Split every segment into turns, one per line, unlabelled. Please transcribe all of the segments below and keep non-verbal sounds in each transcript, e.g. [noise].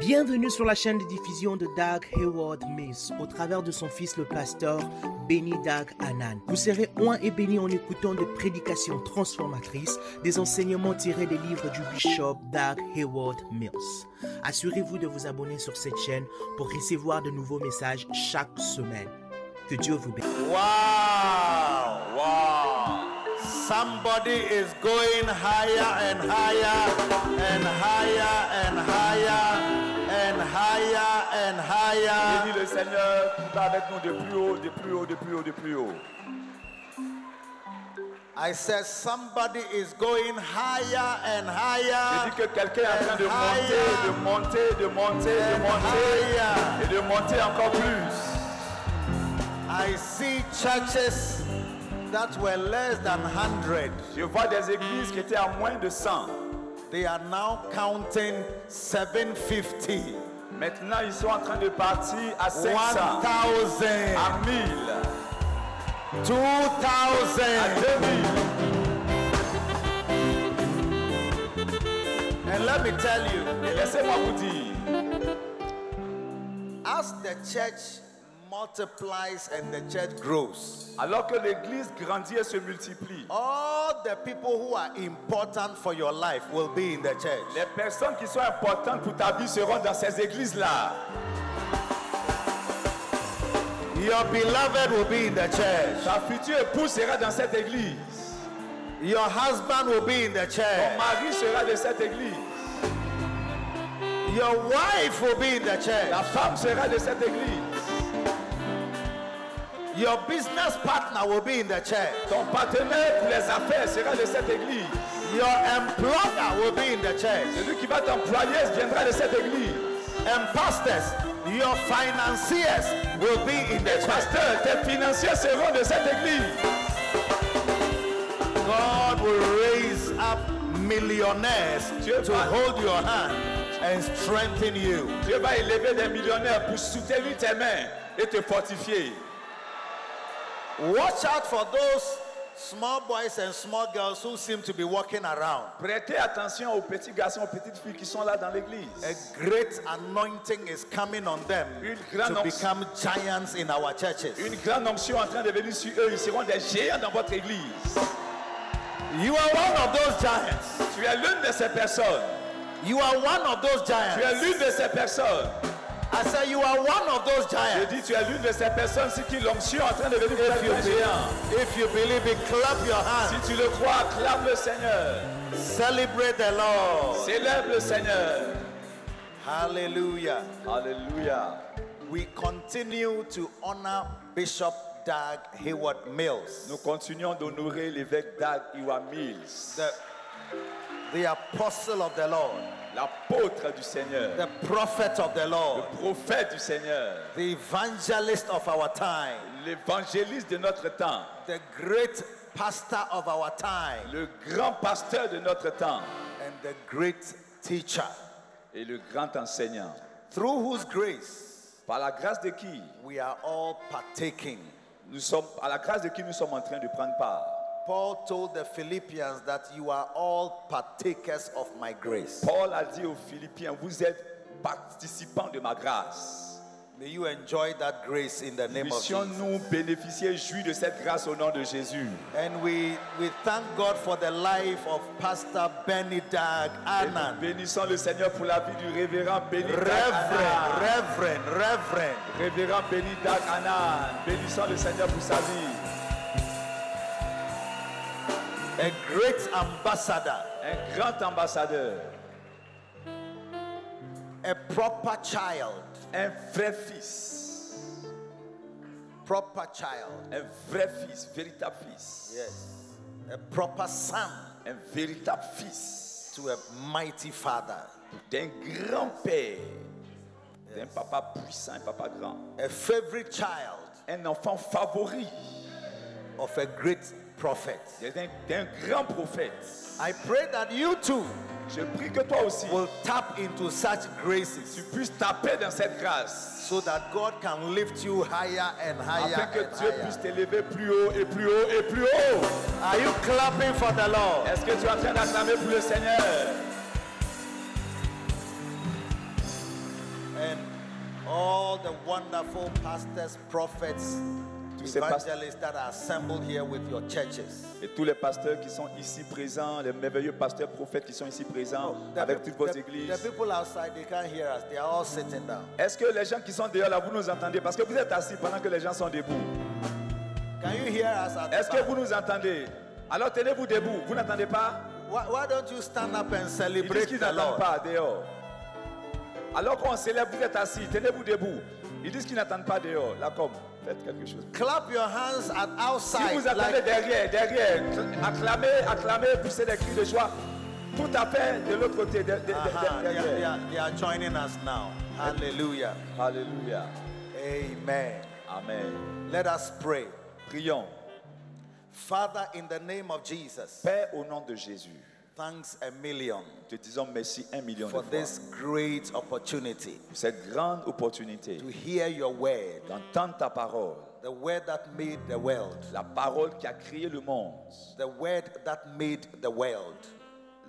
Bienvenue sur la chaîne de diffusion de Doug Hayward Mills au travers de son fils le pasteur Benny Doug Hanan. Vous serez oint et béni en écoutant des prédications transformatrices, des enseignements tirés des livres du bishop Doug Hayward Mills. Assurez-vous de vous abonner sur cette chaîne pour recevoir de nouveaux messages chaque semaine. Que Dieu vous bénisse.
Wow, wow. Somebody is going higher and higher and higher and higher and higher and
Et
higher.
dit le Seigneur qui va avec nous de plus haut, de plus haut, de plus haut, de plus haut.
I said somebody is going higher and
Je
higher
dis que quelqu'un est en train de monter, de monter, de monter, de
and
monter
higher.
et de monter encore plus.
I see churches that were less than 100.
Je vois des églises qui étaient à moins de 100.
They are now counting 750,
Maintenant, ils sont en train de partir à 500,
1000,
à 1000,
2000.
à 2000.
And let me tell you,
Et laissez-moi vous dire,
as the church multiplies and the church grows,
alors que l'église grandit et se multiplie,
all the people who are important for your life will be in the church.
les personnes qui sont importantes pour ta vie seront dans ces églises-là.
Your beloved will be in the church.
Ta future épouse sera dans cette église.
Your husband will be in the
Ton
church.
mari sera de cette église.
Your wife will be in the
Ta
church.
femme sera de cette église.
Your business partner will be in the church.
Ton partenaire pour les affaires sera de cette église.
Your employer will be in the church.
Celui qui va t'employer viendra de cette église.
And pastors, your financiers will be in the
Les
church.
pasteurs, tes financiers seront de cette église.
God will raise up millionaires
Dieu
to
va-
hold your hand and strengthen you.
Dieu va élever des millionnaires pour soutenir tes mains et te fortifier.
Watch out for those small boys and small girls who seem to be walking around.
Prêtez attention aux petits garçons, aux petites filles qui sont là dans
A
l'église.
great anointing is coming on them
Une grande
to
onction.
become giants in our churches.
Une grande onction est en train de venir sur eux. Ils seront des géants dans votre église.
You are one of those giants.
Tu es l'une de ces personnes.
You are one of those
Tu es
giants.
l'une de ces personnes.
I say you are one of those
Je
giants.
dis, tu es l'une de ces personnes sur qui l'onction est en train de venir
If you
faire un géant.
believe, if you believe it, clap your
Si
hands.
tu le crois, acclame le Seigneur.
Celebrate the Lord.
Célèbre le Seigneur.
Hallelujah.
Alléluia.
We continue to honor Bishop Doug Hayward Mills,
Nous continuons d'honorer l'évêque Dag Iwa Mills,
the, the apostle of the Lord,
l'apôtre du Seigneur,
the prophet of the Lord,
le prophète du Seigneur,
the evangelist of our time,
l'évangéliste de notre temps,
the great pastor of our time,
le grand pasteur de notre temps
and the great teacher,
et le grand enseignant.
through whose grace
Par la grâce de qui
we are all partaking.
nous sommes, à la grâce de qui nous sommes en train de prendre part.
Paul told the Philippians that you are all partakers of my grace.
Paul a dit aux Philippiens, vous êtes participants de ma grâce.
May you enjoy that grace in the name of Jesus.
Puissions-nous bénéficier, jouir de cette grâce au nom de Jésus.
And we, we thank God for the life of Pastor Benny Dag
Et nous
Anand.
bénissons le Seigneur pour la vie du révérend Béni Dag
Reverend,
Hanan.
Reverend, Reverend.
Révérend Béni Dag Hanan. Bénissons le Seigneur pour sa vie.
A great ambassador,
Un grand ambassadeur.
a proper child,
Un vrai fils.
proper child.
Un vrai fils. Véritable fils.
Yes. A proper son
Un véritable fils.
to a mighty father.
D'un grand père. D'un papa puissant, un papa grand.
A favorite child
Un enfant favori.
of a great prophet.
D'un d'un grand prophète.
I pray that you too
Je prie que toi aussi,
will tap into such graces
tu puisses taper dans cette grâce.
so that God can lift you higher and higher.
afin que
and
Dieu
higher.
puisse t'élever plus haut et plus haut et plus haut.
Are you clapping for the Lord?
Est-ce que tu es en train d'acclamer pour le Seigneur
wonderful pastors, prophets,
Tous ces past-
evangelists that are assembled here with your churches.
Et tous les pasteurs qui sont ici présents, les merveilleux pasteurs prophètes qui sont ici présents,
The
avec
peop-
toute votre
the-
église.
the people outside, they can't hear us. They are all sitting down.
Est-ce que les gens qui sont dehors là, vous nous entendez Parce que vous êtes assis pendant que les gens sont debout.
Can you hear us? At
Est-ce
the
que
back?
vous nous entendez Alors tenez-vous debout. Vous n'entendez pas
Why, why don't you stand up and
Ils disent
celebrate
qu'ils
the
n'entendent
Lord?
pas dehors. Alors qu'on célèbre, vous êtes assis. Tenez-vous debout. Ils disent qu'ils n'entendent pas dehors. Là, comme, faites quelque chose.
Clap your hands at
Si
outside.
vous attendez
like-
derrière, derrière, cl- acclamez, acclamez, poussez des cris de joie. Tout à fait de l'autre côté, de- de- de- de-
Uh-huh, they, are, they
derrière.
are- they are joining us now. Hallelujah.
Alléluia.
Amen.
Amen.
Let us pray.
Prions.
Father, in the name of Jesus,
Père, au nom de Jésus,
thanks a million
te disons merci un million de
for
fois
this great opportunity
pour cette grande opportunité
to hear your word,
d'entendre ta parole,
the word that made the world,
la parole qui a créé le monde,
the word that made the world,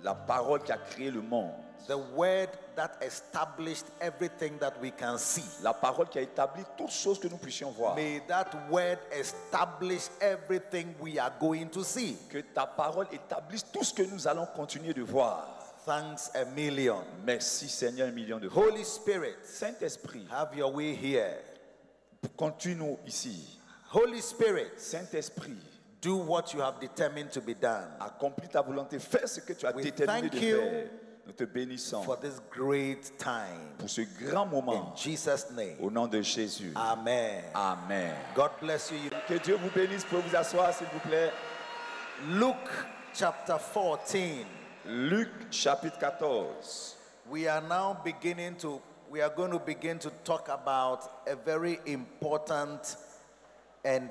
la parole qui a créé le monde,
the word that established everything that we can see.
la parole qui a établi toutes choses que nous puissions voir.
May that word establish everything we are going to see.
Que ta parole établisse tout ce que nous allons continuer de voir.
Thanks a million.
Merci Seigneur un million de fois.
Holy Spirit,
Saint-Esprit,
have your way here.
continue ici.
Holy Spirit,
Saint-Esprit,
do what you have determined to be done
accomplis ta volonté, fais ce que tu as
We
déterminé de
thank you
faire. Nous te bénissons
for this great time.
pour ce grand
In Ah.
moment.
Jesus' name.
Au nom de Jésus.
Amen.
Amen.
God bless you. You-
Que Dieu vous bénisse. Pour vous asseoir, s'il vous plaît.
Luke chapter 14.
Luc chapitre 14.
We are now beginning to, we are going to begin to talk about a very important and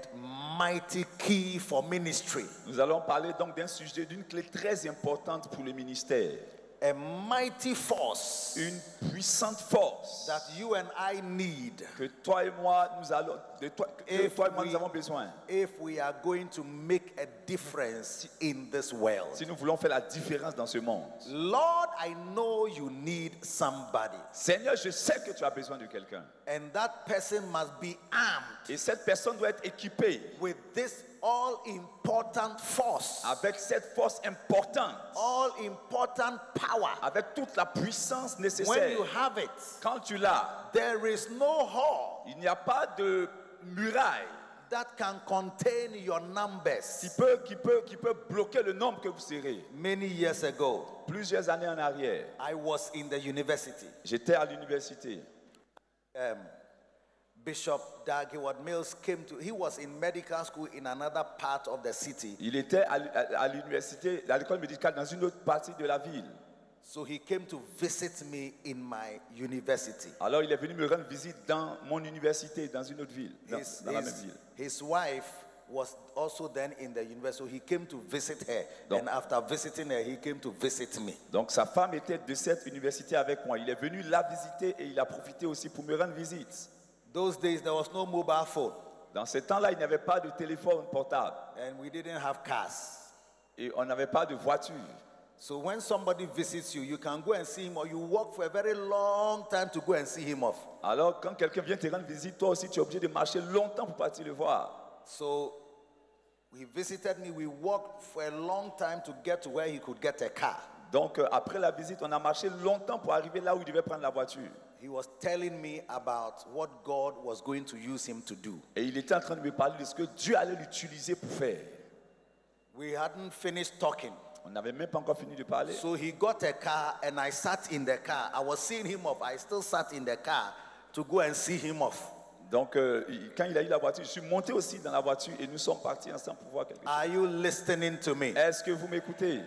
mighty key for ministry.
Nous allons parler donc d'un sujet, d'une clé très importante pour le ministère.
A mighty force
Une puissante force
that you and I need
que toi et moi, nous allons, de toi, que
If
toi et moi,
we-
nous avons besoin.
if we are going to make a difference in this world.
Si nous voulons faire la différence dans ce monde.
Lord, I know you need somebody,
Seigneur, je sais que tu as besoin de quelqu'un.
and that person must be armed
Et cette personne doit être équipée
with this all important force,
avec cette force importante,
all important power.
avec toute la puissance
When
nécessaire.
you have it,
Quand tu l'as,
there is no hall
il n'y a pas de muraille
that can contain your
qui
numbers.
peut, qui, peut, qui peut bloquer le nombre que vous serez.
Many years ago,
Plusieurs années en arrière,
I was in the university.
j'étais à l'université.
Bishop Dag Heward Mills came to, he was in medical school in another part of the city.
Il était à, l'u- à- à l'université, à l'école médicale, dans une autre partie de la ville.
So he came to visit me in my university.
Alors il est venu me rendre visite dans mon université, dans une autre ville, dans,
His,
dans la même
his-
ville.
his wife was also then in the university. So he came to visit her.
Donc-
and after visiting her, he came to visit me.
Donc sa femme était de cette université avec moi. Il est venu la visiter et il a profité aussi pour me rendre visite.
Those days, there was no mobile phone
Dans ce temps-là, il n'y avait pas de téléphone portable
and we didn't have cars.
et on n'avait pas de voiture.
So when somebody visits you, you can go and see him, or you walk for a very long time to go and see him off.
Alors quand quelqu'un vient te rendre visite, toi aussi tu es obligé de marcher longtemps pour partir le voir.
So he visited me. We walked for a long time to get to where he could get a car.
Donc euh, après la visite, on a marché longtemps pour arriver là où il devait prendre la voiture.
He was telling me about what God was going to use him to do.
Et il était en train de me parler de ce que Dieu allait l'utiliser pour faire.
We hadn't finished talking.
On n'avait même pas encore fini de parler.
So he got a car and I sat in the car. I was seeing him off. I still sat in the car to go and see him off.
Donc, euh, il- quand il a eu la voiture, je suis monté aussi dans la voiture et nous sommes partis ensemble pour voir quelque chose.
Are you listening to me?
Est-ce que vous m'écoutez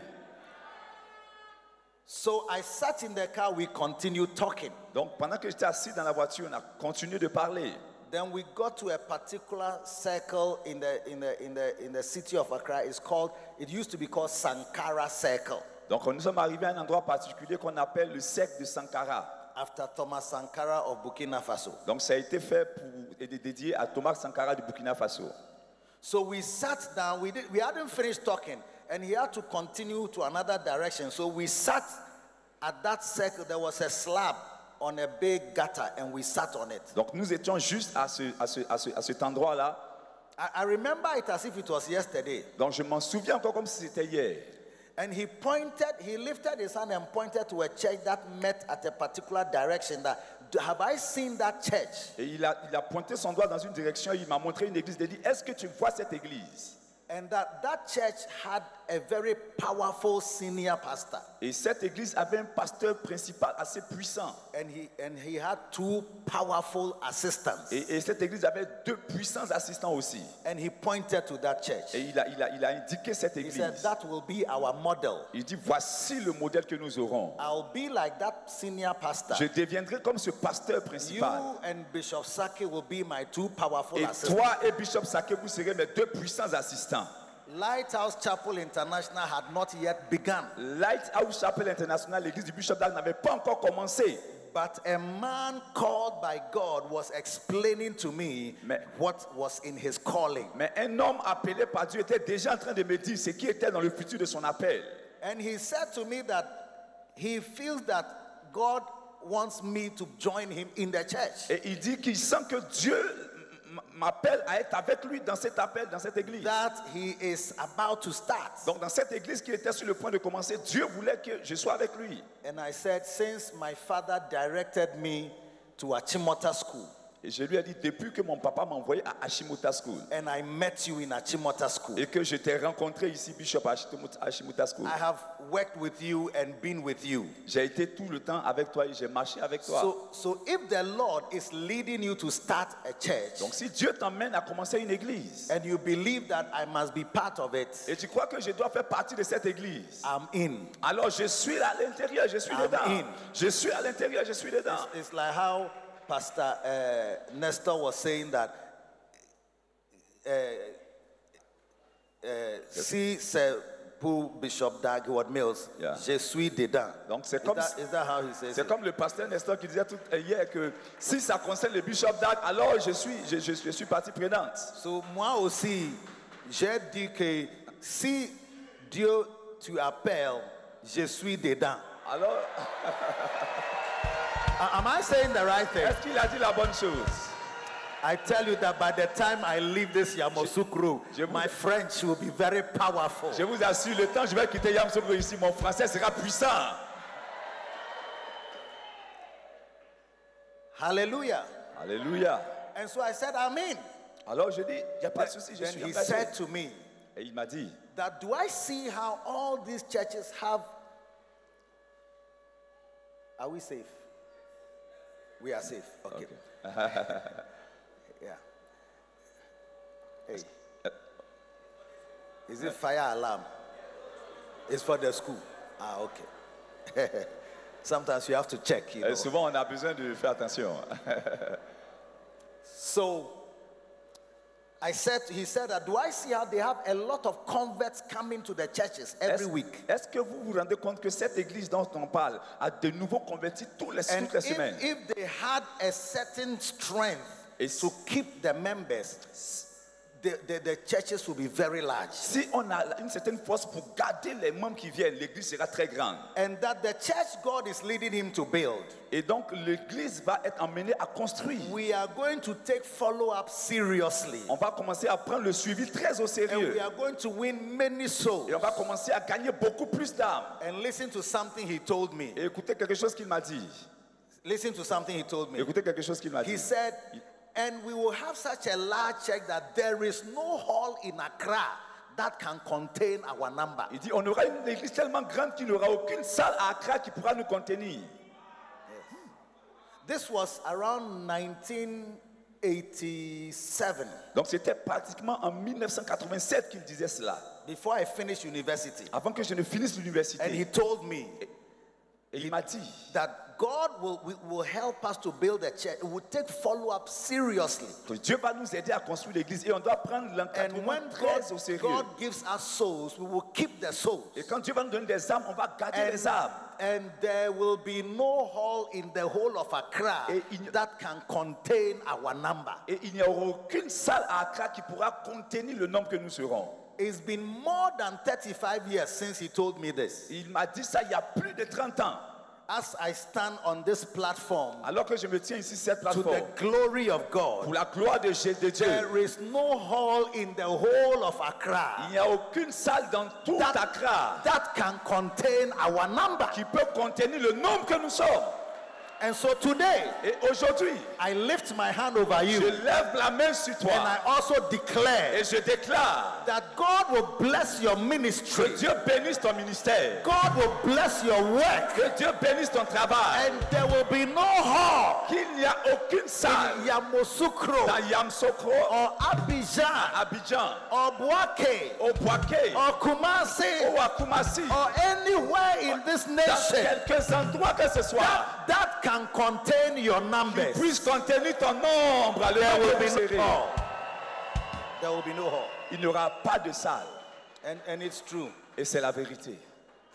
So I sat in the car. We continued talking.
Donc, pendant que j'étais assis dans la voiture, on a continué de parler.
Then we got to a particular circle in the in the in the in the city of Accra. It's called. It used to be called Sankara Circle
Donc, nous sommes arrivés à un endroit particulier qu'on appelle le cercle de Sankara.
after Thomas Sankara of Burkina Faso.
Donc, ça a été fait pour et dédié à Thomas Sankara du Burkina Faso.
So we sat down. We did, we hadn't finished talking, and he had to continue to another direction. So we sat at that circle. There was a slab on a big gutter and we sat on it.
Donc nous étions juste à, ce- à, ce- à ce- à cet endroit-là.
I, I remember it as if it was yesterday.
Donc je m'en souviens encore comme si c'était hier.
And he pointed, he lifted his hand and pointed to a church that met at a particular direction. That "Do- have I seen that church?
Et il a, il a pointé son doigt dans une direction, il m'a montré une église. Il a dit, est-ce que tu vois cette église
And that that church had a very powerful senior pastor.
Et cette église avait un pasteur principal assez puissant.
And he and he had two powerful assistants.
Et, et cette église avait deux puissants assistants aussi.
And he pointed to that
Et
church.
il a, il a- il a indiqué cette
He
église.
said, That will be our model.
Il dit, voici le modèle que nous aurons.
I'll be like that senior
Je
pastor.
deviendrai comme ce pasteur
You
principal.
and Bishop Saki will be my two powerful
Et
assistants.
toi et Bishop Sake, vous serez mes deux puissants assistants.
Lighthouse Chapel International had not yet begun,
Lighthouse Chapel International, l'église du Bishop Dark n'avait pas encore commencé.
but a man called by God was explaining to me
Me-
what was in his calling.
Mais un homme appelé par Dieu était déjà en train de me dire ce qui était dans le futur de son appel.
And he said to me that he feels that God wants me to join him in the church.
Et il dit qu'il sent que Dieu m- m- m'appelle à être avec lui dans cet appel, dans cette église.
That he is about to start.
Donc dans cette église qui était sur le point de commencer, Dieu voulait que je sois avec lui.
And I said, since my father directed me to Achimota School,
Et je lui ai dit, depuis que mon papa m'a envoyé à Hashimoto School
and I met you in Achimota School,
et que je t'ai rencontré ici, Bishop à Hashimoto- Hashimoto School,
I have worked with you and been with you.
j'ai été tout le temps avec toi et j'ai marché avec toi.
So, so if the Lord is leading you to start a church
Donc si Dieu t'emmène à commencer une église
and you believe that I must be part of it,
et tu crois que je dois faire partie de cette église,
I'm in.
alors je suis à l'intérieur, je suis
I'm
dedans.
in.
Je suis à l'intérieur, je suis dedans.
It's like how Pastor uh, Nestor was saying that. Uh, uh, si c'est pour Bishop Dagwood Mills,
Yeah.
je suis dedans.
Donc, c'est
Is
comme
that-
si-
is that how he says
C'est
it?
comme le pasteur Nestor qui disait tout euh, hier que si ça concerne le bishop d'Arc, alors je suis, je, je- je suis partie prenante.
So moi aussi, j'ai dit que si Dieu tu appelle, je suis dedans.
Alors,
A- Am I saying the right thing?
est-ce qu'il a dit la bonne chose
I tell you that by the time I leave this Yamosukro,
Je- je-
my French will be very powerful.
Je vous assure, le temps que je vais quitter Yamsoukro ici, mon français sera puissant.
Hallelujah.
Alléluia.
And so I said, Amen.
Alors je dis, il n'y a pas de souci, je
Then
suis
he
engagé.
said to me,
Et il m'a dit,
that do I see how all these churches have. Are we safe? We are safe. Okay. [laughs] yeah. Hey. Is it fire alarm? It's for the school. Ah, okay. [laughs] Sometimes you have to check. You
Euh,
know.
souvent on a besoin de faire attention.
So I said, he said that do I see how they have a lot of converts coming to the churches every
Est-ce-
week?
Est-ce que vous vous rendez compte que cette église dont on parle a de nouveaux convertis tous les,
And
toutes les
if,
semaines
if they had a certain strength
Et
to
si-
keep the members, the, the, the churches will be very large.
Si on a une certaine force pour garder les membres qui viennent, l'église sera très grande.
And that the church God is leading him to build,
Et donc l'église va être emmenée à construire.
we are going to take follow up seriously.
On va commencer à prendre le suivi très au
And we
sérieux.
are going to win many souls.
Et on va commencer à gagner beaucoup plus d'âmes.
And listen to something he told me.
Et écoutez quelque chose qu'il m'a dit.
Listen to something he told me.
Écoutez quelque chose qu'il m'a
He
dit.
said, and we will have such a large church that there is no hall in Accra that can contain our number.
Il dit, on aura une église tellement grande qu'il n'y aura aucune salle à Accra qui pourra nous contenir.
This was around 1987,
Donc c'était pratiquement en 1987 qu'il disait cela,
before I finished university.
avant que je ne finisse
And he
l'université.
told me
Et il m'a dit,
that God will, will- will help us to build a church, will take follow up seriously.
que Dieu va nous aider à construire l'église et on doit prendre
And
l'encadrement
when God,
très au sérieux.
God gives us souls, we will keep the souls.
Et quand Dieu va nous donner des âmes, on va garder
And,
les âmes.
and there will be no hall in the whole of Accra
Et il-
that can contain our number.
Et il n'y aura aucune salle à Accra qui pourra contenir le nombre que nous serons.
It's been more than 35 years since he told me this.
Il m'a dit ça il y a plus de 30 ans.
as I stand on this platform
Alors que je me tiens ici, cette
to the
plateforme,
glory of
pour
God,
la gloire de, Jésus- de Dieu,
there is no hall in the whole of
il
Accra
n'y a aucune salle dans tout
That-
Accra
that can contain our number.
qui peut contenir le nombre que nous sommes.
And so today,
Et aujourd'hui,
I lift my hand over
je
you and
lève la main sur
I
toi
also declare
et je déclare
that God will bless your
que
ministry,
Dieu bénisse ton ministère,
God will bless your work,
que Dieu bénisse ton travail,
and there will be no hall
qu'il n'y a aucune
in
salle dans
Yamoussoukro
Yamsokro,
or Abidjan
Abidjan,
or Bouaké
au Boaké,
or Kumasi
au Akumasi,
or anywhere in this
dans
nation
quelques endroits que ce soit.
that, that can contain your numbers.
puisse contenir ton nombre. le
There
nombre
will
que vous
be
serez.
no hall. There will be no hall.
Il n'y aura pas de salle.
And, and it's true.
Et c'est la vérité.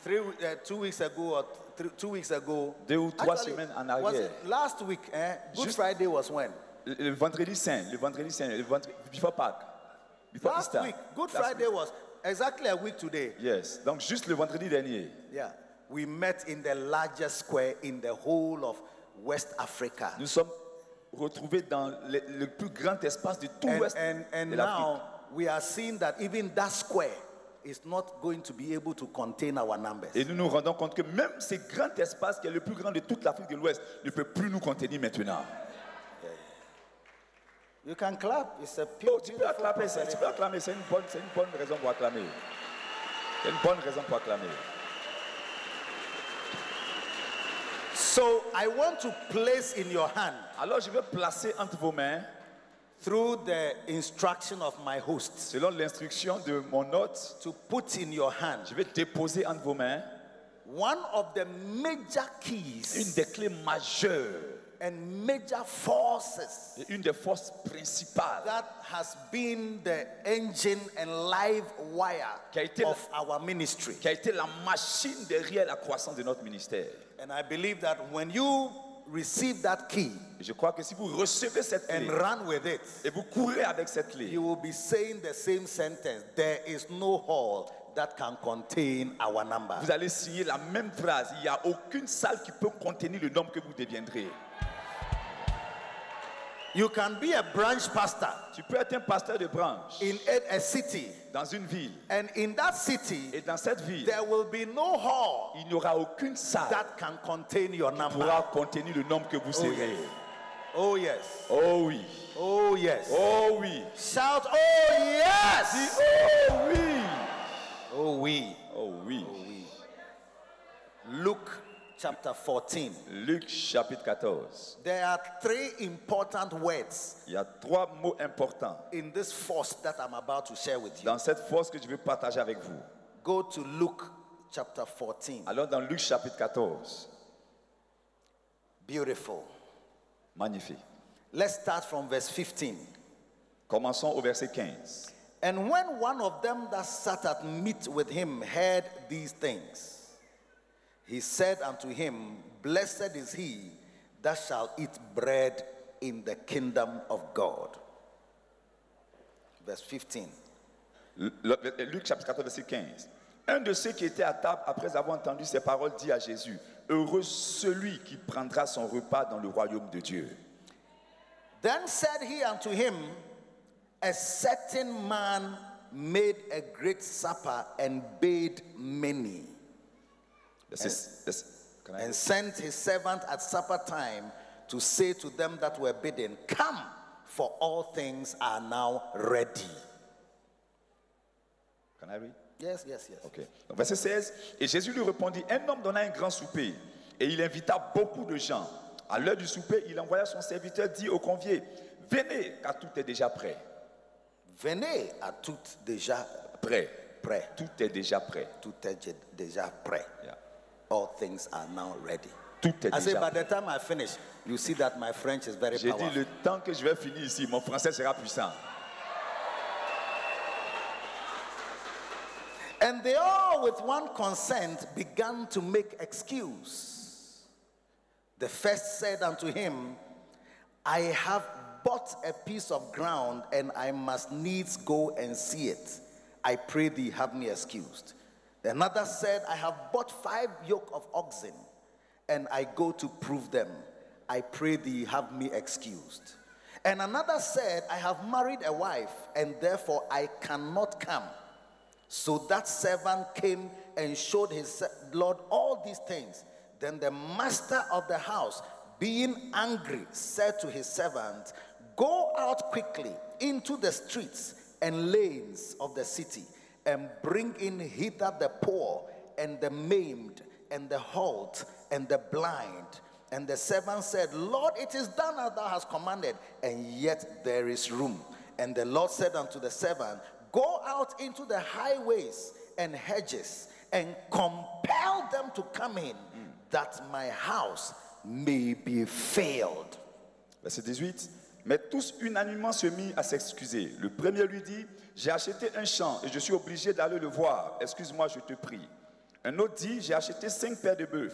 Three, we- uh, two weeks ago, or th- two weeks ago,
Deux ou trois semaines en
was
arrière.
it last week, eh? Good
Juste-
Friday was when?
Le, le vendredi saint, le vendredi saint, le vendredi, before Pâques. Before
Last
Easter.
week, Good
Last
Friday
week.
was exactly a week today.
Yes. Donc juste le vendredi dernier,
Yeah, we met in the largest square in the whole of West Africa.
nous sommes retrouvés dans le, le plus grand espace de tout
And,
l'Ouest
and, and
de l'Afrique.
now we are seeing that even that square is not going to be able to contain our numbers.
Et nous nous rendons compte que même ce grand espace qui est le plus grand de toute l'Afrique de l'Ouest ne peut plus nous contenir maintenant.
you can clap. It's a
Oh,
pure,
tu peux acclamer, c'est- tu peux acclamer, c'est une bonne, c'est une bonne raison pour acclamer. C'est une bonne raison pour acclamer.
So I want to place in your hand
Alors je vais placer entre vos mains,
through the instruction of my host
selon l'instruction de mon hôte,
to put in your hand
je vais déposer entre vos mains
one of the major
une
keys
des clés majeures
and major forces
et une des forces principales
that has been the engine and live wire
Qui a été la-
of our ministry.
qui a été la machine derrière la croissance de notre ministère.
And I believe that when you receive that key
Et je crois que si vous recevez cette
and
clé
run with it,
et vous courez avec cette clé,
you will be saying the same sentence there is no hall that can contain our number.
vous allez signer la même phrase. Il n'y a aucune salle qui peut contenir le nombre que vous deviendrez.
You can be a branch pastor
Tu peux être un pasteur de branche
in a, a city,
dans une ville.
and in that city,
Et dans cette ville,
there will be no hall
il n'y aura aucune salle
that can contain your
qui
number.
pourra contenir le nombre que vous serez.
Oh, yes.
Oh oui.
Oh, yes.
Oh oui.
Shout, oh,
Dis
yes.
oh oui.
Oh, we.
Oh oui.
Luke chapter 14.
Luc chapitre 14.
There are three important words
Il y a trois mots importants
in this force that I'm about to share with you.
dans cette force que je veux partager avec vous.
Go to Luke chapter 14.
Alors dans Luc chapitre 14.
Beautiful.
Magnifique.
Let's start from verse 15.
Commençons au verset 15.
And when one of them that sat at meat with him heard these things, he said unto him, Blessed is he that shall eat bread in the kingdom of God. Verse 15.
Le- le- Luc chapitre 14 verset 15. Un de ceux qui étaient à table après avoir entendu ces paroles dit à Jésus, Heureux celui qui prendra son repas dans le royaume de Dieu.
Then said he unto him, A certain man made a great supper and bade many,
Verset- verset- can I-
and sent his servant at supper time to say to them that were bidden, Come, for all things are now ready.
can I read?
Yes, yes, yes.
Ok. Donc, verset 16. Et Jésus lui répondit Un homme donna un grand souper, et il invita beaucoup de gens. À l'heure du souper, il envoya son serviteur dire aux conviés Venez, car tout est déjà prêt.
Venez à tout déjà
Prêt.
prêt.
Tout est déjà prêt.
Tout est déjà prêt.
Yeah.
All things are now ready.
Tout est
I say,
déjà
by
prêt.
the time I finish, you see that my French is very
J'ai dit
powerful.
Le temps que je vais finir ici, mon français sera puissant.
And they all, with one consent, began to make excuse. The first said unto him, I have bought a piece of ground, and I must needs go and see it. I pray thee, have me excused. Another said, I have bought five yoke of oxen, and I go to prove them. I pray thee, have me excused. And another said, I have married a wife, and therefore I cannot come. So that servant came and showed his Lord all these things. Then the master of the house, being angry, said to his servant, Go out quickly into the streets and lanes of the city, and bring in hither the poor, and the maimed, and the halt, and the blind. And the servant said, Lord, it is done as thou hast commanded, and yet there is room. And the Lord said unto the servant, Go out into the highways and hedges and compel them to come in, that my house may be filled.
Verset 18. Mais tous unanimement se mirent à s'excuser. Le premier lui dit, j'ai acheté un champ et je suis obligé d'aller le voir. Excuse-moi, je te prie. Un autre dit, j'ai acheté cinq paires de bœufs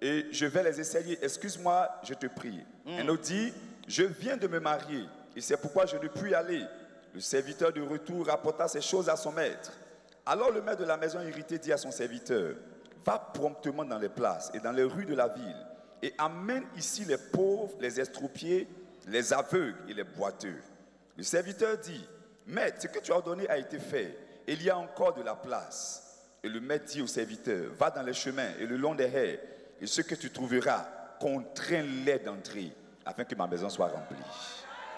et je vais les essayer. Excuse-moi, je te prie. Un autre dit, je viens de me marier et c'est pourquoi je ne puis aller. Le serviteur de retour rapporta ces choses à son maître. Alors le maître de la maison irrité dit à son serviteur, va promptement dans les places et dans les rues de la ville et amène ici les pauvres, les estropiés, les aveugles et les boiteux. Le serviteur dit, maître, ce que tu as ordonné a été fait, et il y a encore de la place. Et le maître dit au serviteur, va dans les chemins et le long des haies, et ce que tu trouveras, contrains-les d'entrer, afin que ma maison soit remplie.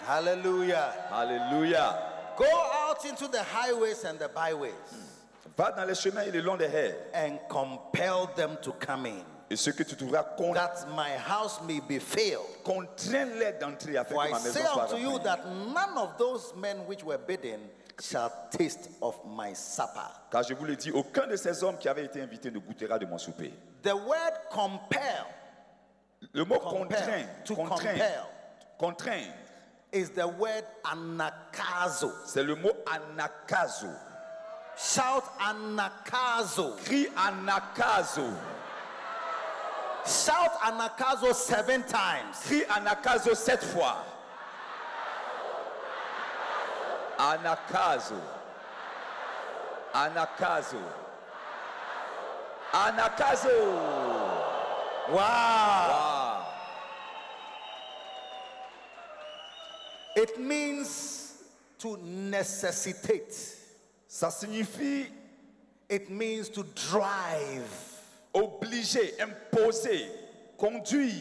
Hallelujah.
Alléluia.
Go out into the highways and the byways
Va dans les chemins et le long des haies,
and compel them to come in,
et ce que tu trouveras, con-
that my house may be filled.
contrains-les d'entrer, afin
For
que
I
ma
say
maison soit
unto you
remplie.
that none of those men which were bidden shall taste of my supper.
Car je vous le dis, aucun de ces hommes qui avaient été invités ne goûtera de mon souper.
The word compel
Le mot
Compel.
contraint,
To compel.
contraint, contraint,
is the word anakazo.
c'est le mot anakazo.
Shout anakazo.
Crie anakazo.
Shout anakazo seven times.
Crie anakazo sept fois. Anakazo. Anakazo. Anakazo.
Wow.
Ah.
It means to necessitate,
Ça signifie
it means to drive,
obliger, imposer, conduire.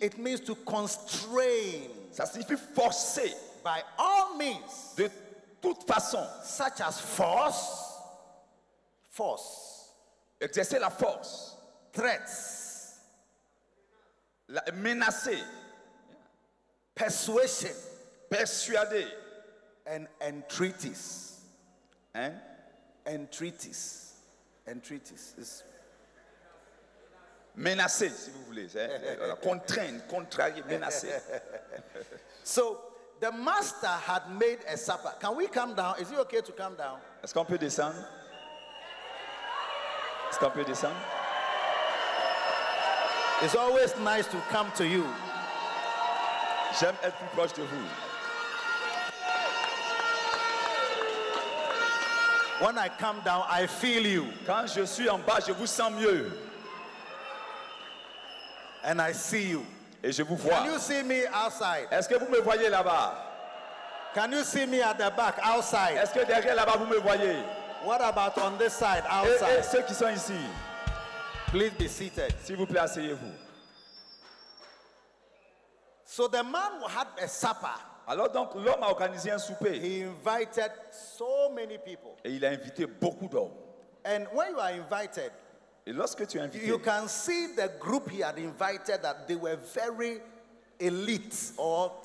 it means to constrain
Ça signifie forcer
by all means,
de toute façon.
such as force, force.
Exercer la force,
threats,
la- menacer,
persuasion,
persuader.
and entreaties.
Hein?
Entreaties. Entreaties. It's-
Menacer, si vous voulez. hein. Voilà, Contraindre, contrarier, menacer.
So the master had made a supper. Can we come down? Is it okay to come down?
Est-ce qu'on peut descendre Est-ce qu'on peut descendre
It's always nice to come to you.
J'aime être plus proche de vous.
When I come down, I feel you
Quand je suis en bas, je vous sens mieux
and I see you.
et je vous
Can
vois.
you see me outside?
Est-ce que vous me voyez là-bas
Can you see me at the back outside?
Est-ce que derrière là-bas, vous me voyez
What about on this side
et, et
outside?
ceux qui sont ici,
Please be seated.
s'il vous plaît, asseyez-vous.
So the man had a supper.
Alors donc, l'homme a organisé un souper
He invited so many people.
et il a invité beaucoup d'hommes.
And when you are invited,
Et lorsque tu es
you-
invité,
you can see the group he had invited that they were very elite or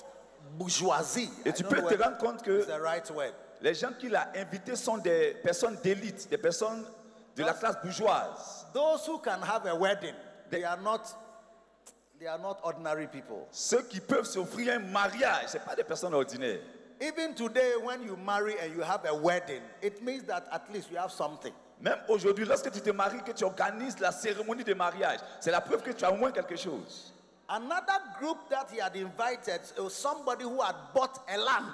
bourgeoisie. I
Et tu
don't
peux
know
te
whether
rendre compte que
it's the right word.
les gens qu'il a invités sont des personnes d'élite, des personnes de la classe bourgeoise.
Those who can have a wedding, they are not they are not ordinary people.
Ceux qui peuvent s'offrir un mariage, ce pas des personnes ordinaires.
Even today, when you marry and you have a wedding, it means that at least you have something.
Même aujourd'hui, lorsque tu te maries, que tu organises la cérémonie de mariage, c'est la preuve que tu as au moins quelque chose.
Another group that he had invited was somebody who had bought a land.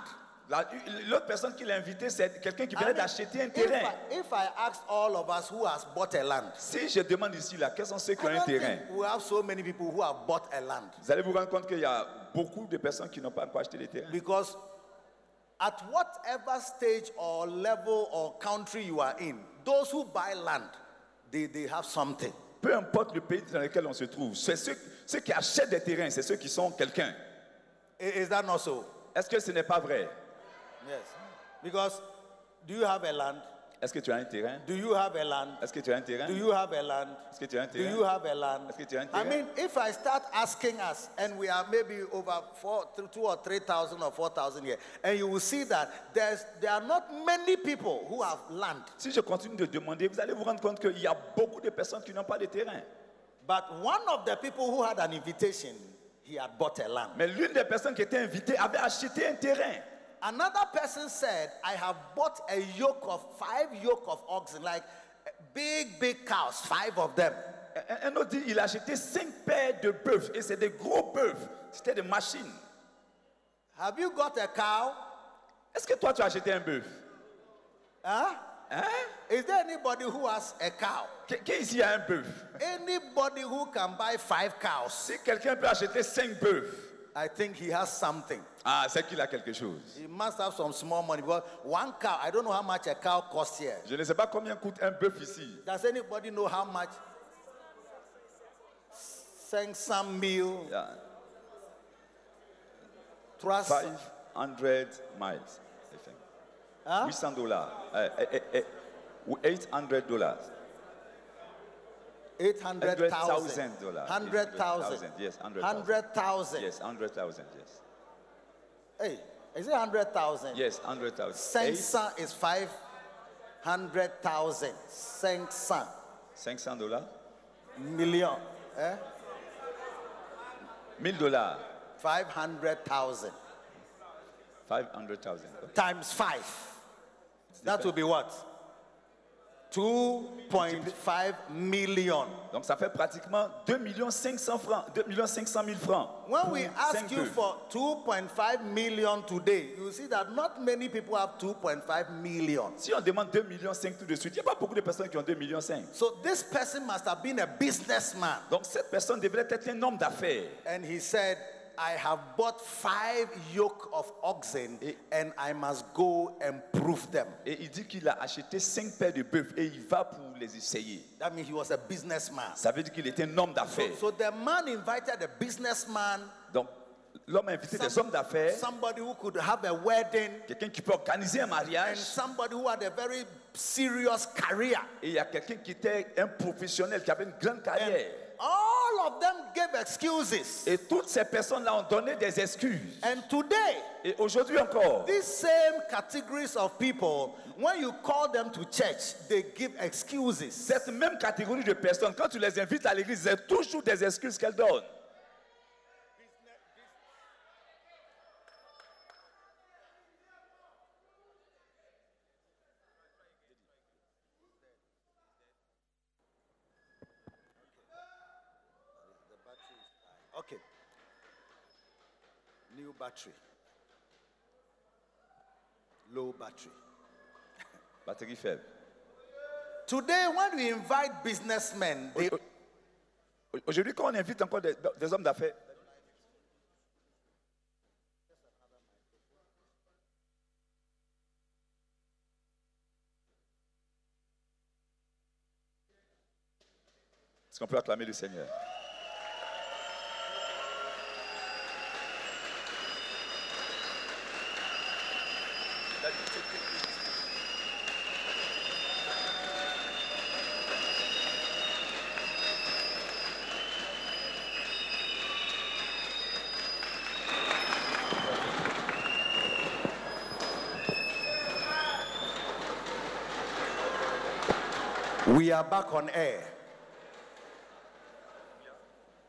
La- L'autre personne qui l'a invité, c'est quelqu'un qui
I
venait
mean,
d'acheter un
if,
terrain.
I, if I ask all of us who has bought a land,
Si je demande ici, là, quels sont ceux qui ont
I
un
don't
terrain
think we have so many people who have bought a land
Vous allez vous rendre compte qu'il y a beaucoup de personnes qui n'ont pas encore acheté de terrain.
because at whatever stage or level or country you are in, those who buy land, they, they have something.
Peu importe le pays dans lequel on se trouve, c'est ceux, ceux qui achètent des terrains, c'est ceux qui sont quelqu'un.
I- Is that not so?
Est-ce que ce n'est pas vrai
Yes. Because do you have a land?
Est-ce que tu as un terrain
Do you have a land?
Est-ce que tu as un terrain
Do you have a land?
Est-ce que tu as un
Do you
terrain
have a land?
Est-ce que tu as un
I
terrain?
mean, if I start asking us, and we are maybe over four, th- two or three thousand or four thousand here, and you will see that there's there are not many people who have land.
Si je continue de demander, vous allez vous rendre compte qu'il y a beaucoup de personnes qui n'ont pas de terrain.
But one of the people who had an invitation, he had bought a land.
Mais l'une des personnes qui était invitée avait acheté un terrain.
Another person said, I have bought a yoke of five yoke of oxen, like eh, big, big cows, five of them.
Un- Un autre dit, il a acheté cinq paires de bœufs et c'est des gros bœufs. C'était des machines.
Have you got a cow?
Est-ce que toi tu as acheté un bœuf
Huh?
Hein
Is there anybody who has a cow?
Qui qui ici a un bœuf
Anybody who can buy five cows,
Si quelqu'un peut acheter cinq bœufs,
I think he has something.
ah, c'est qu'il a quelque chose.
He must have some small money because one cow, I don't know how much a cow costs here.
Je ne sais pas combien coûte un bœuf ici.
Does anybody know how much? Send some meal,
Il y a
trust.
500 miles, I think. 800 dollars. Euh, eh, eh, eh, 800 dollars.
800,000.
100,000 dollars.
100,000.
Yes, 100,000.
100,000.
Yes, 100,000, yes.
Hey, is it 100,000?
Yes, 100,000. Eight-
Sengsan is 500,000. Sengsan.
500 dollars.
Million. Eh?
1000 dollars.
500,000.
500,000.
times five. That will be what? 2.5 million.
Donc ça fait pratiquement 2 500 francs, 2 500 000 francs.
When
pour
we
cinq
ask you
bœufs.
for 2.5 million today, you see that not many people have 2.5 million.
Si on demande 2 millions 5 tout de suite, il n'y a pas beaucoup de personnes qui ont 2 millions 5.
So this person must have been a businessman.
Donc cette personne devrait être un homme d'affaires.
And he said, I have bought five yoke of oxen
Eh.
and I must go and prove them.
Et il dit qu'il a acheté 5 paires de bœufs et il va pour les essayer.
That means he was a businessman.
Ça veut dire qu'il était un homme
So,
d'affaires.
so the man invited a businessman,
Donc l'homme a invité des hommes d'affaires,
somebody who could have a wedding,
quelqu'un qui peut organiser un
and
mariage.
somebody who had a very serious career.
Et il y a quelqu'un qui était un professionnel, qui avait une grande
And
carrière.
all of them gave excuses.
Et toutes ces personnes-là ont donné des excuses.
And today,
Et aujourd'hui encore,
these same categories of people, when you call them to church, they give excuses.
cette même catégorie de personnes, quand tu les invites à l'église, c'est toujours des excuses qu'elles donnent.
Okay. New battery. Low battery.
Batterie faible.
Today, when we invite businessmen, they,
Au- Aujourd'hui, quand on invite encore des, des hommes d'affaires, est-ce qu'on peut acclamer le Seigneur
we are back on air.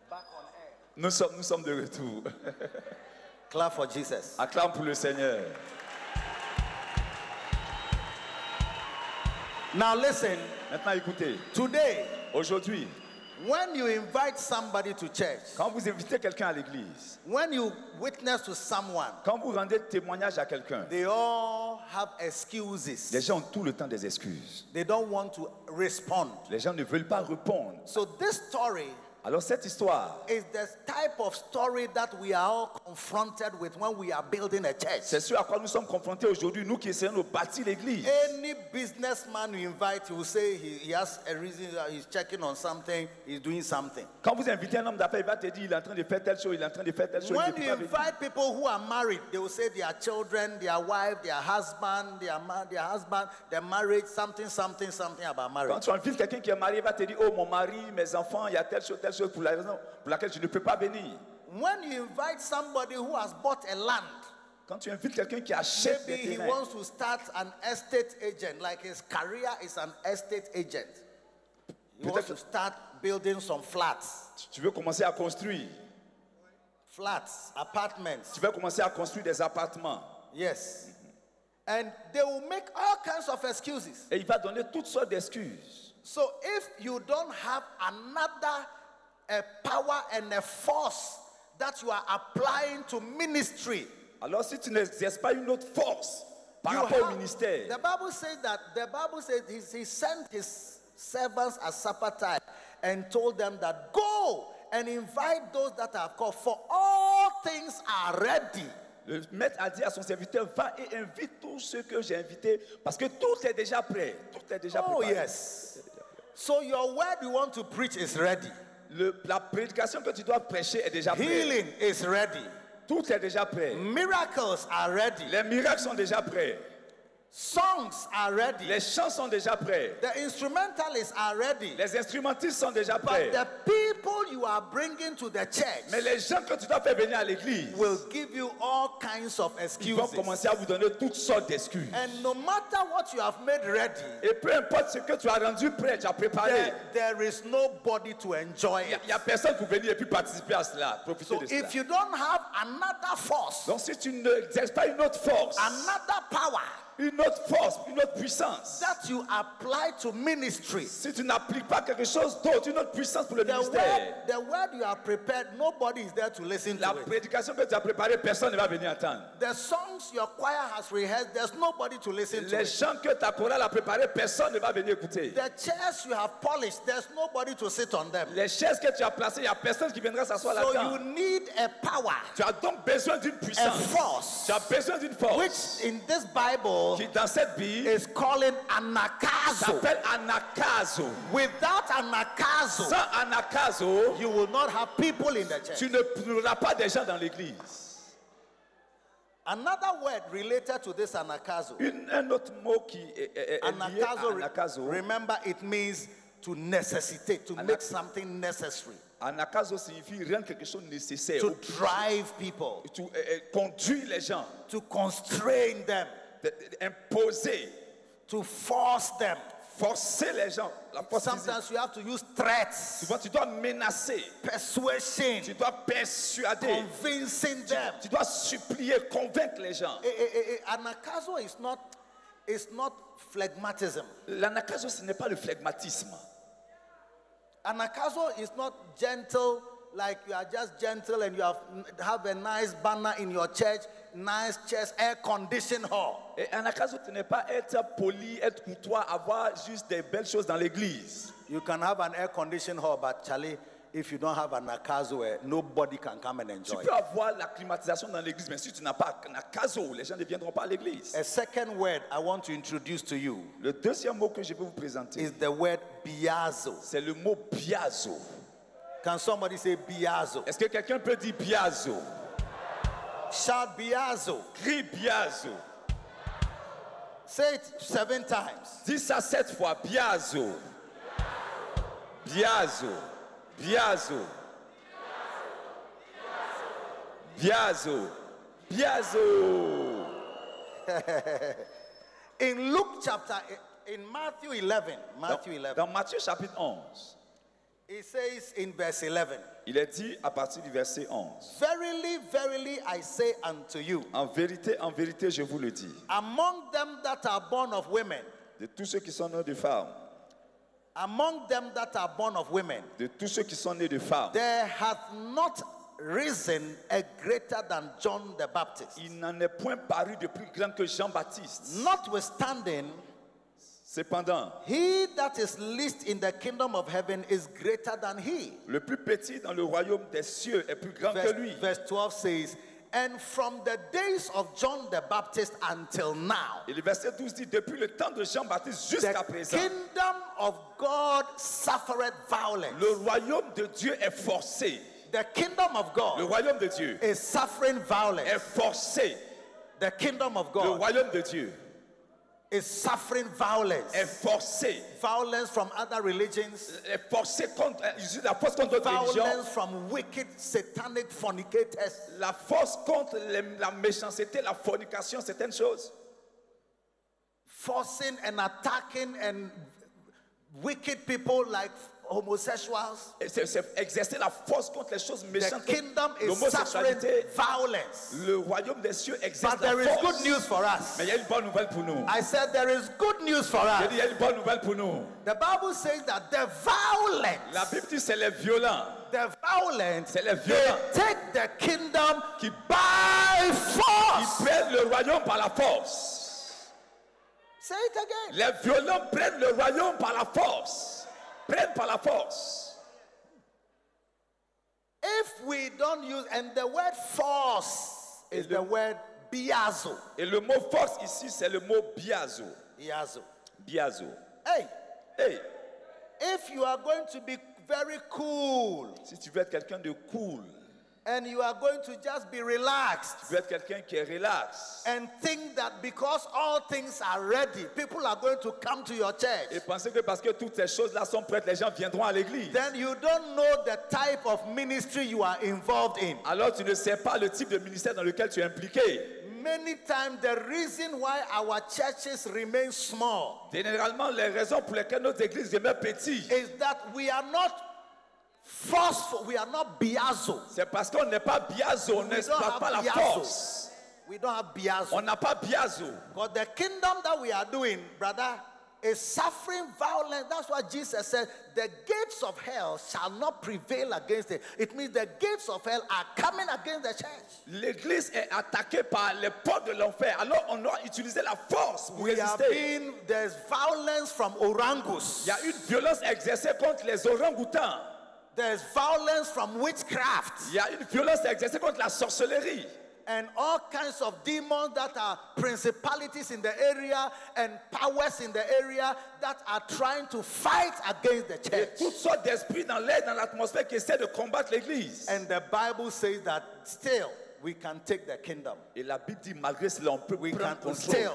Back on air.
nous sommes, nous sommes de retour.
Clap for Jesus.
Acclame pour le Seigneur.
Now listen,
Maintenant, écoutez,
today
aujourd'hui,
When you invite somebody to church,
Quand vous invitez quelqu'un à l'église,
when you witness to someone,
quand vous rendez témoignage à quelqu'un,
they all have
les
excuses.
gens ont tout le temps des excuses.
They don't want to respond.
Les gens ne veulent pas répondre.
So this story
Alors cette histoire,
is the type of story that we are all confronted with when we are building a church.
c'est ce à quoi nous sommes confrontés aujourd'hui, nous qui essayons de bâtir l'église.
Any businessman you invite, he will say he, he has a reason, uh, he's checking on something, he's doing something.
Quand vous invitez un homme d'affaires, il va te dire, il est en train de faire telle chose, il est en train de faire telle chose. il
When
ne peut
you
pas venir.
invite people who are married, they will say their children, their wife, their husband, their ma- their husband, their marriage, something, something, something about
Quand
marriage.
tu invites quelqu'un qui est marié, il va te dire, oh mon mari, mes enfants, il y a telle chose, telle chose pour la raison pour laquelle je ne peux pas venir.
When you invite somebody who has bought a land,
Quand tu invites quelqu'un qui achète
maybe
des
he
terrains,
wants to start an estate agent, like his career is an estate agent. He wants to
Peut-être-
start building some flats,
tu- tu veux commencer à construire,
flats, apartments.
tu veux commencer à construire des appartements.
Yes. And they will make all kinds of excuses.
Et il va donner toutes sortes d'excuses.
So if you don't have another a power and a force that you are applying to ministry,
Alors si tu n'exerces pas une autre force par
you
rapport au
have-
ministère,
the Bible says that the Bible says he, he sent his servants at supper time and told them that go and invite those that are called, for all things are ready.
le maître a dit à son serviteur, va et invite tous ceux que j'ai invités, parce que tout est déjà prêt, tout est déjà
Oh
préparé.
yes. So your word you want to preach is ready.
Le- la prédication que tu dois prêcher est déjà prête.
Healing is ready.
Tout est déjà prêt.
Miracles are ready.
Les miracles sont déjà prêts.
Songs are ready.
Les chants sont déjà prêts.
The instrumentalists are ready.
Les instrumentistes sont déjà prêts.
But the people you are bringing to the
Mais
church
les gens que tu dois faire venir à l'église
will give you all kinds of
ils vont
excuses.
commencer à vous donner toutes sortes d'excuses.
And no matter what you have made ready,
Et peu importe ce que tu as rendu prêt, tu as préparé,
there, there is nobody to enjoy
il
it.
n'y a, personne pour venir et puis participer à cela, profiter
So
de cela.
if you don't have another force,
Donc si tu n'exerces pas une autre force,
another power
une autre force, une autre puissance,
that you apply to ministry,
si tu n'appliques pas quelque chose d'autre, une autre puissance pour le
the word,
ministère,
the word you have prepared, nobody is there to listen
la
to it.
prédication que tu as préparée, personne ne va venir entendre.
The songs your choir has rehearsed, there's nobody to listen to
Les
it.
gens que ta chorale a préparés, personne ne va venir écouter.
The chairs you have polished, there's nobody to sit on them.
Les chaises que tu as placées, il n'y a personne qui viendra s'asseoir
So
là-dedans.
you need a power,
Tu as donc besoin d'une
a
puissance.
force,
Tu as besoin d'une
which
force
in this Bible
qui, dans cette Bible,
is calling anakazo.
s'appelle anakazo.
Without anakazo,
Sans anakazo,
you will not have people in the church.
tu ne- tu n'auras pas des gens dans l'église.
Another word related to this anakazo.
Une- un autre mot qui est, est- est lié à
Anakazo, re-
anakazo.
remember, it means to necessitate, to make something necessary,
Anakazo signifie rendre quelque chose nécessaire.
to drive people,
Tu euh, euh, conduis les gens,
to constrain them,
de- de- imposer,
to force them.
forcer les gens. La force physique.
Sometimes you have to use threats,
Souvent, tu dois menacer,
persuasion.
tu dois persuader,
convincing them.
tu dois supplier, convaincre les gens.
Eh, eh, eh, eh, Anakazo is not, is not phlegmatism.
L'anakazo, ce n'est pas le phlegmatisme.
Anakazo is not gentle, like you are just gentle and you have, have a nice banner in your church, nice church, air conditioned hall.
Et anakazo, ce n'est pas être poli, être courtois, avoir juste des belles choses dans l'église.
You can have an air conditioned hall, but Charlie, if you don't have Anakazo, eh, nobody can come and
Tu
enjoy. it.
peux avoir la climatisation dans l'église, mais si tu n'as pas anakazo, les gens ne viendront pas à l'église.
A second word I want to introduce to you
Le deuxième mot que je vais vous présenter,
is the word biazo.
c'est le mot biazo.
Can somebody say biazo?
Est-ce que quelqu'un peut dire biazo
Shout biazo.
Crie biazo.
Say it seven times.
Dis ça sept fois. Biazo. Biazo. Biazo. Biazo. Biazo.
In Luke chapter, eh, in Matthew 11, Matthew
Dans,
11,
dans Matthieu chapitre 11,
it says in verse 11,
il est dit à partir du verset 11.
Verily, verily, I say unto you,
En vérité, en vérité, je vous le dis,
among them that are born of women,
de tous ceux qui sont nés de femmes,
Among them that are born of women,
de tous ceux qui sont nés de femmes,
there hath not risen a greater than John the Baptist.
il n'en est point paru de plus grand que Jean-Baptiste.
Notwithstanding,
Cependant,
he that is least in the kingdom of heaven is greater than he.
le plus petit dans le royaume des cieux est plus grand que lui.
Verse, verse 12 says, And from the days of John the Baptist until now,
Et le verset 12 dit, depuis le temps de Jean-Baptiste jusqu'à
the
présent,
kingdom of God suffereth violence.
le royaume de Dieu est forcé.
The kingdom of
Le
God
royaume de Dieu
is suffering violence.
est forcé.
The kingdom of
Le
God
royaume de Dieu
is suffering violence.
est forcé.
Violence from other religions,
Est forcé contre, euh, user la force contre d'autres religions.
violence from wicked satanic fornicators.
La force contre les- la méchanceté, la fornication, certaines choses.
forcing and attacking and wicked people like homosexuals.
Et c'est- c'est exercer la force contre les choses
The
méchantes.
kingdom is suffering
L'homosexualité,
violence.
le royaume des cieux exerce
But there
la
is good
force.
news for us.
Mais il y a une bonne nouvelle pour nous.
I said there is good news for
J'ai dit,
us.
il y a une bonne nouvelle pour nous.
The Bible says that the
La
violent,
Bible dit c'est les violents.
the violent,
C'est les
they
violents
take the kingdom
qui,
by
qui
force.
prennent le royaume par la force.
Say it again.
Les violents prennent le royaume par la force. Prennent par la force.
If we don't use, and the word force is the word biazo.
Et le mot force ici, c'est le mot biazo.
Biazo.
Biazo.
Hey,
Hey,
If you are going to be very cool
si tu veux être quelqu'un de cool,
and you are going to just be relaxed
tu veux être quelqu'un qui est relax
and think that because all things are ready, people are going to come to your
et
church,
penser que parce que toutes ces choses-là sont prêtes, les gens viendront à l'église.
then you don't know the type of ministry you are involved in.
Alors tu ne sais pas le type de ministère dans lequel tu es impliqué.
Many times, the reason why our churches remain small
Généralement, les raisons pour lesquelles notre église demeure petite,
is that we are not forceful, we are not biazo.
c'est parce qu'on n'est pas biazo, on
We don't
n'exploite
have
pas la
biazo.
force.
We don't have
On
biazo.
n'a pas biazo.
Because the kingdom that we are doing, brother, is suffering violence. That's what Jesus said. The gates of hell shall not prevail against it. It means the gates of hell are coming against the church.
L'église est attaquée par les portes de l'enfer. Alors on doit utiliser la force pour
We are
résister.
being, there's violence from orangus.
Il y a une violence exercée contre les orang-outans.
There's violence from witchcraft
Il y a une violence exercée contre la sorcellerie.
and all kinds of demons that are principalities in the area and powers in the area that are trying to fight against the
Et
church.
toutes sortes d'esprits dans l'air, dans l'atmosphère qui essaient de combattre l'Église.
And the Bible says that still we can take the kingdom.
Et la Bible dit, malgré cela, on peut
We
prendre
can
contrôle.
still,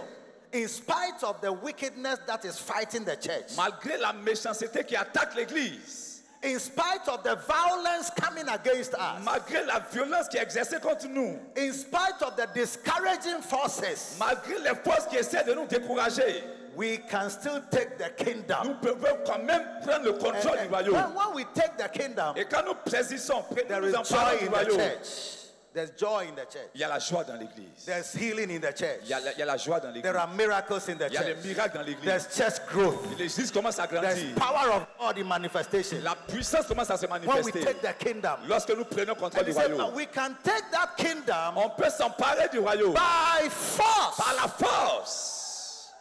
in spite of the wickedness that is fighting the church,
Malgré la méchanceté qui attaque l'Église.
in spite of the violence coming against us,
Malgré la violence qui est exercée contre nous.
in spite of the discouraging forces,
Malgré les forces qui essaient de nous décourager.
we can still take the
Nous
kingdom.
pouvons quand même prendre le
And,
contrôle du
and when,
royaume.
when we take the kingdom,
Et quand nous saisissons,
there
nous
is
en
joy
parlons du
in the
royaume.
church. There's joy in the church.
Il y a la joie dans l'Église.
There's healing in the
Il y a
church.
la, il y a la joie dans l'Église.
There are miracles in the
Il y a des
church.
miracles dans l'Église.
There's church growth.
L'Église commence à
There's
grandir.
power of God in manifestation.
La puissance commence à se
When we
manifester.
take the kingdom,
Lorsque nous prenons contrôle
and
du
he said, "But
royaume,
we can take that kingdom
on peut s'emparer du royaume
by
par
force.
la force.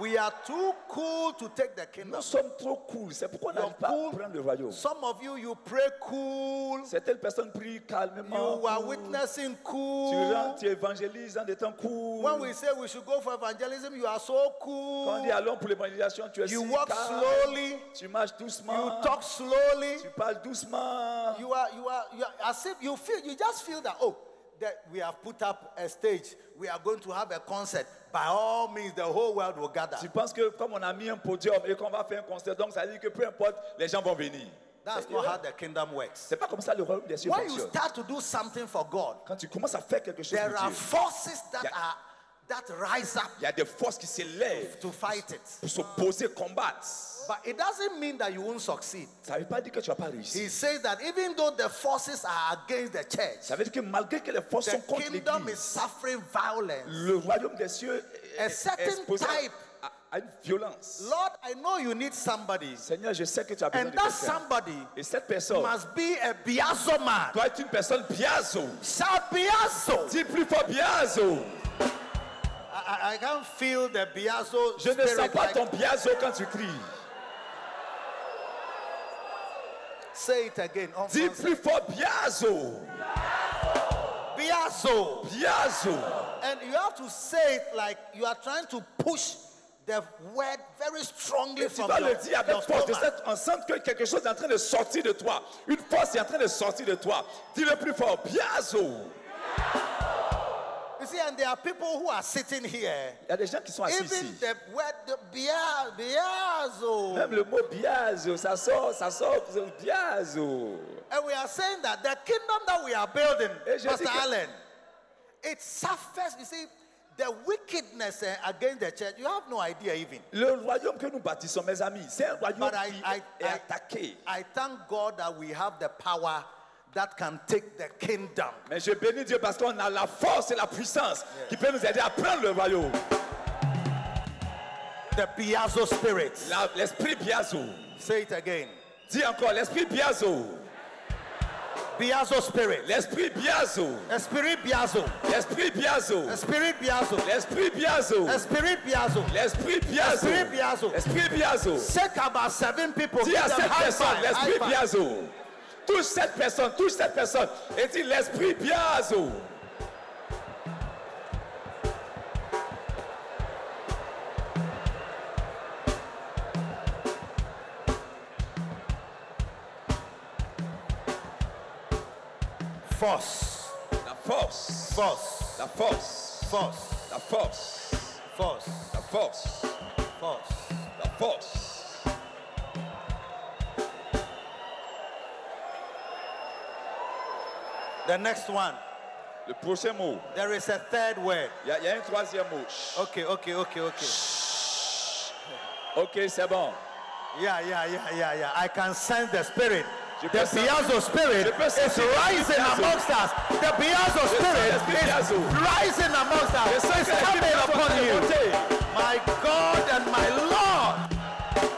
We are too cool to take the
Nous
kingdom.
sommes trop cool. C'est pourquoi on
You're
n'arrive pas à
cool.
prendre le royaume.
Some of you, you pray cool.
Certaines personnes prient
You
calmement.
are
cool.
witnessing
Tu, rends-
cool.
tu évangélises en des temps cool.
When we say we should go for evangelism, you are so
Quand on
cool.
dit allons pour l'évangélisation, tu es
You
si
walk
calme.
slowly.
Tu marches
You
doucement.
talk slowly.
Tu parles doucement.
You are, you are, you are, as if you feel, you just feel that, oh, that we have put up a stage. We are going to have a concert. By all means, the whole world will gather.
Tu penses que comme on a mis un podium et qu'on va faire un concert, donc ça veut dire que peu importe, les gens vont venir.
That's
C'est-
not how the kingdom works.
C'est pas comme ça le royaume des cieux
When you
fonctionne.
start to do something for God,
Quand tu commences à faire quelque chose
there
pour
are
Dieu,
forces that
Yeah.
are that rise up
il y a des forces qui s'élèvent
to fight it.
pour s'opposer, combattre.
But it doesn't mean that you won't succeed.
Ça ne veut pas dire que tu vas pas réussir.
He says that even though the forces are against the
Ça
church,
veut dire que malgré que les forces sont
the
contre
kingdom is
l'Église,
suffering violence.
le royaume des cieux est,
A
est
certain
exposé à-
type
à- à une violence.
Lord, I know you need somebody.
Seigneur, je sais que tu as besoin
And
de
that
quelqu'un.
somebody
Et cette personne
must be a biazo man.
doit être une personne biazo.
Shout biazo.
Dis plus fort biazo.
I, I- I can't feel the biazo
Je ne sens
spirit
pas
like-
ton biazo quand tu cries.
Say it again. Oh, on
Dis
Francis.
plus fort biazo.
Biazo.
Biazo.
oh. And you have to say it like you are trying to push the word very strongly
Et tu
from
dois
your,
le dire
your
avec force de
stomach.
cette enceinte que quelque chose est en train de sortir de toi. Une force est en train de sortir de toi. Dis-le plus fort. Biazo.
You see, and there are people who are sitting here.
Il y a des gens qui sont assis
Even
ici.
the word the bia, biazo.
Même le mot biazo, ça sort, ça sort, vous avez biazo.
And we are saying that the kingdom that we are building,
Et je
Pastor
dis que-
Allen, it suffers, you see, the wickedness eh, against the church. You have no idea even.
Le royaume que nous bâtissons, mes amis, c'est un royaume
But I,
qui
I,
est
I,
attaqué.
I thank God that we have the power that can take the kingdom.
Mais je bénis Dieu parce qu'on a la force et la puissance qui peut nous aider à prendre le royaume.
The Piazzo spirit.
La- L'esprit biazo.
Say it again.
Dis encore, l'esprit biazo.
Piazzo spirit.
L'esprit biazo.
A spirit Piazzo.
L'esprit biazo.
A spirit Piazzo.
L'esprit biazo.
A spirit Piazzo.
L'esprit biazo.
L'esprit biazo.
L'esprit biazo.
Shake about seven people.
Dis
Give
à
them
cette
high
personne,
five, high
l'esprit
five.
biazo. Touche cette personne, touche cette personne. Et dis l'esprit biazo.
Force.
La force.
Force.
La force.
Force.
La force.
Force.
La force.
Force.
La force.
The next one.
Le prochain mot.
There is a third word.
Il y, a- il y a un troisième mot. Chut.
Okay, okay, okay, okay.
Ok, c'est bon.
Yeah, yeah, yeah, yeah, yeah. I can sense the spirit.
Je
The
peux sentir-
Piazzo spirit
je peux
is
sentir le
rising
Piazzo.
amongst us. The Piazzo spirit
l'esprit
is
Piazzo.
rising amongst
Je
us.
sens
It's
que l'esprit
coming
biazo est en
upon
train de
you.
monter.
My God and my Lord.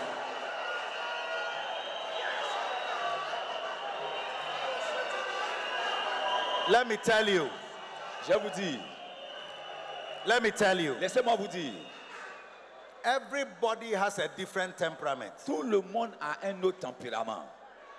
Let me tell you.
Je vous dis,
Let me tell you.
laissez-moi vous dire,
Everybody has a different temperament.
tout le monde a un autre tempérament.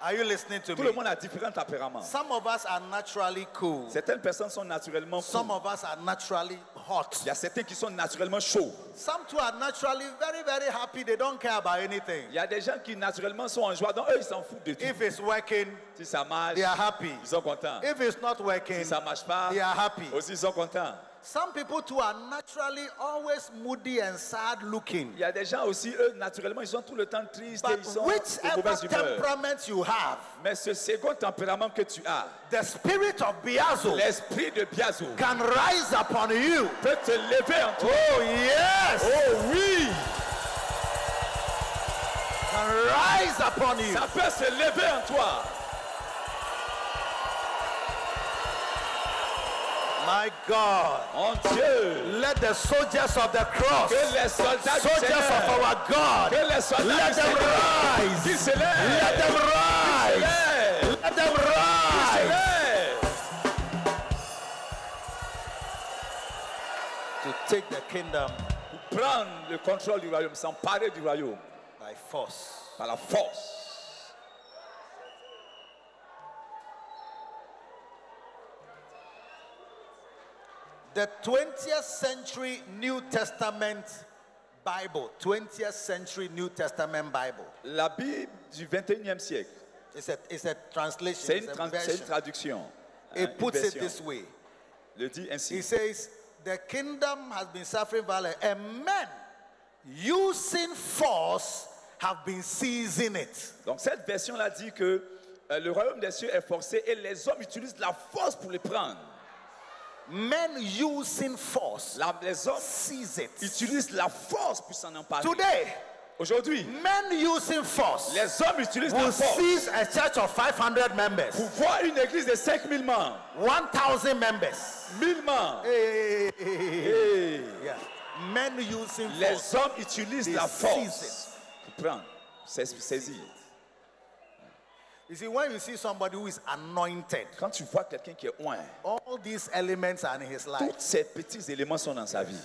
Are you listening to
Tout
me?
le monde a différents tempéraments.
Some of us are naturally cool.
Certaines personnes sont naturellement
Some
cool.
of us are naturally
Il y
hot.
a certains qui sont naturellement chauds.
Some too are naturally very, very happy. They don't care about anything.
Il y a des gens qui naturellement sont en joie, donc eux ils s'en foutent de tout.
If it's working,
Si ça marche,
they are happy.
ils sont contents.
If it's not working,
Si ça marche pas,
they are happy.
aussi ils sont contents.
Some people too are naturally always moody and sad looking.
Il y a des gens aussi, eux, naturellement, ils sont tout le temps tristes et
But
ils sont de
whichever
mauvaise humeur.
temperament you have,
Mais ce second tempérament que tu as,
the spirit of Biazo
l'esprit de Biazo,
can rise upon you.
peut te lever en toi.
Oh yes,
Oh oui!
can rise upon you.
Ça peut se lever en toi.
My God,
En Dieu.
let the soldiers of the cross,
Que les soldats du
soldiers of
Seigneur,
our God,
que les
let
soldats du
them
Seigneur,
rise.
qu'ils se
Let
lèvent.
them rise.
Lève.
Let them rise.
Lève.
To take the kingdom
Prendre le contrôle du royaume, s'emparer du royaume
by force.
par la force.
The 20th century New Testament Bible, 20th century New Testament Bible.
La Bible du 21e siècle,
It's a, it's a translation,
c'est une,
it's a
tra- c'est une
version.
traduction. hein, une
It puts it
version.
this way.
Le dit ainsi.
It says, the kingdom has been suffering violence, and men using force have been seizing it.
Donc cette version-là dit que euh, le royaume des cieux est forcé et les hommes utilisent la force pour le prendre.
Men using force
La- les hommes
seize it.
utilisent la force pour s'en emparer.
Today,
Aujourd'hui,
men using force
les hommes utilisent
will
la force
seize a church of 500 members,
pour voir une église de 5000 membres,
1,000 members.
1000 membres.
Hey, hey, hey, hey, hey, hey.
Hey.
Yeah. Men using force.
Les hommes utilisent
They
la
seize
force pour prendre, sais- saisir.
You see, when you see somebody who is anointed,
Quand tu vois quelqu'un qui est oint,
all these elements are in his life.
tous ces petits éléments sont dans sa vie.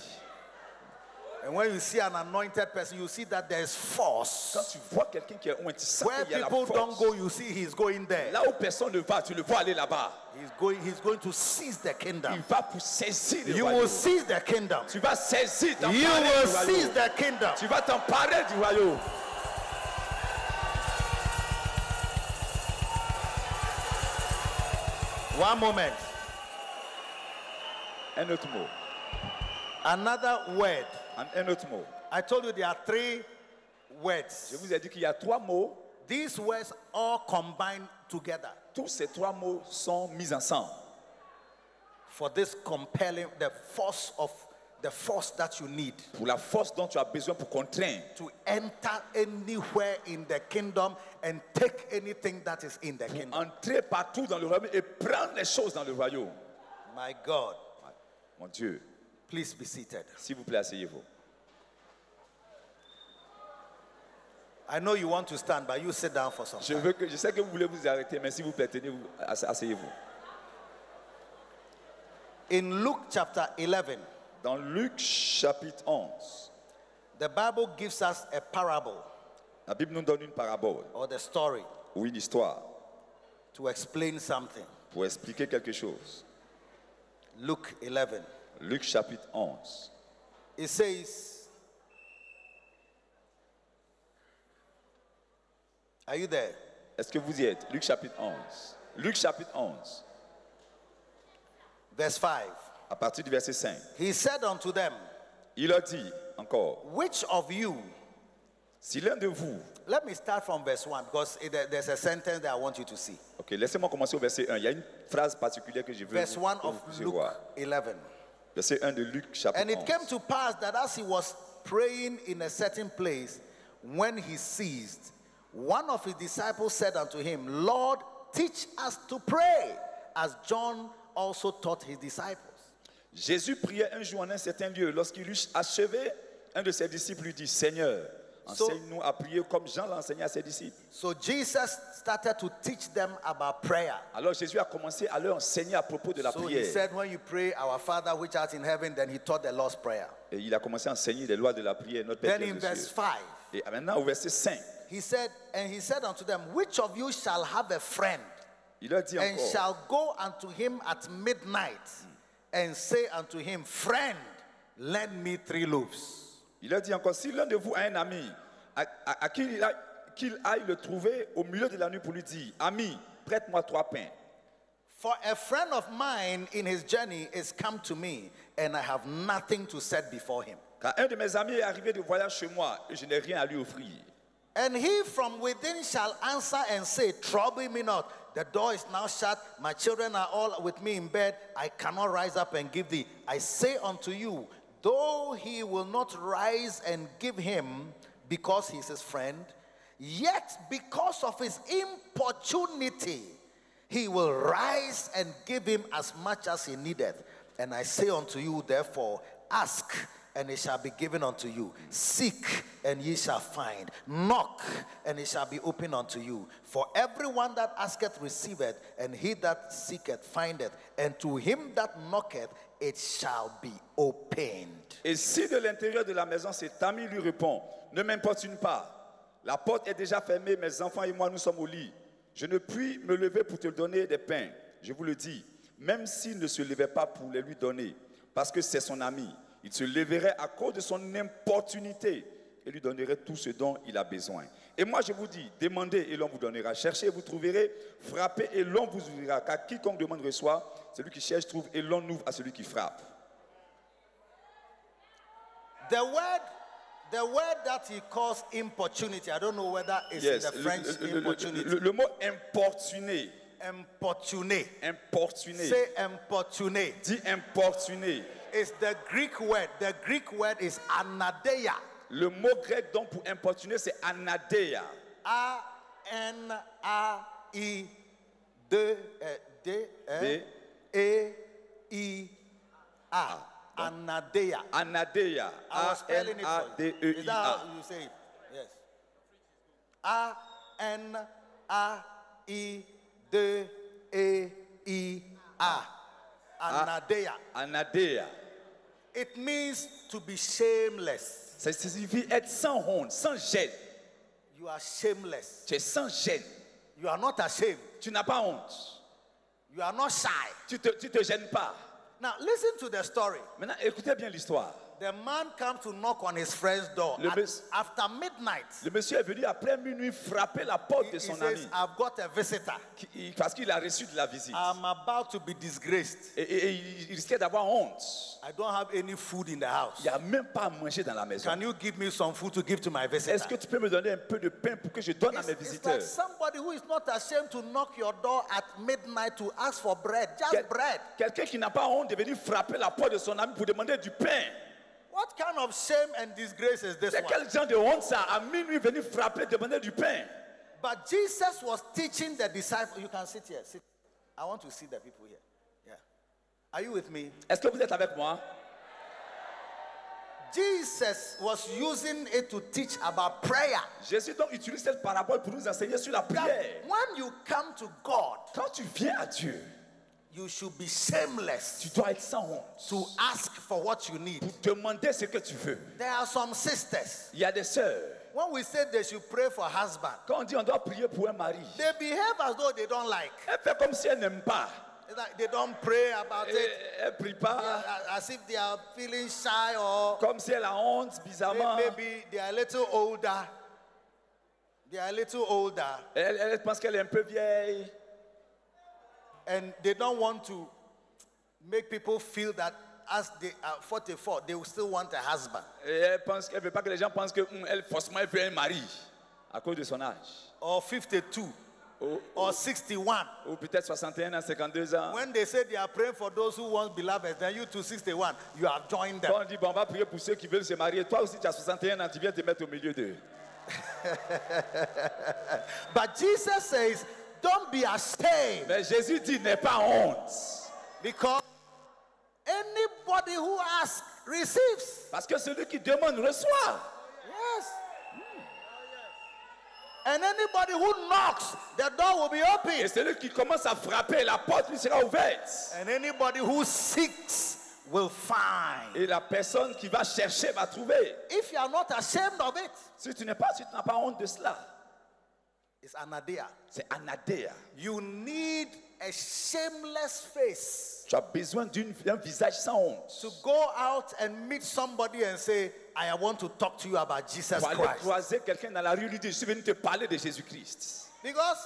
And when you see an anointed person, you see that there is
Quand
force.
tu vois quelqu'un qui est oint, tu sais
Where
qu'il y a la
people don't
force.
go, you see he's going there.
Là où personne ne va, tu le vois aller là-bas.
He's going, he's going to seize the
Il
kingdom.
va pour saisir le
You
royaume.
will seize the kingdom.
Tu vas saisir,
You
t'emparer
will
du royaume.
seize the kingdom.
Tu vas t'emparer du royaume.
One moment.
Un autre mot.
Another word.
Un, un autre mot.
I told you there are three
Je
words.
vous ai dit qu'il y a trois mots.
These words all combined together
Tous ces trois mots sont mis ensemble
for this compelling, the force of the force that you need
pour la force dont tu as besoin pour contraindre.
to enter anywhere in the kingdom and take anything that is in the kingdom.
Entrer partout dans le royaume et prendre les choses dans le royaume.
My God,
Mon Dieu,
please be seated.
s'il vous plaît, asseyez-vous.
I know you want to stand, but you sit down for some
Je,
time.
veux que, je sais que vous voulez vous arrêter, mais s'il vous plaît, tenez-vous, asse- asseyez-vous.
In Luke chapter 11,
Dans Luc chapitre 11,
the Bible gives us a parable
la Bible nous donne une parabole
or the story
ou une histoire
to explain something.
pour expliquer quelque chose.
Luke 11.
Luc chapitre 11.
It says, Are you there?
Est-ce que vous y êtes Luc chapitre 11. Luc chapitre 11,
Verse 5.
à partir du verset 5.
He said unto them,
Il leur dit encore,
Which of you,
si l'un de vous,
let me start from verse 1 because it- there- there's a sentence that I want you to see.
ok, laissez-moi commencer au verset 1. Il y a une phrase particulière que je veux
Verse
vous-
1
que vous
of
puissiez
Luke
voir.
11.
Verset 1 de Luc chapitre
And it
11.
came to pass that as he was praying in a certain place, when he ceased, one of his disciples said unto him, Lord, teach us to pray, as John also taught his disciples.
Jésus priait un jour en un certain lieu. Lorsqu'il eut achevé, un de ses disciples lui dit, Seigneur,
So-
enseigne-nous à prier comme Jean l'enseignait à ses disciples.
So Jesus started to teach them about prayer.
Alors Jésus a commencé à leur enseigner à propos de la
So he
prière.
said, When you pray, Our Father which art in heaven, then he taught the Lord's Prayer.
Et il a commencé à enseigner les lois de la prière, notre
Then
Père qui est aux
in verse
cieux.
5,
Et maintenant au verset 5,
he said, And he said unto them, Which of you shall have a friend?
il leur dit
and
encore,
shall go unto him at midnight and say unto him, Friend, lend me three loaves.
il leur dit encore, si l'un de vous a un ami, à, à- à qui il a- qu'il aille le trouver au milieu de la nuit pour lui dire, ami, prête-moi trois pains.
For a friend of mine in his journey is come to me, and I have nothing to set before him.
Car un de mes amis est arrivé de voyage chez moi et je n'ai rien à lui offrir.
And he from within shall answer and say, Trouble me not. The door is now shut. My children are all with me in bed. I cannot rise up and give thee. I say unto you, though he will not rise and give him because he is his friend, yet because of his importunity, he will rise and give him as much as he needeth. And I say unto you, therefore, ask, and it shall be given unto you. Seek, and ye shall find. Knock, and it shall be opened unto you. For everyone that asketh receiveth, and he that seeketh findeth. And to him that knocketh, it shall be opened.
Et si de l'intérieur de la maison cet ami lui répond, ne m'importune pas, la porte est déjà fermée, mes enfants et moi nous sommes au lit, je ne puis me lever pour te donner des pains, je vous le dis, même s'il ne se levait pas pour les lui donner, parce que c'est son ami, il se lèverait à cause de son importunité et lui donnerait tout ce dont il a besoin. Et moi je vous dis, demandez et l'on vous donnera, cherchez et vous trouverez, frappez et l'on vous ouvrira, car quiconque demande reçoit, celui qui cherche trouve et l'on ouvre à celui qui frappe.
The word, the word that he calls importunity, I don't know whether it's
Yes,
in the French
le, le- le-
importunity.
le- le mot importuné,
importuné.
importuné,
Say importuné.
dit importuné.
It's the Greek word. The Greek word is anadeia.
Le mot grec donc pour importuner c'est anadeia.
A N A I D eh, D
D.
E E I A. Anadeia.
Anadeia.
I was spelling it for you. Is that
A-N-A-D-E-I-A.
how you say it? Yes. A N A I D E I A. Anadeia.
E Anadeia.
It means to be shameless.
Ça signifie être sans honte, sans gêne.
You are shameless.
Tu es sans gêne.
You are not ashamed.
Tu n'as pas honte.
You are not shy.
Tu te, tu te gênes pas.
Now listen to the story.
Maintenant, écoutez bien l'histoire.
The man comes to knock on his friend's door
Le
at-
mes-
after midnight.
Le monsieur est venu après minuit frapper la porte
He,
de
he
son
says,
ami
I've got a visitor.
qui- il- parce qu'il a reçu de la visite.
I'm about to be disgraced.
Et, et- et il il risquait d'avoir honte.
I don't have any food in the house.
Il n'y a même pas à manger dans la maison.
Can you give me some food to give to my visitor?
Est-ce que tu peux me donner un peu de pain pour que je donne à
It's,
mes
it's
visiteurs
like somebody who is not ashamed to knock your door at midnight to ask for bread, just
Quel-
bread.
Quelqu'un qui n'a pas honte de venir frapper la porte de son ami pour demander du pain.
What kind of shame and disgrace is this
C'est
one?
quel genre de honte ça À minuit, venir frapper, demander du pain.
But Jesus was teaching the disciples. You can sit here. Sit. I want to see the people here. Yeah. Are you with me?
Est-ce que vous êtes avec moi
Jesus was using it to teach about prayer.
Jésus donc utilise cette parabole pour nous enseigner sur la
That
prière.
when you come to God,
Quand tu viens à Dieu,
you should be shameless
tu dois être sans honte.
to ask for what you need.
Demander ce que tu veux.
There are some sisters.
Il y a des sœurs.
When we say they should pray for husband,
Quand on dit on doit prier pour un mari,
they behave as though they don't like.
elle fait comme si elle n'aime pas.
It's like they don't pray about
Elle,
it.
elle prie
Yeah,
pas.
As if they are feeling shy or
Comme si elle a honte, bizarrement.
maybe they are a little older. They are a little older
Elle, elle pense qu'elle est un peu vieille.
and they don't want to make people feel that as they are 44, they will still want a husband.
Et elle pense qu'elle veut pas que les gens pensent que hum, elle forcément elle veut un mari à cause de son âge.
Or 52
Ou,
or 61.
ou peut-être 61 ans, 52 ans.
When they say they are praying for those who want beloved, then you to 61, you have joined them.
Quand on dit bon, on va prier pour ceux qui veulent se marier, toi aussi tu as 61 ans, tu viens te mettre au milieu d'eux.
But Jesus says, don't be ashamed.
Mais Jésus dit n'aie pas honte.
Because anybody who asks receives.
Parce que celui qui demande reçoit.
Yes. And anybody who knocks, the door will be
Et
open.
celui qui commence à frapper, la porte lui sera ouverte.
And anybody who seeks will find.
Et la personne qui va chercher va trouver.
If you are not ashamed of it,
Si tu n'es pas, si tu n'as pas honte de cela,
it's an idea.
c'est anadéa.
You need a shameless face
Tu as besoin d'une- d'un visage sans honte.
to go out and meet somebody and say, I want to talk to you about Jesus
Pour aller
Christ.
croiser quelqu'un dans la rue, lui dire, je suis venu te parler de Jésus-Christ.
Because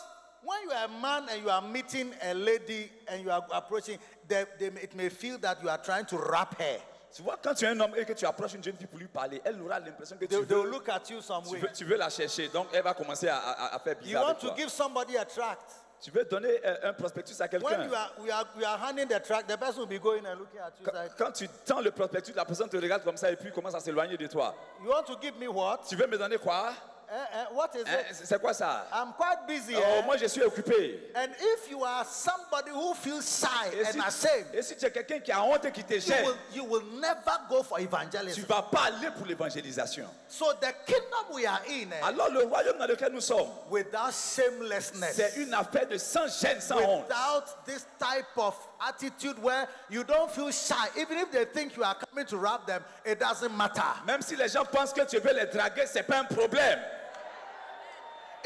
when you are a man and you are meeting a lady and you are approaching, they, they, may- it may feel that you are trying to rap her.
Tu vois, quand tu es un homme et que tu approches une jeune fille pour lui parler, elle aura l'impression que tu
They, they will
veux,
look at you some
tu,
way.
veux, tu veux la chercher. Donc, elle va commencer à, à- à faire
You
bizarre. avec
want to
toi.
give somebody a tract.
Tu veux donner euh, un prospectus à
When
quelqu'un.
you are, we are, we are handing the tract, the person will be going and looking at you
Quand,
like,
quand tu tends le prospectus, la personne te regarde comme ça et puis commence à s'éloigner de toi.
you want to give me what?
Tu veux me donner quoi
Eh, eh, what is
Hein,
it?
C'est c'est quoi ça
I'm quite busy. eh?
Oh, Moi, je suis occupé.
And if you are somebody who feels shy
Et si,
and ashamed,
et si tu es quelqu'un qui a honte et qui te
you
gêne,
will, you will never go for
tu
evangelism.
vas pas aller pour l'évangélisation.
So the kingdom we are in, eh,
Alors le royaume dans lequel nous sommes,
without shamelessness,
c'est une affaire de sans gêne, sans honte.
without this type of attitude where you don't feel shy, even if they think you are coming to rob them, it doesn't matter.
Même si les gens pensent que tu veux les draguer, c'est pas un problème.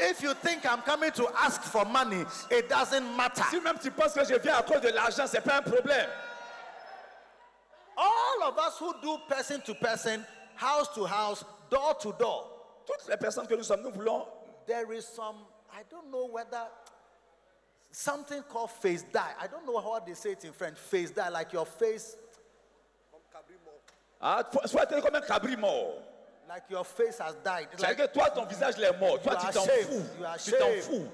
If you think I'm coming to ask for money, it doesn't matter.
Si même tu penses que je viens à cause de l'argent, c'est pas un problème.
All of us who do person to person, house to house, door to door,
Toutes les personnes que nous sommes, nous voulons.
there is some, I don't know whether something called face dye. I don't know how they say it in French, face dye, like your face,
Ah, faut- soit t'es comme un cabri mort.
like your face has died. Like
C'est-à-dire que toi, ton visage il est mort. Toi,
You
tu
are
t'en
ashamed.
fous.
You are
Tu t'en
ashamed.
fous.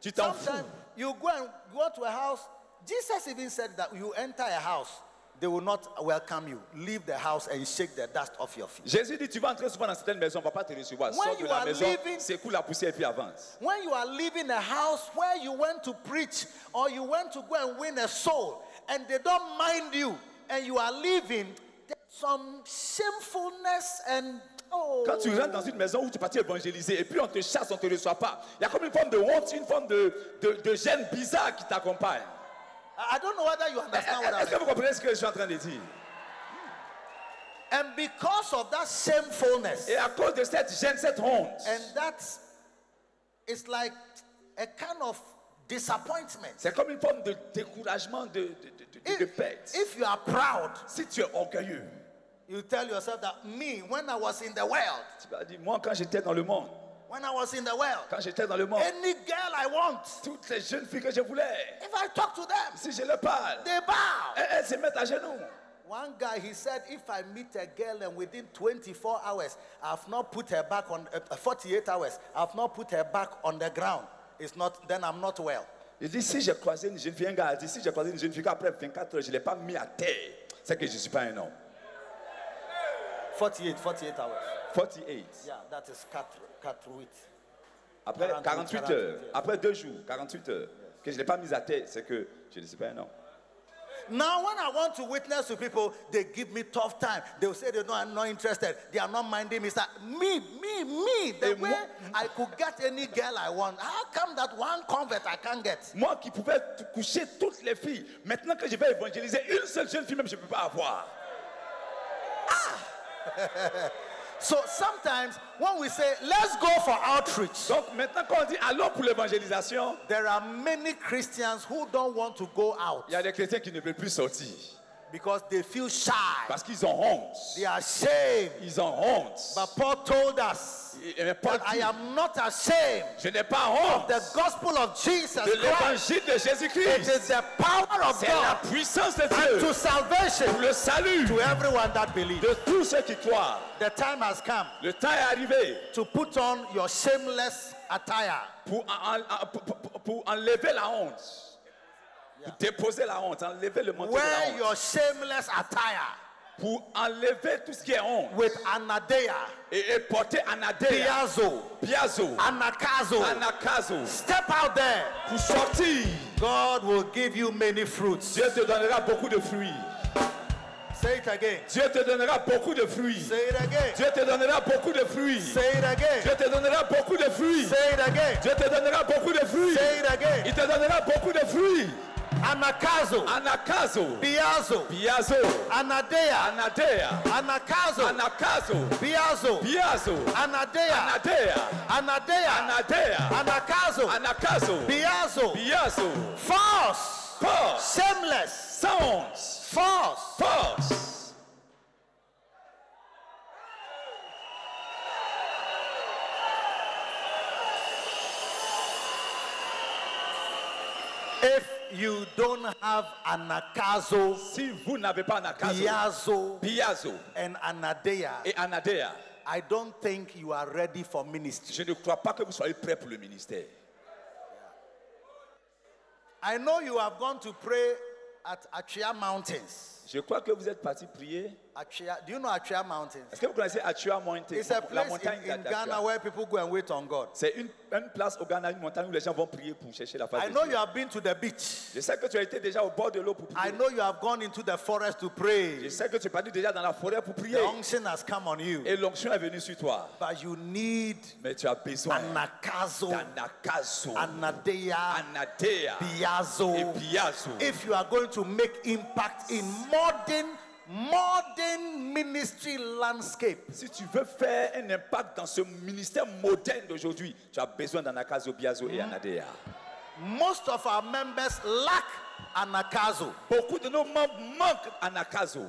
Tu t'en fous.
Sometimes you go and go to a house. Jesus even said that you enter a house, they will not welcome you. Leave the house and shake the dust off your feet.
Jésus dit, tu vas entrer souvent dans certaines maisons, on va pas te recevoir.
When
Sors de
you
la
are
maison,
leaving-
secoue la poussière et puis avance.
When you are leaving a house where you went to preach or you went to go and win a soul and they don't mind you and you are leaving, some shamefulness and oh.
Quand tu rentres dans une maison où tu es parti évangéliser et puis on te chasse, on ne te reçoit pas, il y a comme une forme de honte, une forme de, de, de gêne bizarre qui t'accompagne.
I I don't know whether you understand what I
Est-ce que
mean.
vous comprenez ce que je suis en train de dire
And because of that shamefulness,
Et à cause de cette gêne, cette honte,
and that it's like a kind of disappointment.
c'est comme une forme de découragement, de, de, de- de- de
If,
perte.
if you are proud,
Si tu es orgueilleux,
you tell yourself that me, when I was in the world,
tu vas dire, moi quand j'étais dans le monde,
when I was in the world,
quand j'étais dans le monde,
any girl I want,
toutes les jeunes filles que je voulais,
if I talk to them,
si je leur parle,
they bow.
elles, elles se mettent à genoux.
One guy, he said, if I meet a girl and within 24 hours, I've not put her back on, uh, 48 hours, I've not put her back on the ground, it's not, then I'm not well.
Il dit, si j'ai croisé une jeune fille, un gars a dit, si j'ai croisé une jeune fille qu'après 24 heures, je ne l'ai pas mis à terre, c'est que je ne suis pas un homme.
48, 48 hours.
48.
Yeah, that is cut, cut through it.
Après
48,
48 heures,
48, yeah.
après deux jours, 48 heures, que je ne l'ai pas mise à terre, c'est que je ne suis pas un homme.
Now, when I want to witness to people, they give me tough time. They will say they know I'm not interested. They are not minding me. It's like, me, me, me. The
Hey,
way
mo-
I could get any girl I want. How come that one convert I can't get?
Moi qui pouvais t- coucher toutes les filles, maintenant que je vais évangéliser une seule jeune fille, même je ne peux pas avoir.
So sometimes when we say, let's go for outreach,
Donc maintenant qu'on dit allons pour l'évangélisation,
there are many Christians who don't want to go out
il y a des chrétiens qui ne veulent plus sortir
because they feel shy.
parce qu'ils ont honte.
They are ashamed.
Ils ont honte.
But Paul told us
Et- et Paul
that I
dit,
am not ashamed.
je n'ai pas honte
The gospel of Jesus
de
Christ.
l'évangile de
It
Jésus-Christ.
is the power of
C'est la
God
puissance de
and
Dieu
to salvation
pour le salut
to everyone that believes.
de tous ceux qui croient.
The time has come
Le temps est arrivé
to put on your shameless attire.
pour, en- en- pour- pour- pour enlever la honte. Pour déposer la honte, enlever le manteau
Wear
de la honte.
your shameless attire
Pour enlever tout ce qui est honte.
with anadea,
et, et porter Anadea,
piazzo,
Piazzo,
anakazo.
Anakazo,
Step out there.
pour sortir.
God will give you many fruits.
Dieu te donnera beaucoup de fruits.
Say it again.
Dieu te donnera beaucoup de fruits.
Say it again.
Dieu te donnera beaucoup de fruits.
Say it again.
Dieu te donnera beaucoup de fruits.
Say it again.
Dieu te donnera beaucoup de fruits.
Say it
Il
again.
te donnera beaucoup de fruits.
Anakazo,
Anakazo,
piazzo,
Piazzo,
anadea,
Anadea,
anakazo,
Anakazo,
piazzo,
Piazzo,
anadea,
Anadea,
anadea,
Anadea,
anakazo,
Anakazo,
piazzo,
Piazzo,
false,
force,
shameless,
sans honte,
false.
force.
If you don't have anakazo,
Si vous n'avez pas Anakazo,
piazzo,
Piazzo
and anadea,
et Anadea,
I don't think you are ready for ministry.
je ne crois pas que vous soyez prêts pour le ministère.
I know you have gone to pray at Achia Mountains.
Je crois que vous êtes parti prier.
Achia, do you know Achia Mountains?
Est-ce que vous connaissez Atua Mountain,
It's a
la
place
montagne
in, in
d'Atua?
Ghana where people go and wait on God.
C'est une, une place au Ghana, une montagne où les gens vont prier pour chercher la face
I
de
know
Dieu.
you have been to the beach.
Je sais que tu as été déjà au bord de l'eau pour
I
prier.
know you have gone into the forest to
Je
pray.
sais que tu es parti déjà dans la forêt pour prier.
The unction has come on you.
Et l'onction est venue sur toi.
But you need
Mais tu as besoin
anakazo,
d'Anakazo,
anadea,
Anadea et
piazzo.
Piazzo.
If you are going to make impact in modern, modern ministry landscape,
Si tu veux faire un impact dans ce ministère moderne d'aujourd'hui, tu as besoin d'Anakazo, Biazo et Anadea.
most of our members lack anakazo.
Beaucoup de nos membres manquent Anakazo.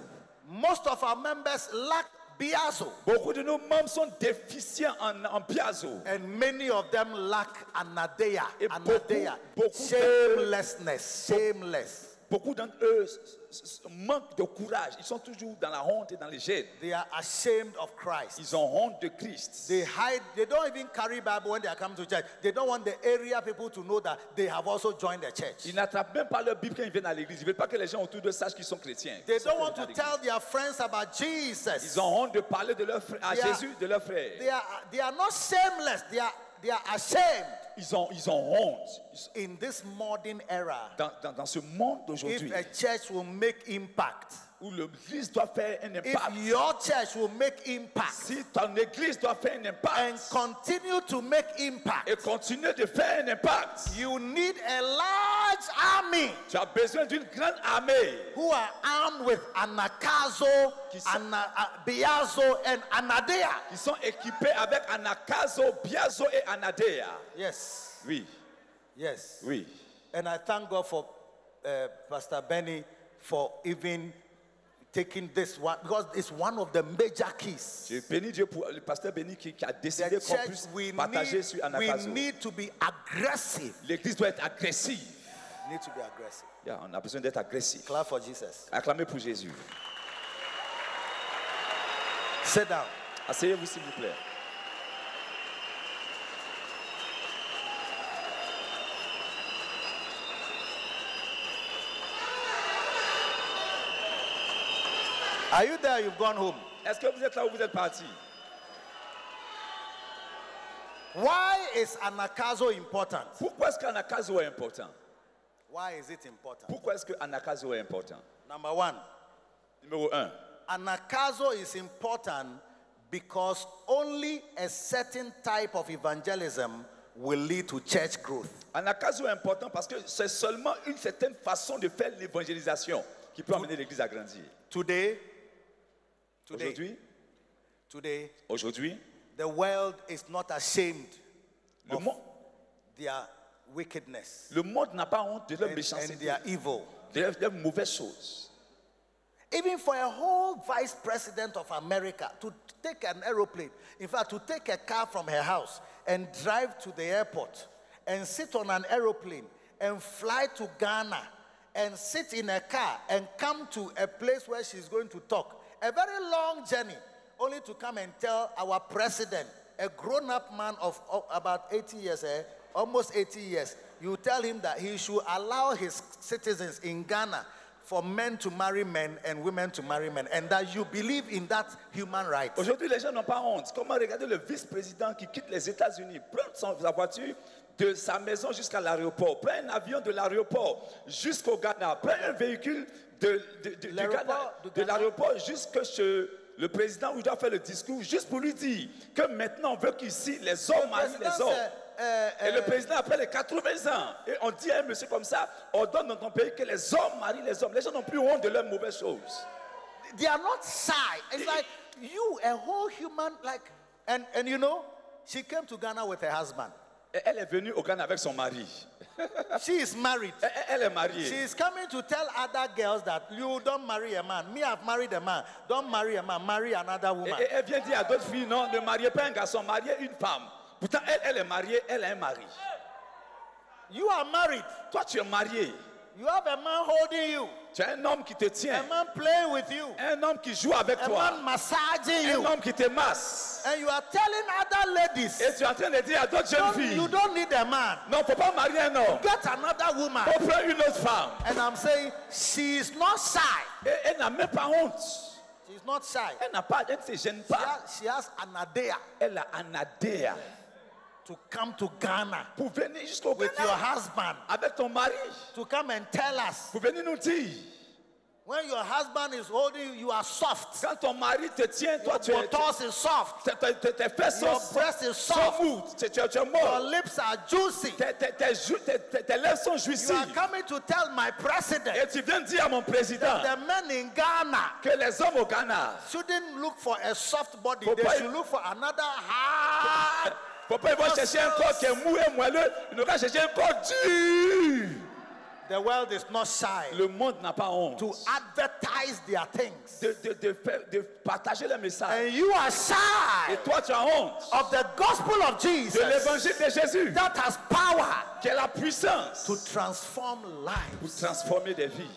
Most of our members lack biazo.
Beaucoup de nos membres sont déficients en, en Biazo.
And many of them lack anadea,
Et
anadea,
beaucoup, beaucoup
shamelessness, shameless.
Beaucoup d'entre eux s- s- manquent de courage. Ils sont toujours dans la honte et dans les gênes.
They are ashamed of Christ.
Ils ont honte de Christ.
They hide, they don't even carry Bible when they are coming to church. They don't want the area people to know that they have also joined the
Ils
church.
n'attrapent même pas leur Bible quand ils viennent à l'église. Ils ne veulent pas que les gens autour d'eux sachent qu'ils sont chrétiens.
They
qu'ils sont
don't want to
venus à
tell their friends about Jesus.
Ils ont honte de parler de leur frère, à
They are-
Jésus, de leur frère.
They are, they are not shameless, they are, they are ashamed
Ils ont, ils ont honte. Ils sont-
in this modern era.
Dans, dans- dans ce monde
If
d'aujourd'hui,
a church will make impact,
où l'église doit faire un
If
impact,
your church will make impact
si ton église doit faire un
and
impact
continue to make impact,
et continuer de faire un impact,
you need a large army
tu as besoin d'une grande armée
who are armed with anakazo,
Qui sont-
ana, a- biazo, and anadea.
qui sont équipés avec Anakazo, Biazo et Anadea.
Yes,
Oui,
yes.
oui.
And I thank God for uh, Pastor Benny for even taking this one because it's one of the major keys.
Je bénis Dieu pour le pasteur béni qui, qui a décidé
The
qu'on
church
puisse
we
partager
need,
sur
we
Anakazo.
need to be aggressive.
L'église doit être agressive.
We need to be aggressive.
Yeah, on a besoin d'être agressif.
Clap for Jesus.
Acclamez pour Jésus.
Sit down.
Asseyez-vous s'il vous plaît.
Are you there? You've gone home.
Est-ce que vous êtes là où vous êtes parti
Why is anakazo important?
Pourquoi est-ce qu'Anakazo est important
Why is it important?
Pourquoi est-ce que Anakazo est important
Number one,
Numéro 1.
anakazo is important because only a certain type of evangelism will lead to church growth.
Anakazo est important parce que c'est seulement une certaine façon de faire l'évangélisation qui peut amener l'église à grandir.
Today, today,
Aujourd'hui,
today,
aujourd'hui,
the world is not ashamed
le, mo-
their wickedness
le monde n'a pas honte de leur
and, and
méchanceté,
their evil.
de leurs leurs mauvaises choses.
Even for a whole vice president of America to take an aeroplane, in fact, to take a car from her house and drive to the airport and sit on an aeroplane and fly to Ghana and sit in a car and come to a place where she's going to talk. A very long journey, only to come and tell our president, a grown up man of of about 80 years, eh, almost 80 years, you tell him that he should allow his citizens in Ghana for men to marry men and women to marry men, and that you believe in that human right.
Aujourd'hui, les gens n'ont pas honte. Comment regarder le vice-président qui quitte les États-Unis, prendre son- sa voiture de sa maison jusqu'à l'aéroport, prend un avion de l'aéroport jusqu'au Ghana, prend un véhicule de, de- de- du
L'aéroport
Ghana-
de
de
Ghana.
l'aéroport jusque chez le président où il doit faire le discours, juste pour lui dire que maintenant on veut qu'ici les hommes marient les
président,
hommes.
c'est, euh,
Et le président, après les 80 ans, et on dit à un monsieur comme ça, on donne dans ton pays que les hommes marient les hommes. Les gens n'ont plus honte de leurs mauvaises choses.
They are not shy. It's like you, a whole human, like, and, and you know, she came to Ghana with her husband.
Et elle est venue au Ghana avec son mari.
She is married.
Elle- Elle est mariée.
She is coming to tell other girls that you don't marry a man. Me, I've married a man. Don't marry a man. Marry another
Et,
woman.
et elle vient dire à d'autres filles, non, ne mariez pas un garçon, mariez une femme. Pourtant, elle, elle est mariée, elle a un mari.
You are married.
Toi, tu es marié.
You have a man holding you,
Tu as un homme qui te tient.
a man playing with you,
Un homme qui joue avec
a
toi.
man massaging
Un
you,
homme qui te masse.
and you are telling other ladies.
Et tu es en train de dire à d'autres jeunes
Don't-
filles,
you
non,
don't need a man.
il ne faut pas marier un homme.
Get another woman.
On prend une autre femme.
And I'm saying she is not shy.
Et elle n'a même pas honte.
She's not shy.
Elle n'a pas, elle ne se gêne
She
pas.
has, she has an idea
Elle a Anadea
to come to Ghana
pour venir jusqu'au
with your
Ghana
husband
avec ton mari.
to come and tell us
Pour venir nous dire,
when your husband is holding you, you are soft.
quand ton mari te tient, toi, tu
Your
es,
toes is soft.
Tes- Tes tes- tes fesses
Your
sont,
breast is
sont
soft.
mous. Tu, tu- tu es
Your
mort.
lips are juicy.
Tes, tes- tes jou- tes- tes- tes lèvres sont
You are
jouissives.
coming to tell my
Et
president
tu viens dire à mon président
the men in Ghana
que les hommes au Ghana,
shouldn't look for a soft body.
Faut
They
pas-
should look for another hard
faut pas ils vont chercher un corps qui est mou et moelleux. Ils devraient chercher un corps dur.
The world is not shy
Le monde n'a pas honte
to advertise their things.
de, de- de faire- de partager le message.
And you are
Et
shy
toi, tu as honte
of the gospel of
de
Jesus
l'évangile de Jésus,
that has power
qui est la puissance
to transform
pour
lives.
transformer des vies.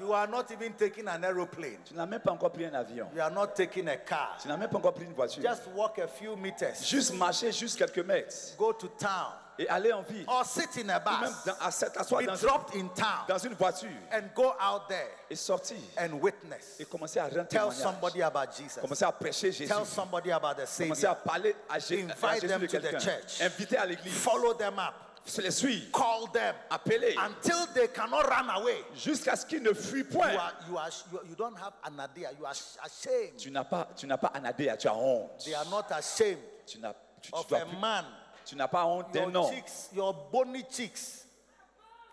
You are not even taking an aeroplane,
Tu n'as même pas encore pris un avion.
you are not taking a car.
Tu n'as même pas encore pris une voiture.
Just walk a few meters,
Juste marcher juste quelques mètres
go to town,
et aller en ville.
or sit in a
Ou même
bus,
dans- à s'être- asseoir
be
dans,
dropped in town,
dans une voiture
and go out there
et sortir
and witness.
et commencer à rendre
Tell
témoignage.
somebody about Jesus,
Commencer à prêcher Jésus.
tell somebody about the
Commencer
Savior,
à parler à, Jé- à
Invite
Jésus
them
de
to the
quelqu'un.
church.
Inviter à l'église.
follow them up.
les suivre,
Call them
appeler,
until they cannot run away.
jusqu'à ce qu'ils ne fuient
You
point.
are, you are, you, are- you don't have an idea. You are sh- ashamed.
Tu n'as pas, tu n'as pas anadéa, tu as honte.
They are not ashamed
Tu n'as, tu, tu
of
dois
a
plus-
man.
tu n'as pas honte d'un
Your
homme.
cheeks, your bony cheeks,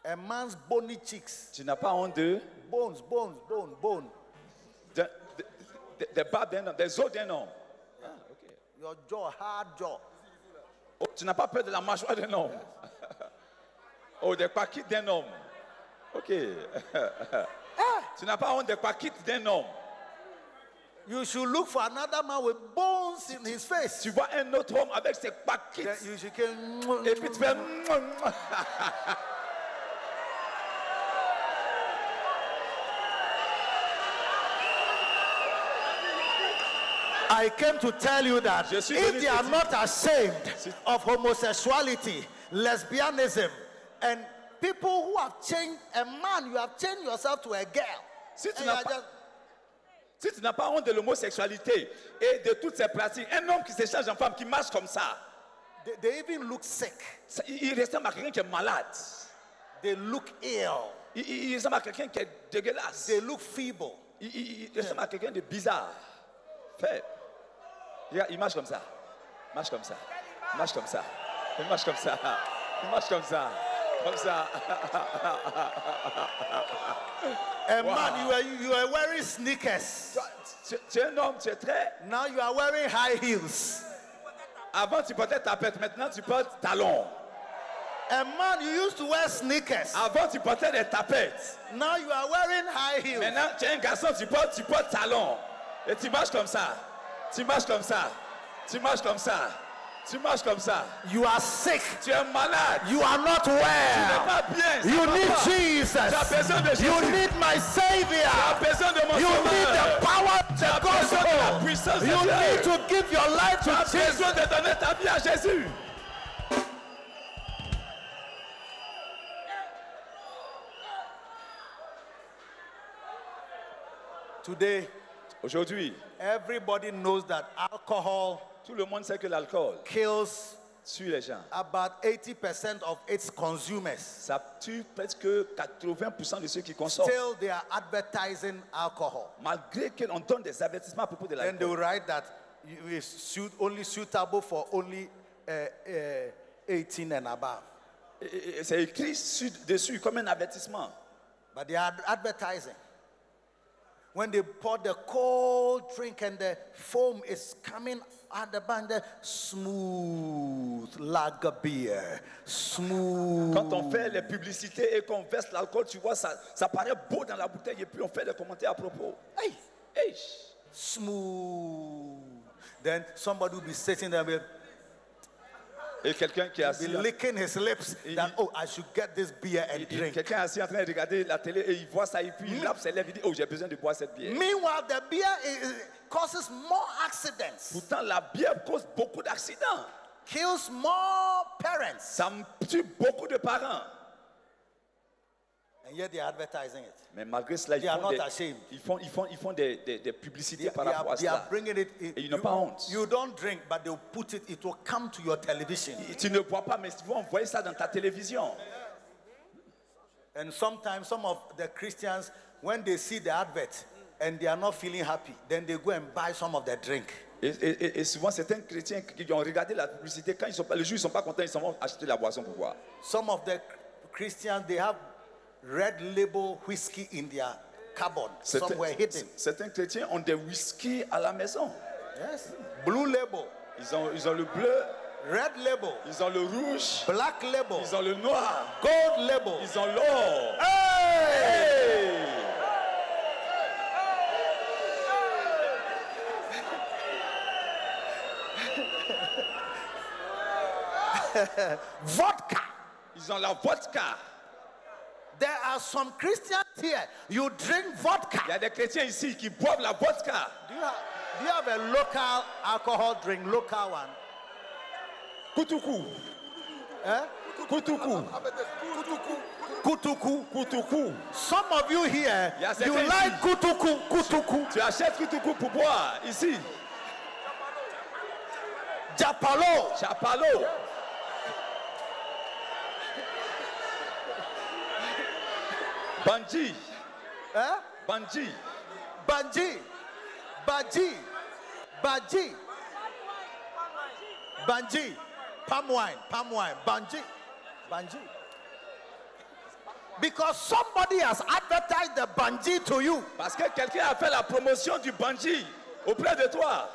a man's bony cheeks,
Tu n'as pas honte de,
bones, bones, bone, bone.
de, de- de- des barbes d'un homme, des os d'un homme.
Your jaw, hard jaw.
Oh, tu n'as pas peur de la mâchoire d'un homme. [laughs] oh, des paquites d'un homme. Ok. [laughs] tu n'as pas honte des paquites d'un homme.
You should look for another man with bones in his face.
Tu vois un autre homme avec ses
Then
paquites.
you should get.
Et puis tu fais.
I came to tell you that
Je suis
if
venu
they
te
are
dire-
not ashamed
Si-
of homosexuality, lesbianism, and people who have changed a man, you have changed yourself to a girl.
Si tu
And
n'as
you are
pas-
just-
Si tu n'as pas honte de l'homosexualité et de toutes ces pratiques, un homme qui s'échange en femme, qui marche comme ça,
they, they even look sick.
ça- il il ressemble à quelqu'un qui est malade.
They look ill.
Il, il- il ressemble à quelqu'un qui est dégueulasse.
They look feeble.
Il, il- il ressemble à quelqu'un de bizarre. Fait. Regarde, Il marche comme ça. Marche comme ça. Marche comme ça. Il marche comme ça. Il marche comme ça. Comme ça.
A man, you are, you are wearing sneakers.
Toi, Tu, tu es un homme, tu es très.
Now you are wearing high heels.
Avant, tu portais tapette. Maintenant, tu portes talons.
A man, you used to wear sneakers.
Avant, tu portais des tapettes.
Now you are wearing high heels.
Maintenant, tu es un garçon, tu portes, tu portes talon. Et tu marches comme ça. Tu marches comme ça. Tu marches comme ça. Tu marches comme ça.
You are sick.
Tu es malade.
You are not
Tu n'es
well.
pas bien. ça
You
va
need
pas.
Jesus.
Tu as besoin de Jésus.
You need my Savior.
Tu as besoin de mon
You need the
sauveur.
power of
Tu
the
as besoin de la puissance
gospel.
de
You
Dieu.
need to give your life
Tu
to
as
Jesus.
besoin de donner ta vie à Jésus.
Today,
Aujourd'hui,
everybody knows that alcohol
tout le monde sait que l'alcool
kills
tue les gens.
about 80% of its consumers.
Ça tue presque 80% de ceux qui consomment.
Still, they are advertising alcohol.
Malgré qu'on donne des avertissements à propos de
Then they will
l'alcool.
write that you- it's suit, only suitable for only uh, uh, 18 and above.
Et- et- et C'est écrit sur- dessus comme un avertissement.
But they are advertising. When they pour the cold drink and the foam is coming out the band, the smooth lager beer, smooth.
Quand on fait les publicités et qu'on verse l'alcool, tu vois, ça, ça paraît beau dans la bouteille et puis on fait des commentaires à propos.
Hey,
Hey,
smooth. Then somebody will be sitting there, will
Et quelqu'un qui est
be
assis, là-
licking his lips. That oh, I should get this beer
il-
and
il-
drink.
quelqu'un est assis en train de regarder la télé et il voit ça et puis il lave ses lèvres, il dit, oh, j'ai besoin de boire cette bière.
Meanwhile, the beer i- i- causes more accidents,
Pourtant, la bière cause beaucoup d'accidents.
kills more parents,
Ça m- tue beaucoup de parents.
and yet they are advertising it.
Mais malgré cela, ils
They are
font,
not
des,
ashamed.
ils font, ils font, ils font des, des- des publicités
They,
par
they
rapport
are,
à
they are
cela.
bringing it in.
Et ils n'ont pas honte.
you don't drink, but they'll put it, it will come to your television.
Et Tu ne bois pas, mais ils vont envoyer ça dans ta télévision.
And sometimes some of the Christians, when they see the advert and they are not feeling happy, then they go and buy some of the drink.
Et, et- et- et souvent, certains chrétiens qui ont regardé la publicité, quand ils sont, pas- le jour ils ne sont pas contents, ils s'en vont acheter la boisson pour boire.
Some of the Christians, they have red label whiskey in their cupboard,
Certains,
somewhere hidden.
certains chrétiens ont des whisky à la maison.
Yes. Blue label,
Ils ont, ils ont le bleu,
red label,
ils ont le rouge,
black label,
ils ont le noir,
gold label.
ils ont l'or.
Hey!
Hey!
Vodka.
Ils ont la vodka.
There are some Christians here. You drink vodka.
Il y a des chrétiens ici qui boivent la vodka.
Do you, have, do you have a local alcohol drink, local one?
Koutoukou.
Eh?
Hein? Koutoukou.
Kutuku.
Koutoukou.
Some of you here,
Yeah, certain
you like kutuku, kutuku,
Tu achètes Koutoukou pour boire ici.
japalo,
Chapalo. Bandit,
Hein?
bandit,
Banji, Banji, Banji, Banji, palm wine, palm wine, Banji, Banji. Because somebody has advertised the Banji to you.
parce que quelqu'un a fait la promotion du bandit auprès de toi.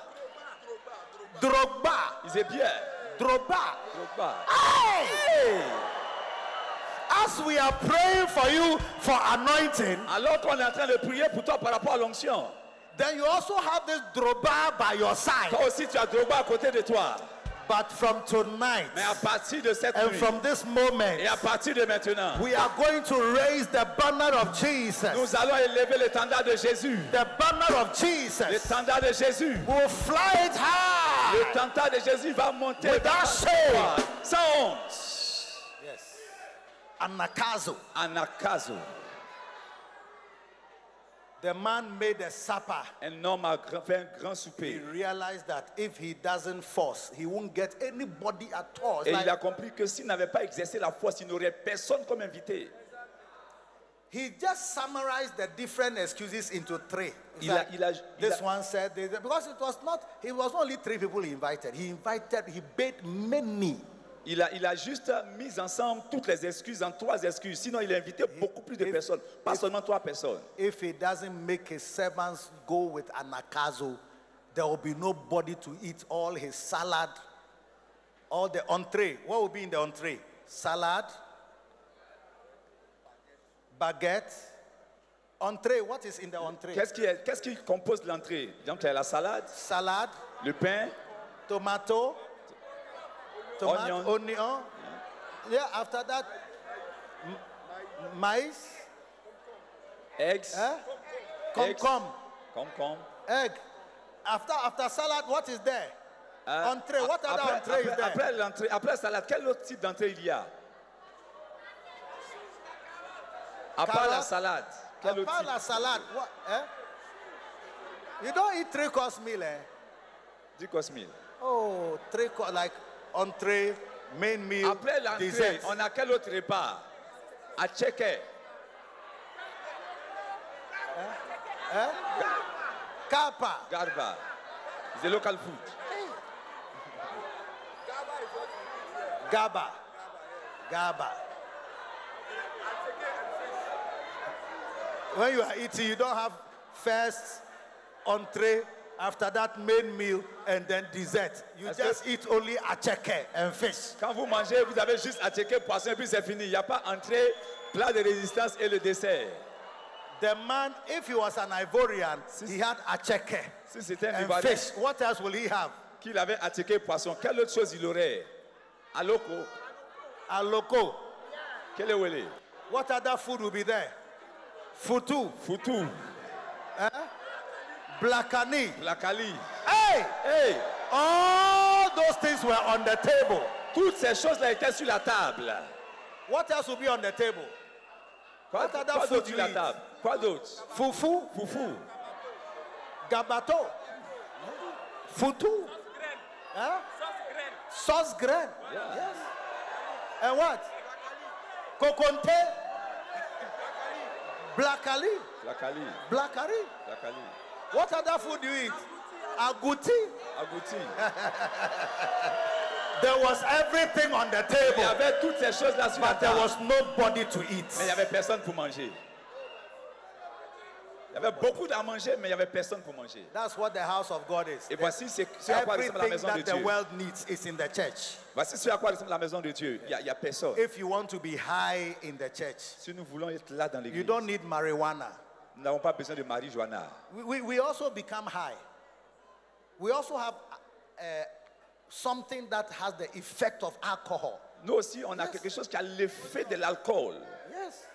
Drogba,
Ils est bien.
Drogba.
Drogba.
Hey! As we are praying for you for anointing,
Alors qu'on est en train de prier pour toi par rapport à l'onction,
then you also have this Drogba by your side.
toi aussi tu as Drogba à côté de toi.
But from tonight
Mais à partir de cette
and
nuit
from this moment,
et à partir de maintenant,
We are going to raise the banner of Jesus.
nous allons élever l'étendard de Jésus.
The banner of Jesus.
L'étendard de Jésus.
We will fly it high.
L'étendard de Jésus va monter.
Without
vers la
shame.
gloire. Sans honte.
Yes. Anakazo.
Anakazo.
The man made a supper.
Un homme a gra- fait un grand
He
souper.
realized that if he doesn't force, he won't get anybody at all. It's
Et
like
il a compris que s'il n'avait pas exercé la force, il n'aurait personne comme invité.
he just summarized the different excuses into three. It's
Il a-
like
il a- il
this
a-
one said this, because it was not. It was only three people he invited. He invited. He bade many.
Il a, il a juste mis ensemble toutes les excuses en trois excuses. Sinon, il a invité beaucoup plus de personnes. Pas seulement trois personnes.
If he doesn't make his servants go with anakazo, there will be nobody to eat all his salad, all the entree. What will be in the entree? Salad, baguette, entree. What is in the entree?
Qu'est-ce qui, est- qu'est-ce qui compose l'entrée Donc, il y a la salade,
Salad,
le pain,
tomato, tomato,
Onion.
onion. Yeah. After that, m- maize,
eggs,
eh?
Eggs.
concombre.
concombre.
Egg. After after salad, what is there?
Euh,
entree. What
a-
other
après,
entree is
après-
there?
après l'entrée- après la salade, quel autre type d'entrée il y a À part
Carotte.
la salade, quel autre
Apart
type
la salad, what? Eh? You don't eat three course meal, eh?
Du cosmile.
Oh, three course like entree, main meal,
Après l'entrée,
dessert.
on a quel autre repas À Tchéquer.
Kappa.
Garba. The local food.
Gaba. Gaba. When you are eating, you don't have first entree, after that main meal, and then dessert. You
That's
just eat only acheke and fish.
Quand vous mangez, vous avez juste à checker poisson et puis c'est fini. Il n'y a pas entrée, plat de résistance et le dessert.
The man, if he was an Ivorian, he had acheke
Si c'était un
and
Ivoirien
fish. What else will he have?
qu'il avait à checker poisson, quelle autre chose il aurait Aloko,
Aloko.
quel est Wele
What other food will be there? Futu,
Foutou,
blakani.
Lakali.
Hey!
Hey,
All those things were on the table.
toutes ces choses-là étaient sur la table.
What else will be on the table?
Quoi,
What other
quoi
food
d'autre
you
sur la
eat?
table Quoi d'autre
Fufu,
Foufou,
gabato, futu, huh? sauce grain,
Yeah.
yes, and what? Kokonte, blakali,
Lakali,
blakari.
Lakali.
What other food do you eat? Agouti.
Agouti.
There was everything on the
Il y
table,
avait toutes ces choses-là sur la
but there
table.
was nobody to eat.
Mais il n'y avait personne pour manger. Il y avait beaucoup à manger, mais il n'y avait personne pour manger.
That's what the house of God is.
Et voici ce, ce à quoi ressemble la
Everything
maison de
that the
Dieu.
world needs is in the church.
Voici ce à quoi ressemble la maison de Dieu. Il n'y a, personne.
If you want to be high in the church,
Si nous voulons être là dans
you
l'église,
don't need marijuana.
nous n'avons pas besoin de Marie-Joanna.
We, we, we also become high. We also have uh, something that has the effect of alcohol.
Nous aussi, on a quelque chose qui a l'effet de l'alcool.
Yes.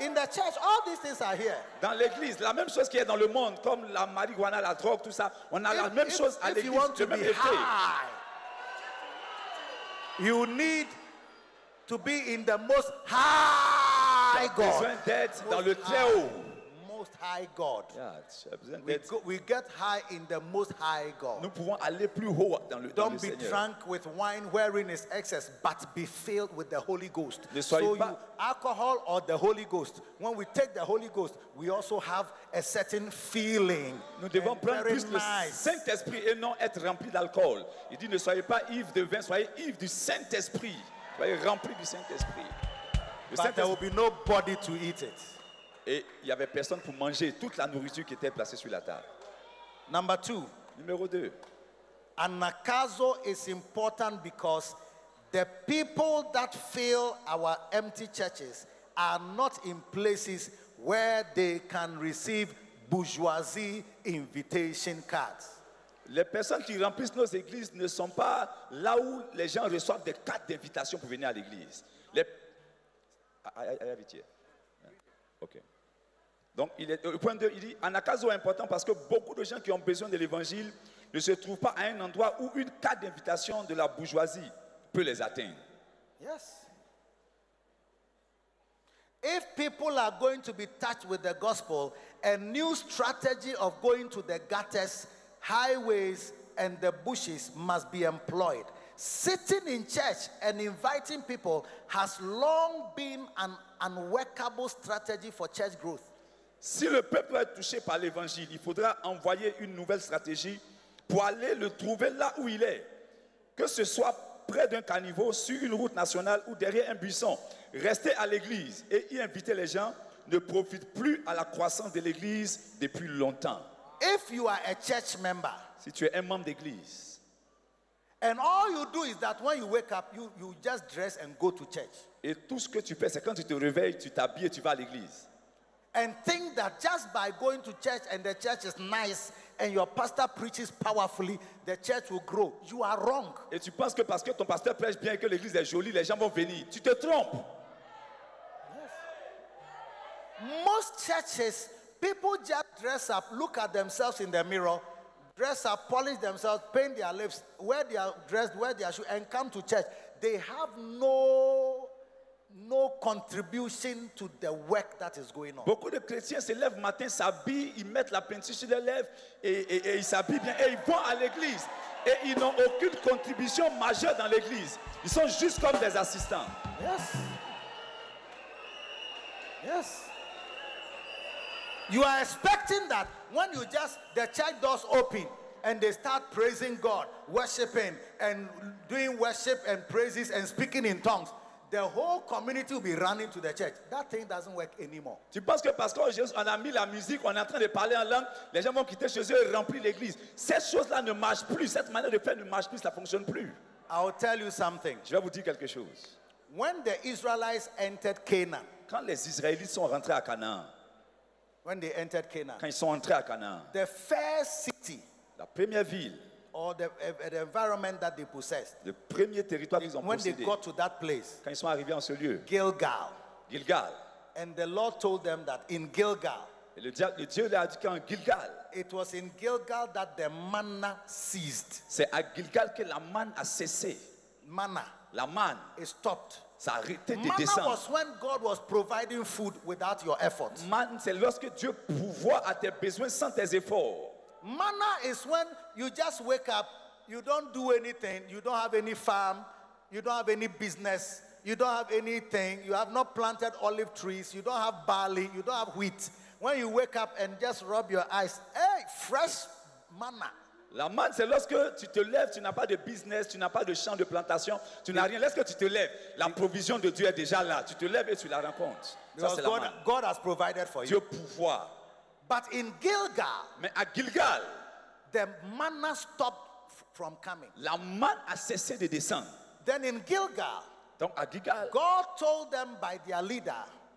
In the church, all these things are here.
Dans l'église, la même chose qui est dans le monde, comme la marijuana, la drogue, tout ça, on a la
If-
même
if-
chose à
if you
l'église,
want
le
to
même
be
effet.
high, you need to be in the most
On a
high God.
besoin d'être dans le
Most
très haut.
high, Most High God.
Yeah, tu as besoin
We,
d'être-
go, we get high in the Most High God.
Nous pouvons aller plus haut dans le, dans le
Don't be
Seigneur.
drunk with wine wherein is excess, but be filled with the Holy Ghost.
Ne
So
soyez
you,
pas-
alcohol or the Holy Ghost. When we take the Holy Ghost, we also have a certain feeling.
Nous devons
and
prendre
very
plus le
nice.
Saint-Esprit et non être rempli d'alcool. Il dit ne soyez pas ivres de vin, soyez ivres du Saint-Esprit. Soyez remplis du Saint-Esprit. Le
But there will
Saint-Esprit-
be no body to eat it.
Et il n'y avait personne pour manger toute la nourriture qui était placée sur la table.
Number two,
Numéro 2.
anakazo is important because the people that fill our empty churches are not in places where they can receive bourgeoisie invitation cards.
Les personnes qui remplissent nos églises ne sont pas là où les gens reçoivent des cartes d'invitation pour venir à l'église. Les- Ah, ah, ah, ah, vite, hier. Hein? Ok. Donc, il est, euh, point 2, il dit Anakazo est important parce que beaucoup de gens qui ont besoin de l'évangile ne se trouvent pas à un endroit où une carte d'invitation de la bourgeoisie peut les atteindre.
Yes. If people are going to be touched with the gospel, a new strategy of going to the gutters, highways, and the bushes must be employed. Sitting in church and inviting people has long been an unworkable strategy for church growth.
Si le peuple doit être touché par l'évangile, il faudra envoyer une nouvelle stratégie pour aller le trouver là où il est. Que ce soit près d'un caniveau, sur une route nationale ou derrière un buisson. Rester à l'église et y inviter les gens ne profite plus à la croissance de l'église depuis longtemps.
If you are a church member
Si tu es un membre d'église
and all you do is that when you wake up, you, you just dress and go to church
et tout ce que tu fais, c'est quand tu te réveilles, tu t'habilles et tu vas à l'église.
and think that just by going to church and the church is nice and your pastor preaches powerfully, the church will grow. You are wrong.
Et tu penses que parce que ton pasteur prêche bien et que l'église est jolie, les gens vont venir. Tu te trompes.
Most churches, people just dress up, look at themselves in the mirror, dress up, polish themselves, paint their lips, wear their dress, wear their shoe, and come to church. They have no no contribution to the work that is going on.
Beaucoup de chrétiens se lèvent matin, s'habillent, ils mettent la peinture sur les lèvres et, et- et ils s'habillent bien et ils vont à l'église. Et ils n'ont aucune contribution majeure dans l'église. Ils sont juste comme des assistants.
Yes. Yes. You are expecting that when you just the church doors open and they start praising God, worshiping and doing worship and praises and speaking in tongues, the whole community will be running to the church. That thing doesn't work anymore.
Tu penses que parce qu'on on a mis la musique, on est en train de parler en langue, les gens vont quitter chez eux et remplir l'église. Cette chose-là ne marche plus, cette manière de faire ne marche plus, ça ne fonctionne plus.
I'll tell you something.
Je vais vous dire quelque chose.
When the Israelites entered Canaan,
Quand les Israélites sont rentrés à Canaan,
when they entered Canaan,
quand ils sont entrés à Canaan,
the first city
la première ville,
or the, eh, the environment that they possessed,
le premier territoire qu'ils ont
when they
possédé,
got to that place,
quand ils sont arrivés en ce lieu,
Gilgal.
Gilgal,
And the Lord told them that in Gilgal,
Et le, dia- le Dieu lui a dit qu'en Gilgal,
it was in Gilgal that the manna ceased.
c'est à Gilgal que la manne a cessé.
Manna,
La manne,
it stopped.
ça a arrêté de
Manna
descendre.
was when God was providing food without your effort.
Manne, c'est lorsque Dieu pourvoit à tes besoins sans tes efforts.
Manna is when you just wake up, you don't do anything, you don't have any farm, you don't have any business, you don't have anything, you have not planted olive trees, you don't have barley, you don't have wheat. When you wake up and just rub your eyes, hey, fresh manna.
La manne, c'est lorsque tu te lèves, tu n'as pas de business, tu n'as pas de champ de plantation, tu n'as rien. Lorsque tu te lèves, la provision de Dieu est déjà là. Tu te lèves et tu la rencontres. Ça,
Because
c'est la
God,
manne.
God has provided for you.
Dieu pourvoit.
But in Gilgal,
Mais à Gilgal,
the manna stopped f- from coming.
la manne a cessé de descendre.
Then in Gilgal,
Donc à Gilgal,
God told them by their leader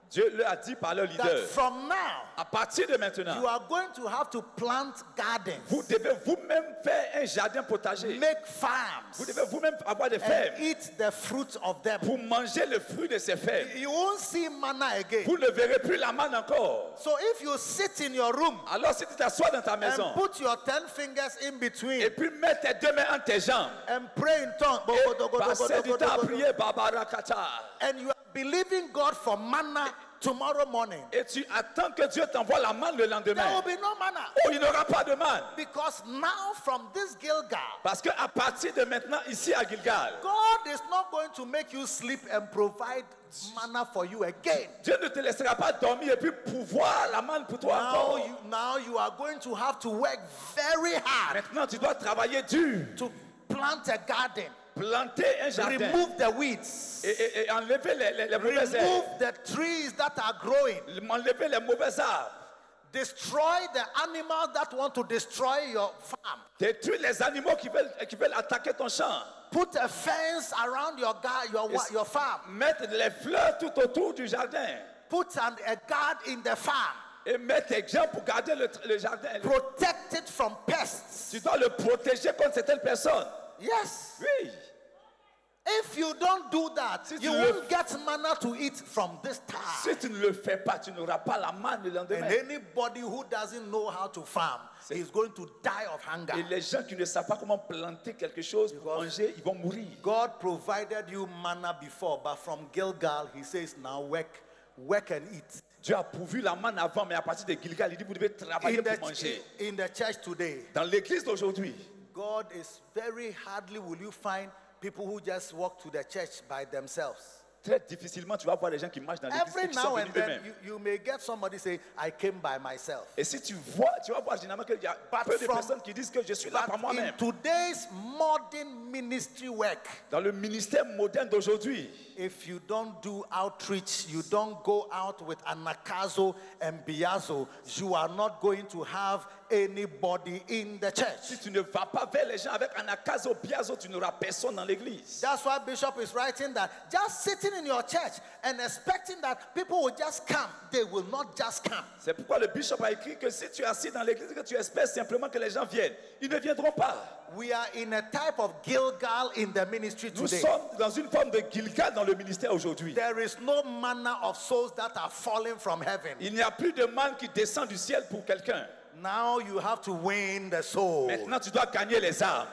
Dieu leur a dit par leur
that
leader,
from now
à partir de maintenant,
you are going to have to plant gardens,
Vous devez vous-même faire un jardin potager.
make
Vous
farms,
devez vous-même avoir des
and
fermes
eat the fruit of them.
pour manger le fruit de ces fermes.
You won't see manna again.
Vous ne verrez plus la manne encore.
So if you sit in your room
Alors si tu t'assois dans ta
and
maison
put your ten fingers in between
et puis mets tes deux mains entre tes jambes
and pray in tongues,
et passez du temps à prier Babarakata
and you are believing God for manna tomorrow morning.
Et tu attends que Dieu t'envoie la manne le
There
lendemain.
will be no manna.
Oh, il n'y aura pas de manne.
Because now from this Gilgal,
Parce qu'à partir de maintenant, ici à Gilgal,
God is not going to make you sleep and provide manna for you again.
Dieu ne te laissera pas dormir et puis pouvoir la manne pour toi
Now
encore.
you, now you are going to have to work very hard
Maintenant, tu dois travailler dur,
to plant a garden,
planter un jardin
remove the weeds,
et, et- et enlever les, les- les mauvaises
remove
herbes,
the trees that are growing,
enlever les mauvais arbres,
destroy the animals that want to destroy your farm,
détruire les animaux qui veulent, qui veulent attaquer ton champ,
put a fence around your gar- your, wa-
Yes.
your farm,
mettre les fleurs tout autour du jardin
put an, a guard in the farm,
et mettre des gens pour garder le, le jardin.
protect it from pests.
Tu dois le protéger contre certaines personnes.
Yes.
Oui.
If you don't do that,
Si tu
you
le-
won't get manna to eat from this time.
Si tu ne le fais pas, tu n'auras pas la manne le
And
lendemain.
anybody who doesn't know how to farm
C'est-
is going to die of hunger.
Et les gens qui ne savent pas comment planter quelque chose pour manger, ils vont mourir.
God provided you manna before, but from Gilgal, He says, now work, work and eat.
Dieu a pourvu la manne avant, mais à partir de Gilgal, il dit vous devez travailler
In
pour
the,
manger.
in the church today,
Dans l'église d'aujourd'hui,
God is very hardly will you find people who just walk to the church by themselves.
très difficilement tu vas voir les gens qui marchent dans l'église et
Every
qui sont
now and
venus
then,
eux-mêmes.
you, you may get somebody say, I came by myself.
Et si tu vois, tu vas voir généralement qu'il y a
But
peu de
from-
personnes qui disent que je suis là par
But in
moi-même.
today's modern ministry work,
Dans le ministère moderne d'aujourd'hui,
if you don't do outreach, you don't go out with anakazo and biazo, you are not going to have anybody in the
si
church.
tu ne vas pas vers les gens avec Anakazo, Biazo, tu n'auras personne dans l'église.
That's why Bishop is writing that just sitting in your church and expecting that people will just come, they will not just come.
C'est pourquoi le bishop a écrit que si tu es assis dans l'église et que tu espères simplement que les gens viennent, ils ne viendront pas.
We are in a type of Gilgal in the ministry
Nous
today.
sommes dans une forme de Gilgal dans le ministère aujourd'hui.
There is no manner of souls that are falling from heaven.
Il n'y a plus de manne qui descend du ciel pour quelqu'un.
Now you have to win the soul.
Maintenant, tu dois gagner les âmes.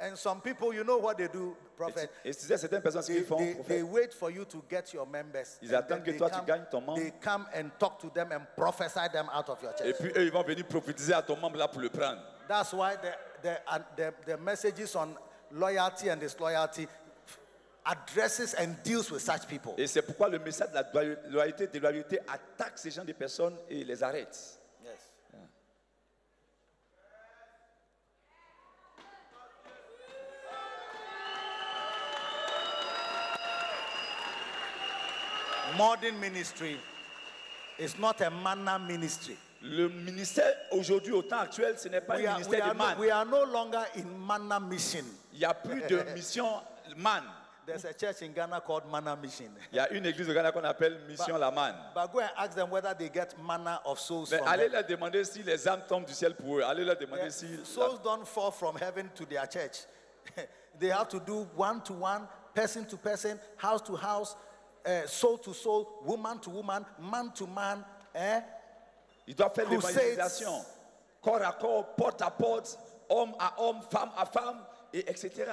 And some people, you know what they do, prophet?
Et tu sais, certaines personnes, ce
They,
qu'ils font,
they,
prophète,
they wait for you to get your members.
Ils
and
attendent
then
que
they
toi, tu gagnes ton membre.
They come and talk to them and prophesy them out of your
et
church.
puis eux, ils vont venir prophétiser à ton membre là pour le prendre.
That's why the, the, and the, the messages on loyalty and disloyalty addresses and deals with such people.
Et c'est pourquoi le message de la doy- loyauté, de loyauté attaque ces gens des personnes et les arrête.
Yes. Modern ministry is not a manner ministry.
Le ministère aujourd'hui, au temps actuel, ce n'est pas
We
le
are, we,
ministère
are
de man.
no, we are no longer in manner mission.
Il n'y a plus
[laughs]
de mission man.
There's a church in Ghana called Manna Mission. [laughs]
Il y a une église au Ghana qu'on appelle Mission La Man.
But go and ask them whether they get manna of souls
Mais
from
allez
heaven.
leur demander si les âmes tombent du ciel pour eux. Allez leur demander
Yeah,
si la-
souls don't fall from heaven to their church. [laughs] they have to do one to one, person to person, house to house, uh, soul to soul, woman to woman, man to man. Eh?
Il doit faire
Crusades.
l'évangélisation. Corps à corps, porte à porte, homme à homme, femme à femme, et etc.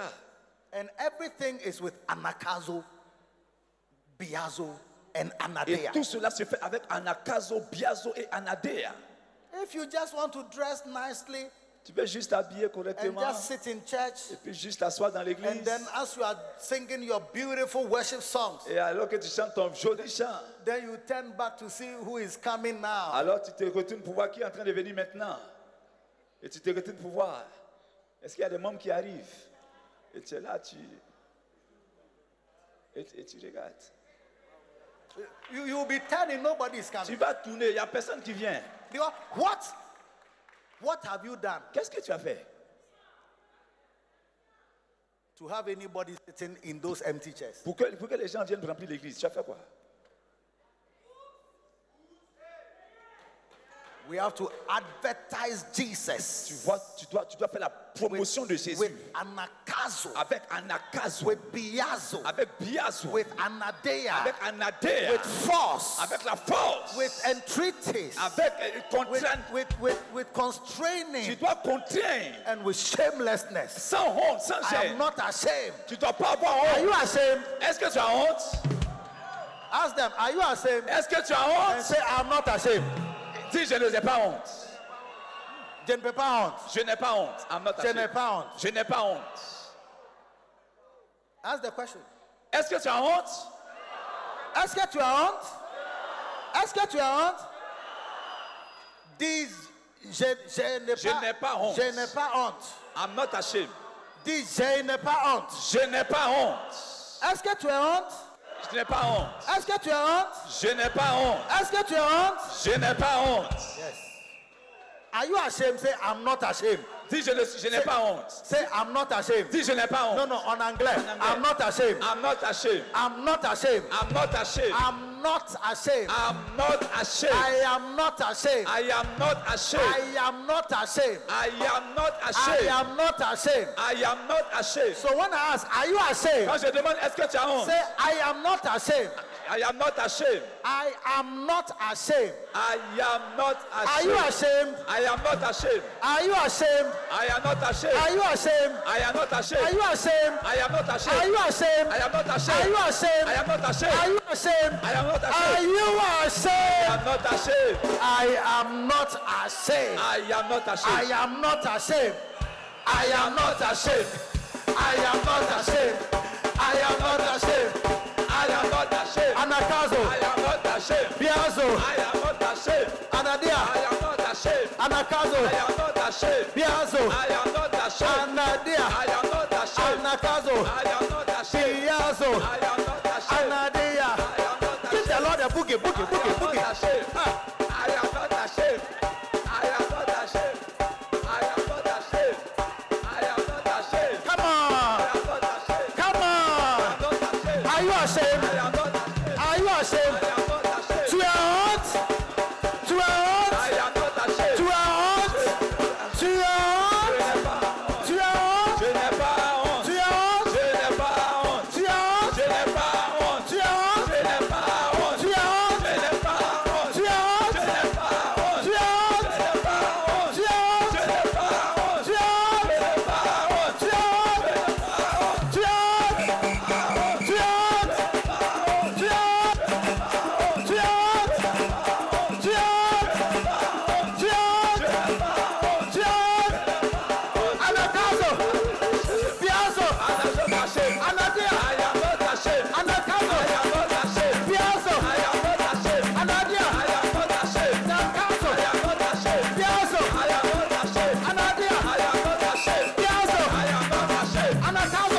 And everything is with anakazo, biazo, and
Et
anadea.
tout cela se fait avec Anakazo, Biazo et Anadea.
If you just want to dress nicely
Tu veux juste t'habiller
and
correctement,
just sit in church,
et puis juste t'asseoir dans l'église.
and then as you are singing your beautiful worship songs,
Et alors que tu chantes ton joli chant,
then you turn back to see who is coming now.
alors tu te retournes pour voir qui est en train de venir maintenant. Et tu te retournes pour voir. Est-ce qu'il y a des membres qui arrivent Et tu es là, tu. Et, et tu regardes.
You, you'll be turning, nobody's
Tu
coming.
vas tourner, il n'y a personne qui vient.
You are- What? What have you done
Qu'est-ce que tu as fait
to have anybody sitting in those empty chairs?
Pour que, pour que les gens viennent remplir l'église, tu as fait quoi
We have to advertise
tu,
Jesus
vois, tu, dois, tu dois faire la promotion de Jésus
with anakazo,
avec Anakazo,
with biazo,
avec Biazo,
with anadea,
avec Anadea,
with force,
avec la force,
with entreaties,
avec euh,
with,
contrainte.
with, with, with
Tu
constraining,
dois contraindre
and with shamelessness.
sans honte, sans
I am
gêne.
not ashamed.
Tu ne dois pas avoir
Are
honte.
you ashamed?
Est-ce que tu as honte
Ask them, are you ashamed?
Est-ce que tu as
And
honte
say, I'm not ashamed.
Dis, je n'ai pas honte.
Je ne peux pas honte.
Je n'ai pas honte. I'm not
Je n'ai
ashamed.
pas honte.
Je n'ai pas honte.
Ask the question.
Est-ce que tu as honte
Est-ce que tu as honte? Est-ce que tu as honte? Dis, je, je n'ai
Je
pas,
n'ai pas honte.
Je n'ai pas honte.
I'm not ashamed.
Dis, je n'ai pas honte.
Je n'ai pas honte.
Est-ce que tu as honte?
Je n'ai pas honte.
Est-ce que tu as honte?
Je n'ai pas honte.
Est-ce que tu as honte?
Je n'ai pas honte.
Are you ashamed? Say, I'm not ashamed.
Dis, je ne suis- je n'ai pas honte.
Say, I'm not ashamed.
Dis, je n'ai pas
No,
honte.
no, en anglais.
anglais.
I'm not ashamed.
I'm not ashamed.
I'm not ashamed.
I'm not ashamed.
I'm not ashamed.
I'm not ashamed.
I am not ashamed.
I am not
I
ashamed.
am not ashamed.
I am not
I
ashamed.
am not ashamed.
I am not ashamed.
So when I ask, are you ashamed?
Quand je demande est-ce que tu as honte,
Say, I am not ashamed.
I am not ashamed.
I am not ashamed.
I am not
Are you
ashamed.
ashamed?
I am not ashamed.
Are you ashamed?
I am not ashamed.
Are you ashamed?
I am not
Are
ashamed.
you ashamed?
I am not
Are
ashamed.
you ashamed?
I am
Are
not ashamed.
you
I
ashamed?
am not
Are
ashamed.
you ashamed?
I am not
Are you
ashamed. I
ashamed?
am not ashamed.
I am not ashamed.
I am not
I
ashamed.
am not ashamed. I am not ashamed. I am not ashamed. I am not ashamed.
I am not ashamed. I
Anakazo,
am not ashamed.
Biazo,
I am not ashamed. I
Anadia,
am not ashamed. I
Anakazo,
am not ashamed.
Biazo,
I am not ashamed.
Anadia,
I am not ashamed.
Anakazo,
I am not ashamed.
Biazo,
I am not ashamed.
Anadia.
I am not
Give
ashamed.
the Lord a boogie, boogie,
I
boogie,
am not
boogie.
ashamed. I am not ashamed. I am not ashamed. I am not ashamed. I am not ashamed.
Come on,
I am not ashamed.
come on.
I am not ashamed.
Are you ashamed?
I am not ashamed.
Are you ashamed?
I am not ashamed.
Tu es honte? Tu es honte?
I am not
Tu es
ashamed.
honte? Tu es honte?
Je n'ai pas honte.
Tu es honte?
Je n'ai pas honte.
Tu es honte?
Je n'ai pas honte.
Tu es honte?
Je n'ai pas honte.
Tu es honte?
Je n'ai pas honte.
Tu es honte?
Je n'ai pas honte.
Tu es honte?
Je n'ai pas honte.
Tu es honte?
Je n'ai
Tu es honte? Tu es honte? Tu es
pas honte. Je n'ai pas honte. Je n'ai pas honte.
honte? Tu es honte? Tu es honte? Tu es honte? Tu es honte? Tu es honte? Tu es honte? Tu es honte? Anakazo! Piazzo! Anadia! Anakazo! Piazzo! Anadia! Anakazo! Piazzo! Anadia! Piazzo! Anakazo! Piazzo! Anadia! Piazzo! Piazzo! Piazzo! Piazzo! Piazzo! Anadia! Anadia! Anakazo! Piazzo!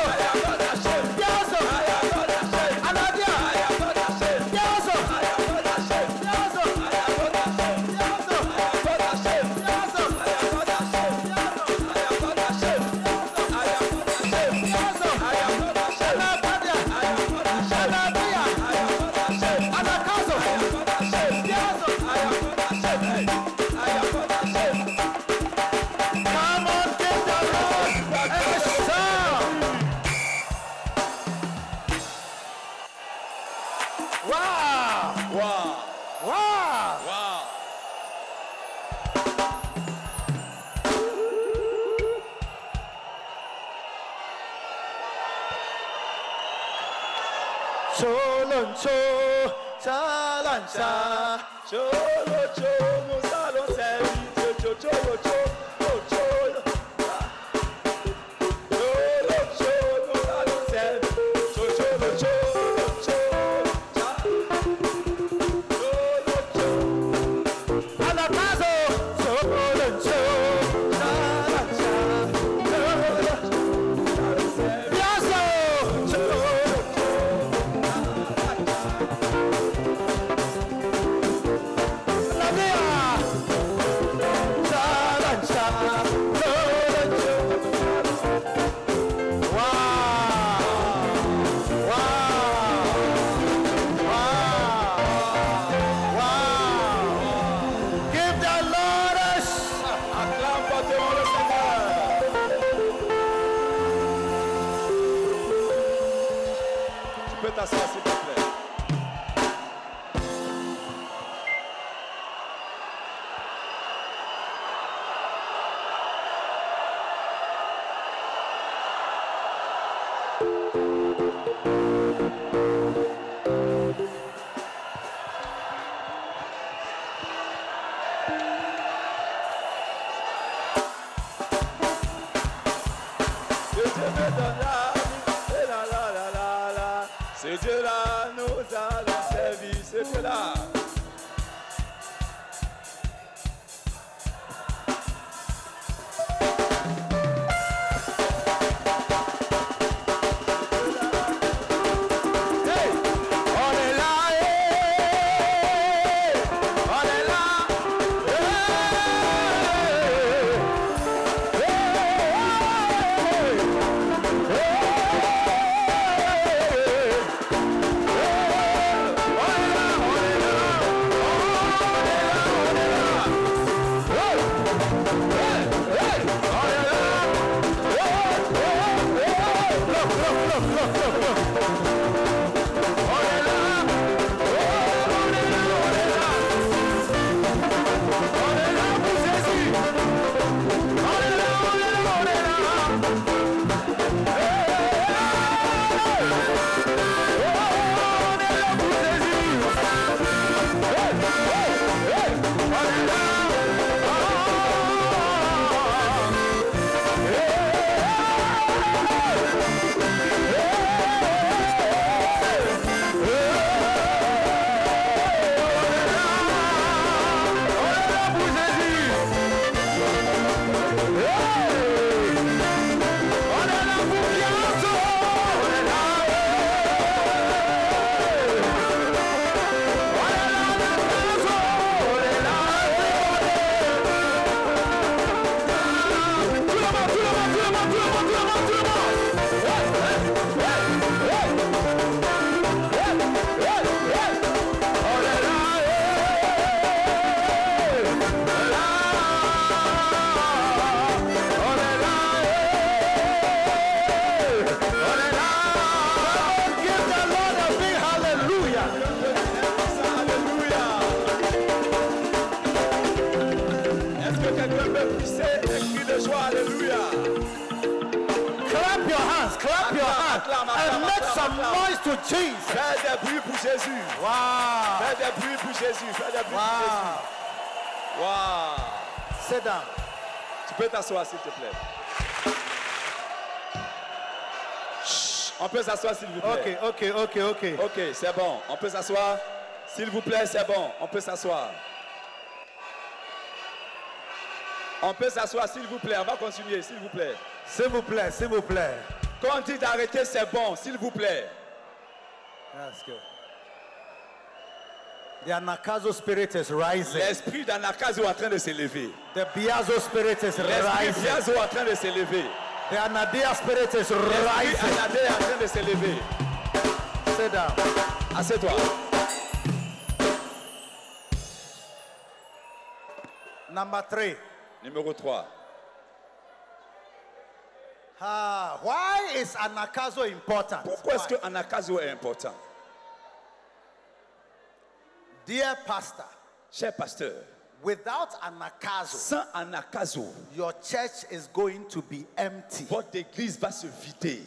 Come on, give the Lord a shout. Wow! Wow! Choloncho, chalancha. Anakazo, choloncho, chalancha. Piazzo, choloncho.
T'asseoir s'il te plaît. donne-la, et la la la la la. Ce Dieu-là nous a servi, ce Dieu-là. Hey, on est là, hey, on est là, hey, hey, hey, hey, on est là, on est là, on est là, on est là. Hey, hey, hey, on est là. Hey, hey, hey, bloc, bloc, bloc, bloc, bloc, bloc. On est là, oh, on est là, on est là. On est là pour Jésus. On est là, on est là, on est là. Hey, hey, hey. Oh, on est là pour Jésus. Hey, hey, hey. On est là. Oh, hey, hey. Give the Lord a big hallelujah. Hallelujah. Est-ce que quelqu'un peut pousser un cri de joie? Alléluia.
Clap your hands, clap your hands,
Acclame, acclame,
and make
acclame,
some
acclame.
noise to Jesus.
Fais des bruits pour Jésus.
Wow.
Fais des bruits pour Jésus. Fais des bruits
Wow.
pour Jésus. Wow.
Sit down.
Tu peux t'asseoir, s'il te plaît. Chut, on peut s'asseoir, s'il vous plaît.
Okay, okay, okay, okay.
Ok, c'est bon. On peut s'asseoir. S'il vous plaît, c'est bon. On peut s'asseoir. On peut s'asseoir, s'il vous plaît. On va continuer, s'il vous plaît.
S'il vous plaît, s'il vous plaît.
Quand on dit d'arrêter, c'est bon, s'il vous plaît.
That's good. The Anakazo spirit is rising.
L'esprit d'Anakazo est en train de s'élever.
The Biazo spirit is
L'esprit
rising.
Biazo est en train de s'élever.
The Anadia spirit is
L'esprit
rising.
Anadé est en train de s'élever.
Sit down.
Assieds-toi.
Number three.
Numéro 3.
Ah, why is Anakazo important?
Pourquoi est-ce que Anakazo est important?
Dear pastor,
Cher pasteur,
without Anakazo,
sans Anakazo,
your church is going to be empty.
votre église va se vider.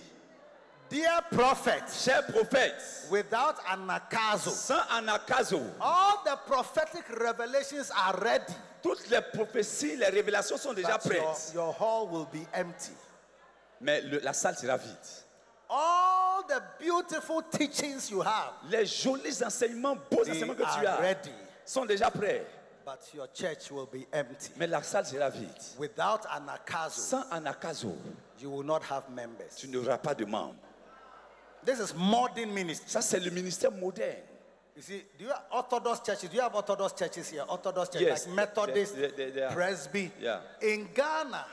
Dear prophet,
Cher prophète,
without Anakazo,
sans Anakazo,
all the prophetic revelations are ready.
toutes les prophéties, les révélations sont déjà
but your,
prêtes.
your hall will be empty.
Mais le- la salle sera vide.
All the beautiful teachings you have,
Les jolis enseignements, beaux
they
enseignements que tu
are
as,
ready,
sont déjà prêts.
but your church will be empty.
Mais la salle sera vide.
Without Anakazo,
Sans Anakazo,
you will not have members.
tu n'auras pas de membres.
This is modern ministry.
Ça, c'est le ministère moderne.
You see, do you have Orthodox churches? Do you have Orthodox churches here? Orthodox churches
Yes,
like Methodist,
there- there- there are.
Presby.
Yeah.
In Ghana,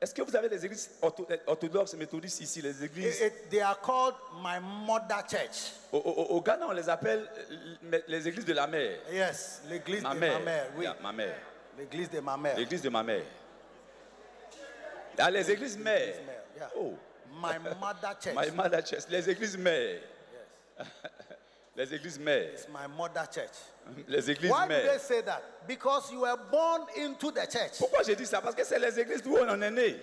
Est-ce que vous avez les églises ortho- euh, orthodoxes, méthodistes ici, les
i-
églises
it- they are called my mother church.
Au, au- au Ghana, on les appelle euh, les églises de la mer.
Yes, l'église
Ma
de ma
mère.
mère. Oui,
Yeah, ma mère.
l'église de ma mère.
L'église de ma mère. Ah, les églises mères.
mère, yeah.
Oh.
My mother church.
[laughs] My mother church. Les églises mères. [laughs] les églises mères.
It's my mother church.
Les églises
Why do they
mères.
say that? Because you were born into the church.
Pourquoi j'ai dit ça Parce que c'est les églises d'où on en est né.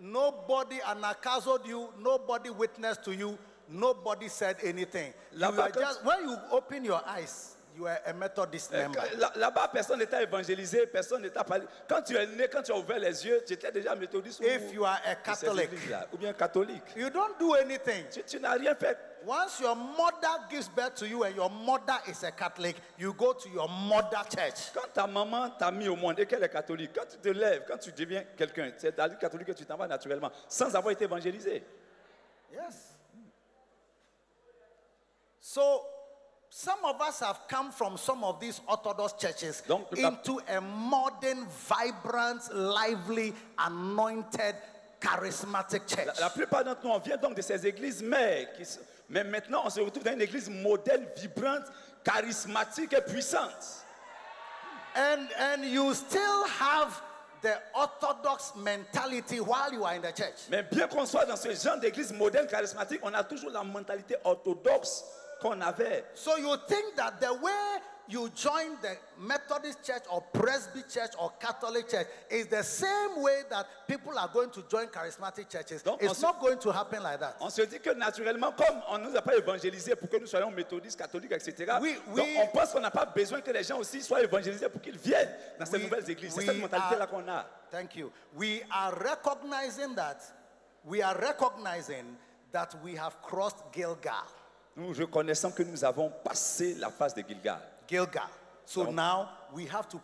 Nobody anakazoed you, nobody witnessed to you, nobody said anything.
La
You were
vacance-
just- when you open your eyes, you are a Methodist
Euh,
member.
là- Là-bas, personne n'est évangélisé, personne n'est parlé. Quand tu es né, quand tu as ouvert les yeux, tu étais déjà méthodiste ou,
If you are a
de ces
Catholic.
églises-là, ou bien catholique.
You don't do anything.
Tu, tu n'as rien fait.
Once your mother gives birth to you and your mother is a Catholic, you go to your mother church.
Quand ta maman t'a mis au monde et qu'elle est catholique, quand tu te lèves, quand tu deviens quelqu'un, c'est à la catholique que tu t'en vas naturellement, sans avoir été évangélisé.
Yes. So some of us have come from some of these Orthodox churches
Donc, la-
into a modern, vibrant, lively, anointed, charismatic
La,
church.
la plupart d'entre nous, on vient donc de ces églises mères. qui sont- mais maintenant, on se retrouve dans une église modèle, vibrante, charismatique et puissante.
And and you still have the Orthodox mentality while you are in the church.
Mais bien qu'on soit dans ce genre d'église modèle, charismatique, on a toujours la mentalité orthodoxe qu'on avait.
So you think that the way you join the Methodist church or Presby church or Catholic church is the same way that people are going to join charismatic churches.
Donc,
it's
ensuite-
not going to happen like that.
On se dit que naturellement, comme on ne nous a pas évangélisés pour que nous soyons méthodistes, catholiques, etc.,
Oui,
donc
oui.
on pense qu'on n'a pas besoin que les gens aussi soient évangélisés pour qu'ils viennent dans ces
We-
nouvelles églises. C'est
we
cette mentalité-là
are-
qu'on a.
Thank you. We are recognizing that we are recognizing that we have crossed Gilgal.
Nous reconnaissons que nous avons passé la phase de Gilgal.
Gilgal. So now we have to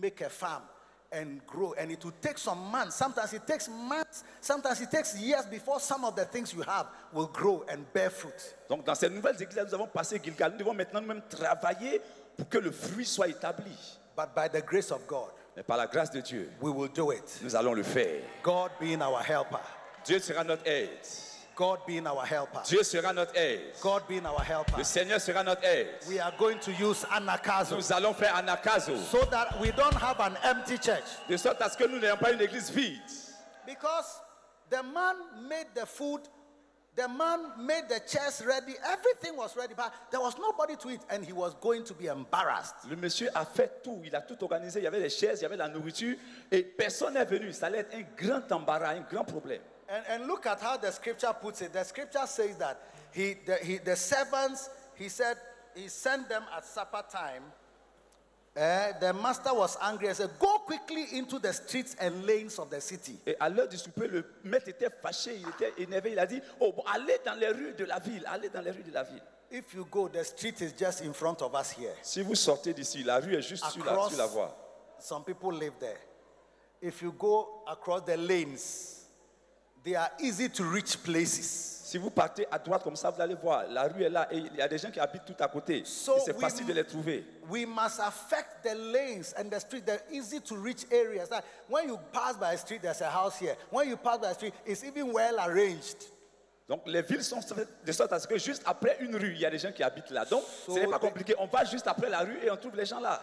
make a farm and grow and it will take some months sometimes it takes months sometimes it takes years before some of the things you have will grow and bear fruit
Donc dans ces nouvelles églises, nous avons passé Gilgal. Nous devons maintenant nous-mêmes travailler pour que le fruit soit établi.
But by the grace of God,
Mais par la grâce de Dieu,
we will do it.
nous allons le faire.
God being our helper.
Dieu sera notre aide.
God being our helper.
Dieu sera notre aide.
God being our helper.
Le Seigneur sera notre aide.
We are going to use anakazo
Nous allons faire anakazo,
so that we don't have an empty church.
de sorte à ce que nous n'ayons pas une église vide.
Because the man made the food, the man made the chairs ready, everything was ready, but there was nobody to eat, and he was going to be embarrassed.
Le monsieur a fait tout, il a tout organisé, il y avait des chaises, il y avait de la nourriture, et personne n'est venu. Ça allait être un grand embarras, un grand problème.
And, and look at how the scripture puts it. The scripture says that he, the, he, the servants, he said, he sent them at supper time. Eh, the master was angry and said, Go quickly into the streets and lanes of the city.
Et à l'heure du souper, le maître était fâché, il était énervé, il a dit, oh, bon, allez dans les rues de la ville, allez dans les rues de la ville.
If you go, the street is just in front of us here.
Si vous sortez d'ici, la rue est juste sur la, sur la voie.
some people live there. If you go across the lanes, they are easy to reach places.
Si vous partez à droite comme ça, vous allez voir, la rue est là, et il y a des gens qui habitent tout à côté.
So
Et c'est
we-
facile de les trouver.
We must affect the lanes and the street, the easy to reach areas. Like when you pass by a street, there's a house here. When you pass by a street, it's even well arranged.
Donc les villes sont faites de sorte à ce que juste après une rue, il y a des gens qui habitent là. Donc
So
ce n'est pas
they-
compliqué. On va juste après la rue et on trouve les gens là.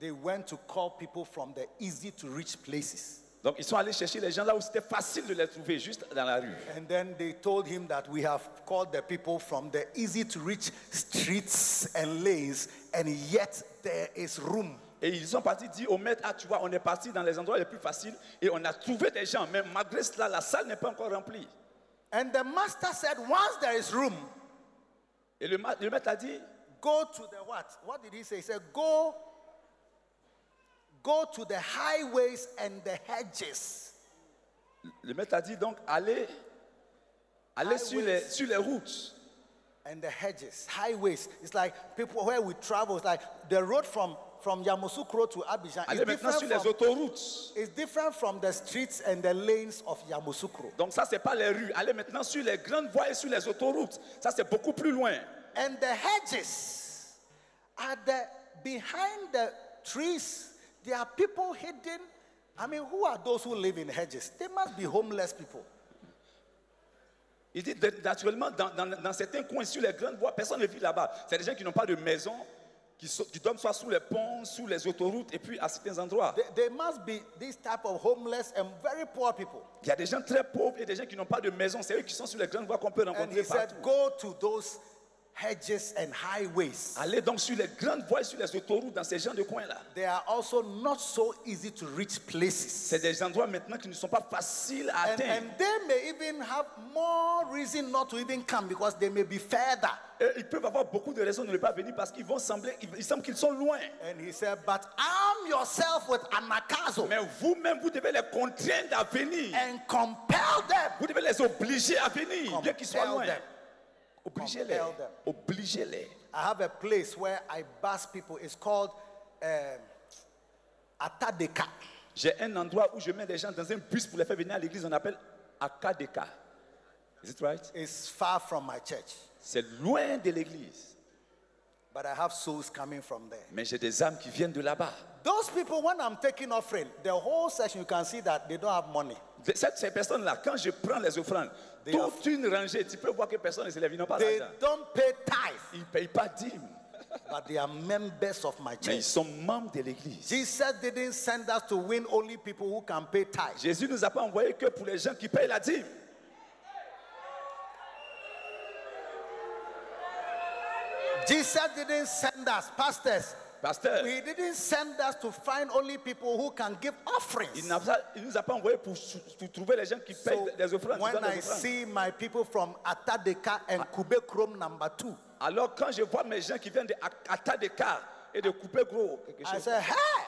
They went to call people from the easy to reach places.
Donc ils sont allés chercher les gens là où c'était facile de les trouver, juste dans la rue.
And then they told him that we have called the people from the easy to reach streets and lanes, and yet there is room
Et ils sont partis dire au maître, ah tu vois, on est parti dans les endroits les plus faciles et on a trouvé des gens. Mais malgré cela, la salle n'est pas encore remplie.
And the master said, once there is room,
Et le, ma- le maître a dit,
go to the what? What did he say? He said, go, go to the highways and the hedges.
le maître a dit donc allez, allez sur les,
Highways.
sur les routes.
And the hedges, highways. It's like people where we travel. It's like the road from from Yamoussoukro to Abidjan
Allez
is
maintenant sur
different,
les
from,
autoroutes.
is different from the streets and the lanes of Yamoussoukro.
Donc ça, c'est pas les rues. Allez maintenant sur les grandes voies et sur les autoroutes. Ça, c'est beaucoup plus loin.
And the hedges are the behind the trees. There are people hidden. I mean, who are those who live in hedges? They must be homeless people.
Il dit de- naturellement, dans, dans- dans certains coins, sur les grandes voies, personne ne vit là-bas. C'est des gens qui n'ont pas de maison, qui, so- qui dorment soit sous les ponts, sous les autoroutes, et puis à certains endroits.
They, they must be these type of homeless and very poor people.
Il y a des gens très pauvres et des gens qui n'ont pas de maison. C'est eux qui sont sur les grandes voies qu'on peut
And
rencontrer
he said,
partout.
go to those hedges and highways.
Allez donc sur les grandes voies, sur les autoroutes, dans ces gens de coin-là.
They are also not so easy to reach places.
C'est des endroits maintenant qui ne sont pas faciles à
And,
atteindre.
and they may even have more reason not to even come because they may be further.
Et ils peuvent avoir beaucoup de raisons de ne pas venir parce qu'ils vont sembler, ils, ils semblent qu'ils sont loin.
And he said, But arm yourself with anakazo
Mais vous-même, vous devez les contraindre à venir.
and compel them.
Vous devez les obliger à venir, bien qu'ils soient
Compel
loin.
them.
Obligez-les.
Compel them.
Obligez-les.
I have a place where I bus people. It's called um, Atadeka.
J'ai un endroit où je mets des gens dans un bus pour les faire venir à l'église. On appelle Akadeka. Is it right?
It's far from my church,
C'est loin de l'église.
but I have souls coming from there.
Mais j'ai des âmes qui viennent de là-bas.
Those people, when I'm taking offering, the whole section, you can see that they don't have money.
De- cette- Ces personnes-là, quand je prends les offrandes,
They
toute une rangée, tu peux voir que personne ne se lève, ils n'ont pas
They
d'argent.
don't pay tithe,
Ils ne payent pas dîme.
but they are members of my
Mais
church.
ils sont membres de l'église.
Jesus didn't send us to win only people who can pay tithe.
Jésus nous a pas envoyé que pour les gens qui payent la dîme.
Jesus didn't send us, pastors.
Pasteur,
He didn't send us to find only people who can give
il
offerings.
n'a pas- il nous a pas envoyé pour, sou- pour trouver les gens qui payent
So
des offrandes. qui
when
donnent des
I
offrandes.
see my people from Atadeka and Kube Krom number two,
Alors quand je vois mes gens qui viennent de Atadeka et de couper gros, quelque
I
chose,
say, hey,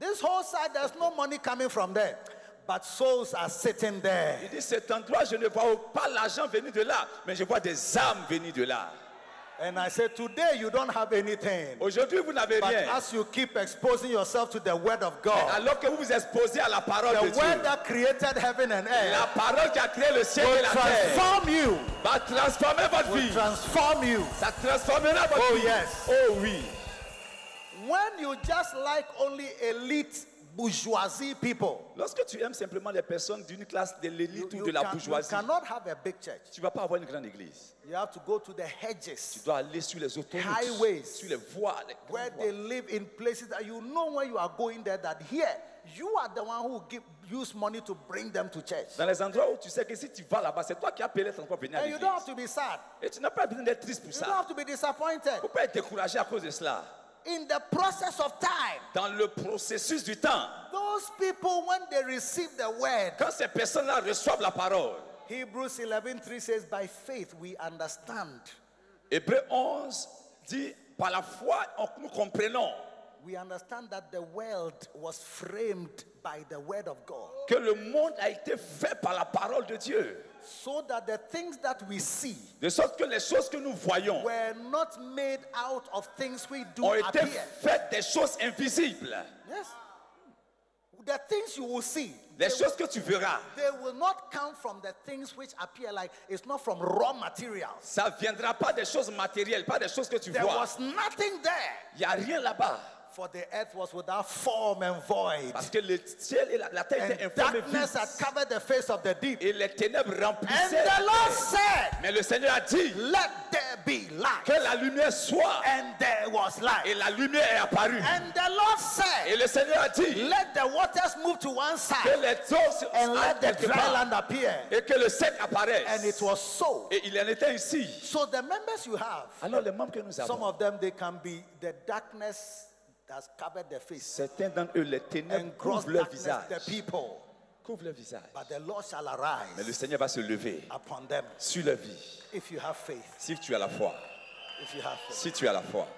this whole side, there's no money coming from there. But souls are sitting there.
il dit cet endroit, je ne vois pas l'argent venir de là, mais je vois des âmes venir de là.
And I say, today you don't have anything.
Aujourd'hui, vous n'avez
But
rien.
as you keep exposing yourself to the word of God,
Alors que vous vous exposez à la parole
the
de Dieu,
word that created heaven and
la
earth
parole qui a créé le ciel et
will
la terre
transform you.
va transformer votre
Will
vie.
transform you.
Ça transformera votre
Oh,
vie.
yes.
Oh oui.
When you just like only elite bourgeoisie people,
Lorsque tu aimes simplement les personnes d'une classe de
you,
l'élite
you
ou de la
can- you
bourgeoisie,
cannot have a big church.
tu ne vas pas avoir une grande église.
You have to go to the
Tu
hedges
dois aller sur les autoroutes,
Highways.
sur les voies. les grandes
where
voies.
they live in places that you know when you are going there that here you are the one who will give use money to bring them to church.
Dans les endroits où tu sais que si tu vas là-bas, c'est toi qui as payé les transports pour venir à
And you don't have
l'église.
to be sad.
Et tu n'as pas besoin d'être triste pour
You don't
ça.
have to be disappointed.
Il ne faut pas être découragé à cause de cela.
In the process of time,
Dans le processus du temps,
those people when they receive the word,
quand ces personnes-là reçoivent la parole,
Hebrews 11:3 says, "By faith we understand,
Hébreu 11 dit, par la foi, on- nous comprenons
we understand that the world was framed by the word of God,
que le monde a été fait par la parole de Dieu.
so that the things that we see."
De sorte que les choses que nous voyons
were not made out of things we do
ont été
appear.
faites des choses invisibles.
Yes. The things you will see,
Les choses que tu verras,
they will not come from the things which appear like it's not from raw materials.
ça ne viendra pas des choses matérielles, pas des choses que tu
There
vois.
was nothing there,
Il n'y a rien là-bas.
for the earth was without form and void.
Parce que le ciel et la, la terre étaient
And
informés
darkness had covered the face of the deep.
et les ténèbres
And
remplissaient.
the
la
Lord
terre.
said,
Mais le Seigneur a dit
Let there be
que
light.
la lumière soit.
And there was
Et
light.
la lumière est apparue.
And the Lord
Et
said,
le Seigneur a dit
Let the waters move to one side.
que les eaux se-
and let
quelque
the dry
part
land appear.
et que le sec
And it
apparaisse.
was so.
Et il en était ainsi.
So the members you have,
Alors les membres que nous
some
avons,
of them they can be the darkness that's covered their face
certains d'entre eux, les
and
ténèbres
gross
couvrent leur
darkness
visage.
the people.
Couvrent leur visage.
But the Lord shall
Mais le
arise
Seigneur va se lever
upon them
sur leur vie.
if you have faith.
Si tu as la foi.
If you have faith.
Si tu as la foi.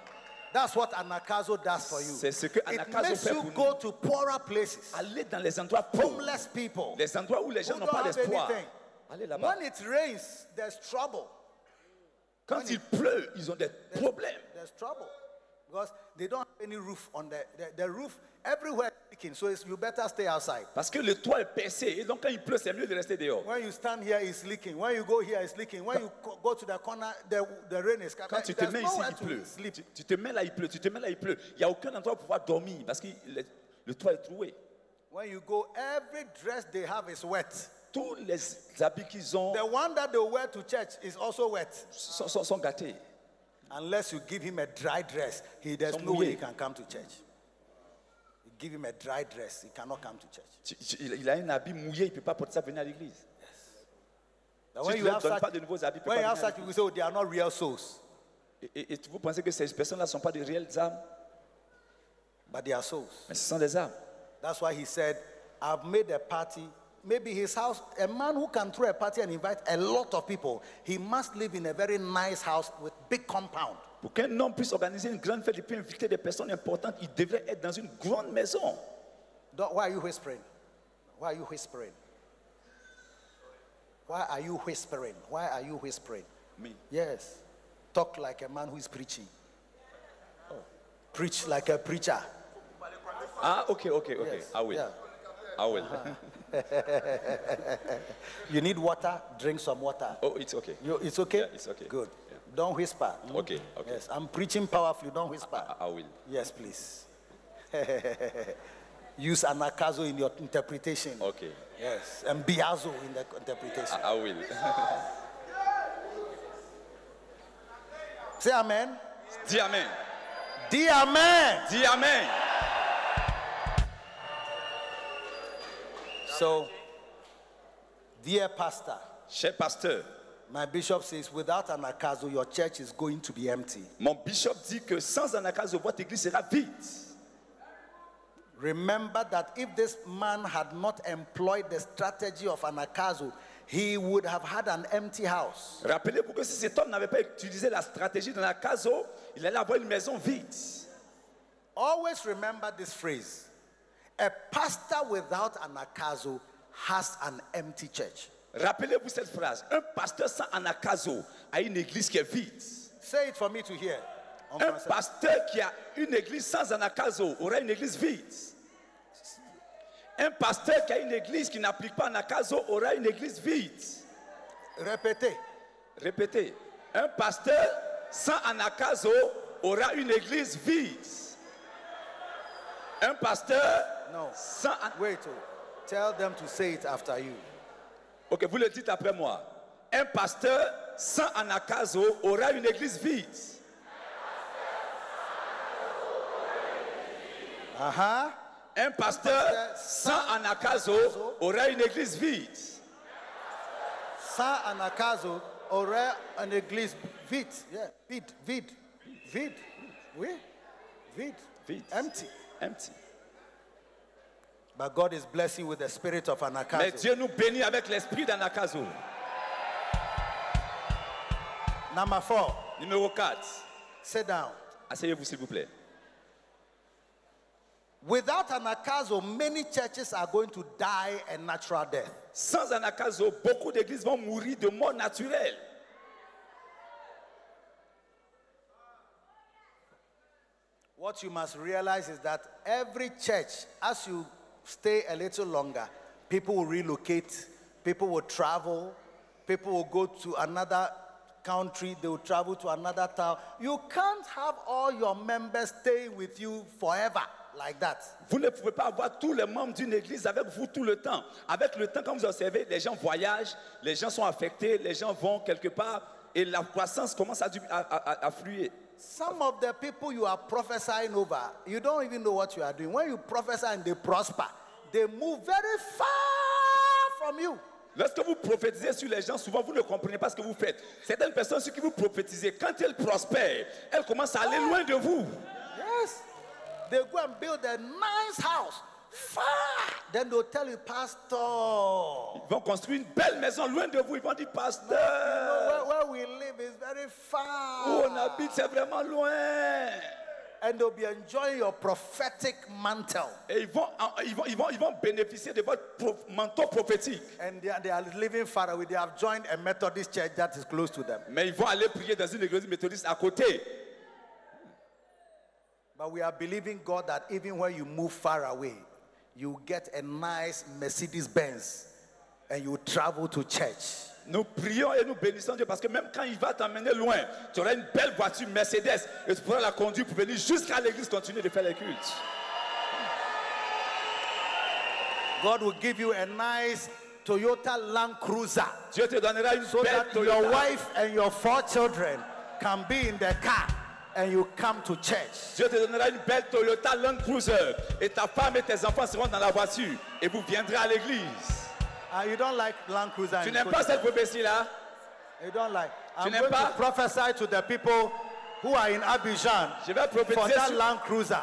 That's what Anakazo does for you.
C'est ce que
It
Anakazo
makes
fait
you
pour
go
nous.
to poorer places,
Allez dans les endroits pauvres.
homeless people.
Les endroits où les gens
Who
n'ont
don't
pas
have
d'espoir.
anything.
Allez là-bas.
When it rains, there's trouble.
Quand il pleut, ils ont des problèmes.
There's trouble because they don't have any roof on the the, the roof everywhere is leaking. So it's, you better stay outside.
Parce que le toit est percé. Et donc, quand il pleut, c'est mieux de rester dehors.
When you stand here, it's leaking. When you go here, it's leaking. When you co- go to the corner, the, the rain is coming.
Quand tu te
There's
mets ici,
nowhere
il
to
pleut.
sleep.
Tu, tu te mets là, il pleut. Tu te mets là, il pleut. Il n'y a aucun endroit pour pouvoir dormir parce que le, le toit est troué.
When you go, every dress they have is wet.
Tous les habits qu'ils ont
The one that they wear to church is also wet.
sont, sont- sont gâtés.
Unless you give him a dry dress, he there's
Some
no way
way.
he can come to church. You give him a dry dress, he cannot come to church.
Tu- tu- il il a un habit mouillé, il ne peut pas porter ça venir à l'église.
But
Si tu leur donnes pas de nouveaux habits, il peut
when
pas
you have
venir à
such people, say, oh, they are not real souls.
Et, et- et vous pensez que ces personnes-là ne sont pas de réelles âmes,
but they are souls.
mais ce sont des âmes.
That's why he said, I've made a party. Maybe his house, a man who can throw a party and invite a lot of people, he must live in a very nice house with big compound.
Pour qu'un homme puisse organiser une grande fête et puis inviter des personnes importantes, il devrait être dans une grande maison.
Don't- why are you whispering? Why are you whispering? Why are you whispering? Why are you whispering?
Me.
Yes. Talk like a man who is preaching. Oh. Preach like a preacher.
Ah, ok, ok, ok.
Yes.
Ah oui.
Yeah.
Ah oui.
You need water, drink some water.
Oh, it's ok.
You, it's okay?
Yeah, it's okay.
Good.
Yeah.
Don't whisper. mm?
Okay, okay.
Yes, I'm preaching powerfully. Don't whisper.
Ah, ah oui.
Yes, please. [laughs] Use anakazo in your interpretation.
Ok.
Yes, and biazo in the interpretation.
Ah, ah oui.
Say amen.
Dis Amen.
Di amen.
Dis Amen.
So, dear pastor,
Cher pasteur,
my bishop says, without anakazo, your church is going to be empty.
mon bishop dit que sans Anakazo, votre église sera vide.
Remember that if this man had not employed the strategy of anakazo, he would have had an empty house.
Rappelez-vous que si cet homme n'avait pas utilisé la stratégie d'Anakazo, il allait avoir une maison vide.
Always remember this phrase a pastor without an akazo has an empty church.
Rappelez-vous cette phrase. Un pasteur sans Anakazo a une église qui est vide.
Say it for me to hear. En
Un
français.
pasteur qui a une église sans anakazo aura une église vide. Un pasteur qui a une église qui n'applique pas anakazo aura une église vide.
Répétez.
Répétez. Un pasteur sans anakazo aura une église vide. Un pasteur
No.
sans... an-
Wait. oh. Tell them to say it after you.
Ok, vous le dites après moi. Un pasteur sans anakazo aura une église vide.
Uh huh.
Un pasteur sans anakazo aura une église vide.
Sans an akazo aurait an église vide. Yeah. Vide. Vide. Vide. Oui. Vide.
Vide.
Empty.
Empty.
But God is blessing with the spirit of an
Mais
akazo.
Dieu nous bénit avec l'esprit d'Anakazo.
Number four.
Numéro 4.
Sit down.
Asseyez-vous s'il vous plaît.
Without an akazo, many churches are going to die a natural death.
Sans Anakazo, beaucoup d'églises vont mourir de mort naturelle.
What you must realize is that every church, as you stay a little longer, people will relocate, people will travel, people will go to another country, they will travel to another town. You can't have all your members stay with you forever like that.
Vous ne pouvez pas avoir tous les membres d'une église avec vous tout le temps. Avec le temps, quand vous observez, les gens voyagent, les gens sont affectés, les gens vont quelque part et la croissance commence à, du- à, à- à fluer.
Some of the people you are prophesying over, you don't even know what you are doing. When you prophesy and they prosper, they move very far from you.
Lorsque vous prophétisez sur les gens, souvent vous ne comprenez pas ce que vous faites. Certaines personnes sur qui vous prophétisez, quand elles prospèrent, elles commencent à aller loin de vous.
Yes. They go and build a nice house. Far. Then they'll tell you, Pastor,
Ils vont construire une belle maison loin de vous. Ils vont dire, pasteur.
where, where we live is very
Où
far.
on habite, c'est vraiment loin.
And they'll be enjoying your prophetic mantle.
Et ils vont, en- ils vont, ils vont, ils vont bénéficier de votre prof- manteau prophétique.
And they are, they are living far away. They have joined a Methodist church that is close to them.
Mais ils vont aller prier dans une église méthodiste à côté.
But we are believing God that even when you move far away, you get a nice Mercedes Benz and you travel to church.
Nous prions et nous bénissons Dieu parce que même quand il va t'emmener loin, tu auras une belle voiture Mercedes et tu pourras la conduire pour venir jusqu'à l'église continuer de faire les cultes.
God will give you a nice Toyota Land Cruiser
Dieu te donnera une
so
belle
that
Toyota.
your wife and your four children can be in the car and you come to church.
Dieu te donnera une belle Toyota Land Cruiser et ta femme et tes enfants seront dans la voiture et vous viendrez à l'église.
And Ah, you don't like Land Cruiser.
Tu
and
n'aimes pas
Toyota.
cette prophétie là
You don't like. I'm
n'aimes
going to
pas?
prophesy to the people who are in Abidjan
Je vais
for
prophétiser
that
sur,
Land Cruiser.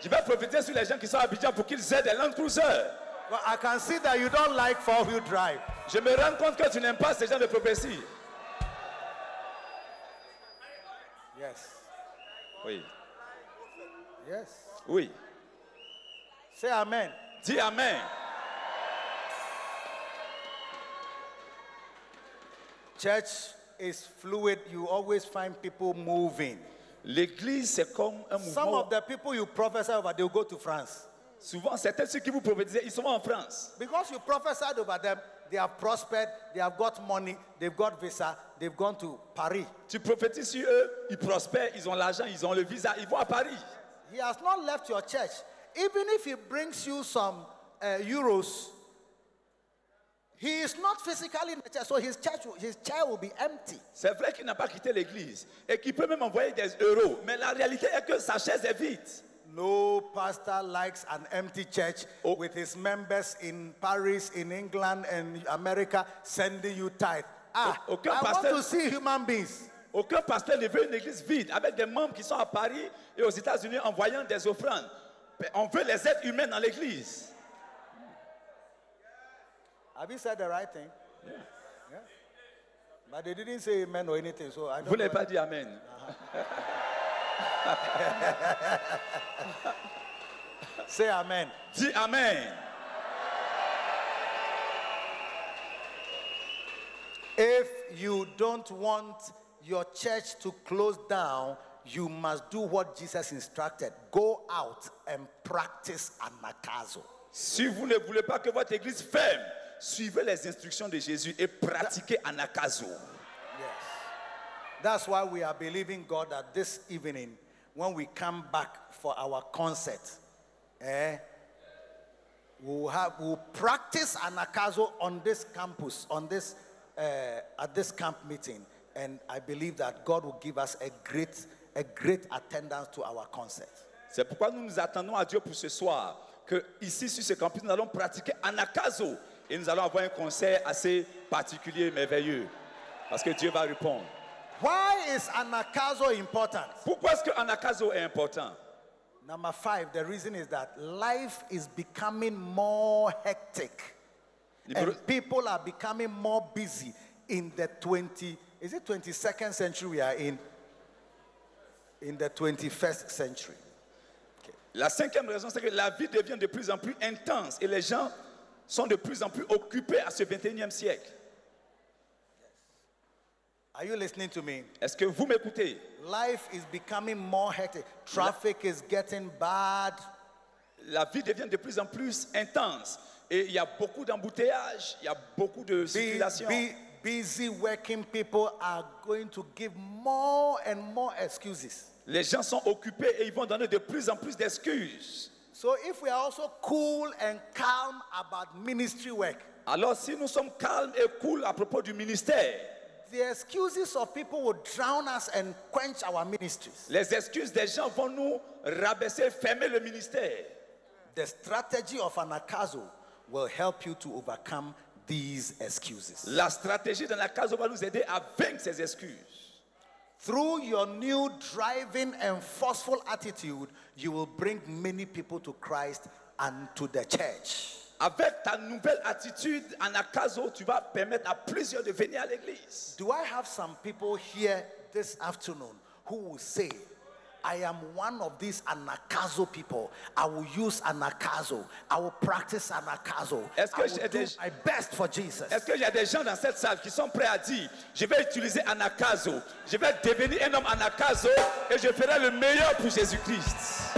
je vais prophétiser sur les gens qui sont à Abidjan pour qu'ils aient des Land Cruiser.
Well, I can see that you don't like four wheel drive.
Je me rends compte que tu n'aimes pas ces gens de prophétie.
Yes.
Oui.
Yes.
Oui.
Say amen.
Dis Amen.
Church is fluid. You always find people moving.
L'église, c'est comme un
Some
mouvement.
of the people you prophesy over, they'll go to France.
Souvent, certains ceux qui vous prophétisent, ils sont en France.
Because you prophesied over them, they have prospered, they have got money, they've got visa, they've gone to Paris.
Tu prophétises sur eux, ils prospèrent, ils ont l'argent, ils ont le visa, ils vont à Paris.
He has not left your church. Even if he brings you some uh, euros, he is not physically in the church, so his church, will- his chair will be empty.
C'est vrai qu'il n'a pas quitté l'église et qu'il peut même envoyer des euros, mais la réalité est que sa chaise est vide.
No pastor likes an empty church
Oh.
with his members in Paris, in England, and America sending you tithe. Ah,
O- okay,
I
Oh, pastor.
want to see human beings.
Aucun pasteur ne veut une église vide avec des membres qui sont à Paris et aux États-Unis envoyant des offrandes. Mais On veut les êtres humains dans l'église.
Have you said the right thing? Yeah. But they didn't say amen or anything, so I don't
Vous
know.
n'avez pas dit Amen.
Say amen.
Dis Amen.
If you don't want your church to close down, you must do what Jesus instructed. Go out and practice anakazo.
Si vous ne voulez pas que votre église ferme, suivez les instructions de Jésus et pratiquez anakazo.
Yes. That's why we are believing God that this evening, when we come back for our concert, eh, we'll, have, we'll practice anakazo on this campus, on this, eh, at this camp meeting. And I believe that God will give us a great, a great attendance to our concert.
C'est pourquoi nous nous attendons à Dieu pour ce soir. Que ici sur ce campus, nous allons pratiquer anakazo et nous allons avoir un concert assez particulier, merveilleux. Parce que Dieu va répondre.
Why is anakazo important?
Pourquoi est-ce que anakazo est important
Number five, the reason is that life is becoming more hectic.
Numéro-
And people are becoming more busy in the 20, is it 22nd century we are in? In the 21st century.
La cinquième raison, c'est que la vie devient de plus en plus intense et les gens sont de plus en plus occupés à ce 21e siècle.
Are you listening to me?
Est-ce que vous m'écoutez
Life is becoming more hectic. Traffic is getting bad.
La vie devient de plus en plus intense et il y a beaucoup d'embouteillages, il y a beaucoup de
Bu-
circulation.
bu- busy working people are going to give more and more excuses.
Les gens sont occupés et ils vont donner de plus en plus d'excuses.
So if we are also cool and calm about ministry work,
Alors si nous sommes calmes et cool à propos du ministère,
the excuses of people will drown us and quench our ministries.
les excuses des gens vont nous rabaisser, fermer le ministère.
The strategy of an akazo will help you to overcome these excuses.
La stratégie dans la case va nous aider à vaincre ces excuses.
Through your new driving and forceful attitude, you will bring many people to Christ and to the church.
Avec ta nouvelle attitude, en acaso, tu vas permettre à plusieurs de venir à l'église.
Do I have some people here this afternoon who will say, I am one of these anakazo people. I will use anakazo. I will practice anakazo.
Est-ce que
I
j'ai
will do
des-
my best for Jesus.
Est-ce qu'il y a des gens dans cette salle qui sont prêts à dire Je vais utiliser Anakazo, je vais devenir un homme Anakazo et je ferai le meilleur pour Jésus-Christ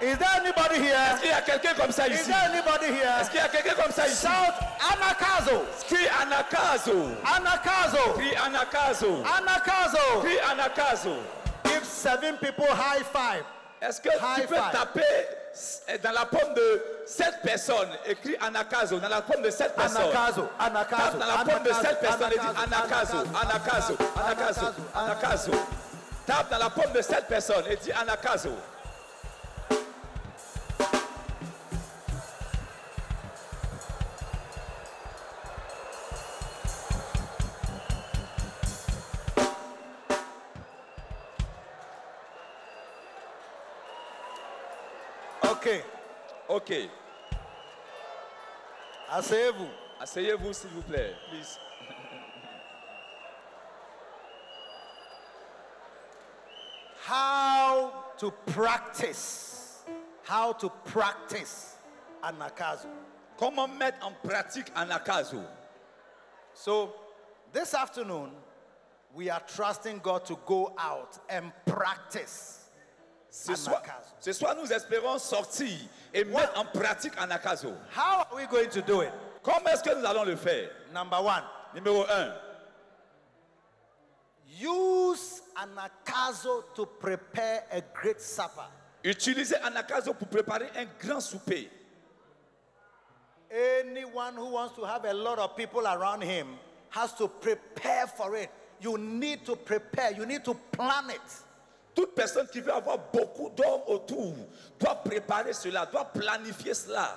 Is there anybody here?
Est-ce qu'il y a quelqu'un comme ça
Is
ici
there anybody
Est-ce
here?
qu'il y a quelqu'un comme ça ici
Shout Anakazo!
Crie Anakazo
Anakazo!
Crie Anakazo
Anakazo!
Crie Anakazo
Give seven people high five.
Est-ce que tu
High
peux
five.
taper dans la pomme de cette personne et crie Anakazo dans la pomme de cette personne
Anakazo,
Tape
Anakazo,
dans la pomme de cette personne et dit Anakazo,
Anakazo,
Anakazo, Anakazo, Anakazo. Tape dans la pomme de cette personne et dit Anakazo.
Ok.
Ok.
Asseyez-vous.
Asseyez-vous, s'il vous plaît. Please.
How to practice. How to practice anakazo.
Comment mettre en pratique Anakazo
So, this afternoon, we are trusting God to go out and practice.
ce soir,
Anakazo.
ce soir, nous espérons sortir et mettre en pratique Anakazo.
How are we going to do it?
Comment est-ce que nous allons le faire
Number one,
Numéro 1.
use anakazo to prepare a great supper.
Utilisez Anakazo pour préparer un grand souper.
Anyone who wants to have a lot of people around him has to prepare for it. You need to prepare, you need to plan it.
Toute personne qui veut avoir beaucoup d'hommes autour doit préparer cela, doit planifier cela.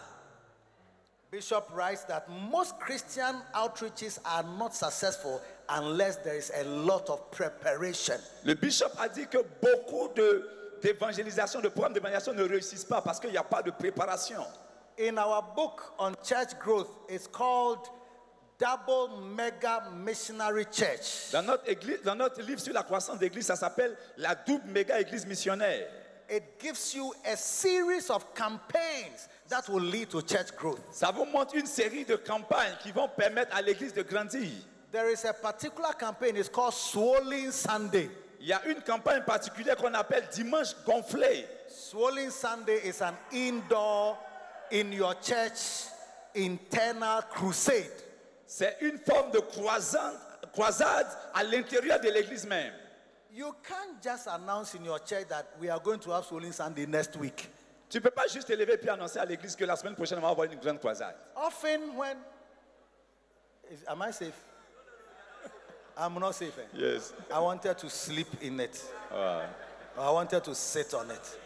Bishop writes that most Christian outreaches are not successful unless there is a lot of preparation.
Le bishop a dit que beaucoup de- d'évangélisation, de programmes d'évangélisation ne réussissent pas parce qu'il n'y a pas de préparation.
In our book on church growth, it's called Double Mega Missionary Church.
Dans notre, église- dans notre livre sur la croissance d'église, ça s'appelle la double méga église missionnaire.
It gives you a series of campaigns that will lead to church growth.
Ça vous montre une série de campagnes qui vont permettre à l'église de grandir.
There is a particular campaign, it's called Swollen Sunday.
Il y a une campagne particulière qu'on appelle Dimanche gonflé.
Swollen Sunday is an indoor, in your church, internal crusade.
C'est une forme de croisade, croisade à l'intérieur de l'église même.
You can't just announce in your church that we are going to have Swollen Sunday next week.
Tu ne peux pas juste te lever puis annoncer à l'église que la semaine prochaine, on va avoir une grande croisade.
Often when is, am I safe? I'm not safe. eh?
Yes.
I wanted to sleep in it. I wanted to sit on it.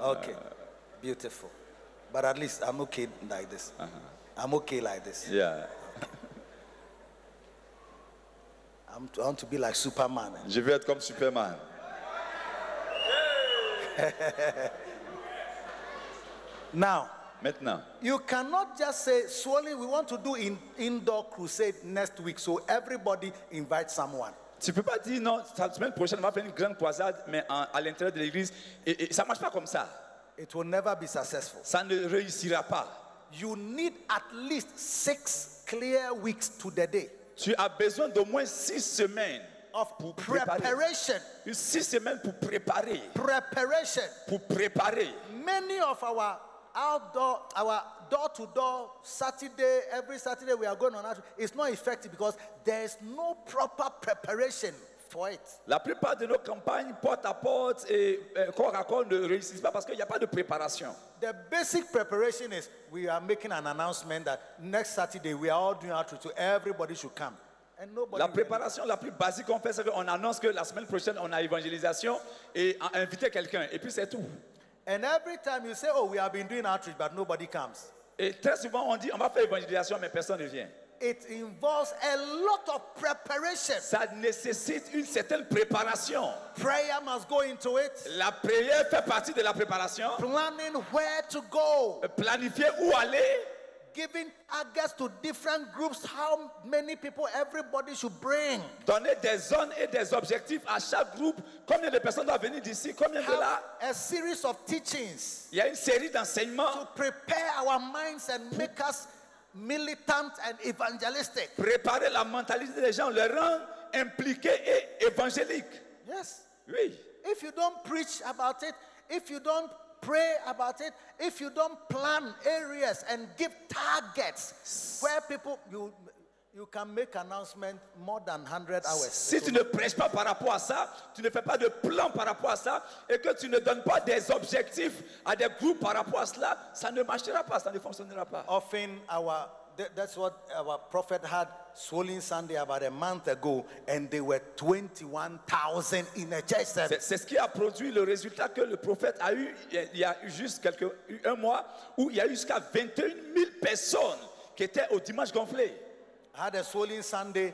Okay. Beautiful. But at least I'm okay like this. I'm okay like this.
Yeah.
I'm, I want to be like Superman. eh?
Je veux être comme Superman.
Now,
Maintenant,
you cannot just say, Swollen, we want to do in, indoor crusade next week. So everybody invite someone.
tu ne peux pas dire non, la semaine prochaine, on va faire une grande croisade, mais en- à l'intérieur de l'église. Et, et ça ne marche pas comme ça.
It will never be successful.
Ça ne réussira pas.
You need at least six clear weeks to the day
Tu as besoin d'au moins six semaines.
of
Pour préparer.
preparation.
Une Six semaines pour préparer.
Preparation.
Pour préparer.
Many of our outdoor, our door to door, Saturday, every Saturday we are going on outreach, it's not effective because there is no proper preparation for it.
La plupart de nos campagnes porte à porte et euh, corps à corps ne réussissent pas parce qu'il n'y a pas de préparation.
The basic preparation is we are making an announcement that next Saturday we are all doing outreach, so everybody should come. And nobody.
La
will.
préparation la plus basique qu'on fait, c'est qu'on annonce que la semaine prochaine, on a évangélisation et a- inviter quelqu'un. Et puis c'est tout.
And every time you say, oh, we have been doing outreach, but nobody comes.
Et très souvent, on dit, on va faire évangélisation, mais personne ne vient.
It involves a lot of preparation.
Ça nécessite une certaine préparation.
Prayer must go into it.
La prière fait partie de la préparation.
Planning where to go.
Planifier où aller,
giving targets to different groups, how many people everybody should bring.
donner des zones et des objectifs à chaque groupe. Combien de personnes doivent venir d'ici, combien de
Have
là.
a series of teachings
Il y a une série
to
d'enseignements.
prepare our minds and make us militant and evangelistic.
Préparer la mentalité des gens, le rendre impliqué et évangélique.
Yes.
Oui.
If you don't preach about it, if you don't pray about it, if you don't plan areas and give targets where people you you can make announcement more than 100 hours.
Si tu ne prêches pas par rapport à ça, tu ne fais pas de plan par rapport à ça, et que tu ne donnes pas des objectifs à des groupes par rapport à cela, ça ne marchera pas, ça ne fonctionnera pas.
Often our th- that's what our prophet had swollen Sunday about a month ago, and they were twenty-one thousand in a church
C'est
service.
c'est ce qui a produit le résultat que le prophète a eu il y a- il y a eu juste quelques, un mois, où il y a eu jusqu'à 21 000 personnes qui étaient au dimanche gonflé.
I had a swollen Sunday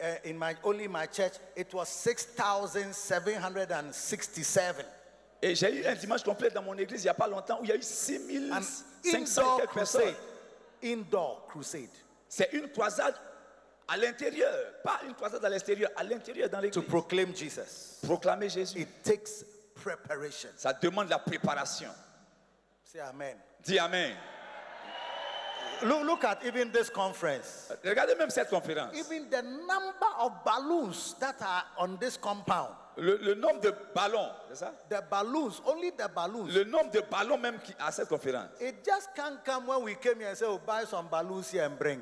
uh, in my only my church. It was six thousand seven hundred and sixty-seven.
Et j'ai eu un dimanche complet dans mon église il n'y a pas longtemps où il y a eu
An
6500
indoor
quelques personnes.
crusade. Indoor crusade.
C'est une croisade à l'intérieur, pas une croisade à l'extérieur, à l'intérior dans
To
l'église.
proclaim Jesus.
Proclamer Jésus,
It takes preparation.
ça demande la préparation.
Say amen.
Dis Amen.
Look, look at even this conference.
Regardez même cette conférence.
Even the number of balloons that are on this compound.
Le, le nombre de ballons, c'est ça
The balloons, only the balloons.
Le nombre de ballons même qui, à cette conférence.
It just can't come when we came here and said, oh, buy some balloons here and bring.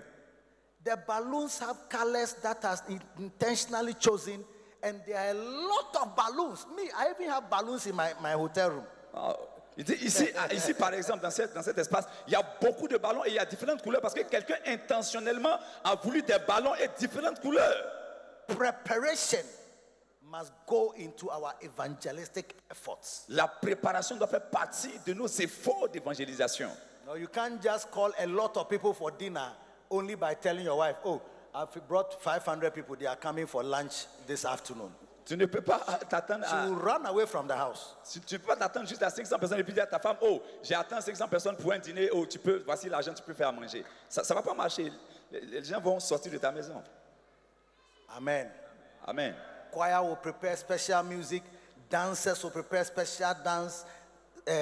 The balloons have colors that are intentionally chosen, and there are a lot of balloons. Me, I even have balloons in my, my hotel room.
Ah, il dit
[laughs]
ici, ah, ici, par exemple, dans, cette- dans cet espace, il y a beaucoup de ballons et il y a différentes couleurs parce que quelqu'un intentionnellement a voulu des ballons et différentes couleurs.
Preparation must go into our evangelistic efforts.
La préparation doit faire partie de nos efforts d'évangélisation.
Now, you can't just call a lot of people for dinner only by telling your wife, oh, I've brought 500 people, they are coming for lunch this afternoon.
Tu ne peux pas euh, t'attendre
She
à,
will run away from the house.
tu, tu peux pas t'attendre juste à 500 personnes et puis dire à ta femme, oh, j'ai atteint 500 personnes pour un dîner, oh, tu peux, voici l'argent, tu peux faire à manger. Ça ne va pas marcher. Les, les gens vont sortir de ta maison.
Amen.
Amen.
choir will prepare special music, dancers will prepare special dance, uh,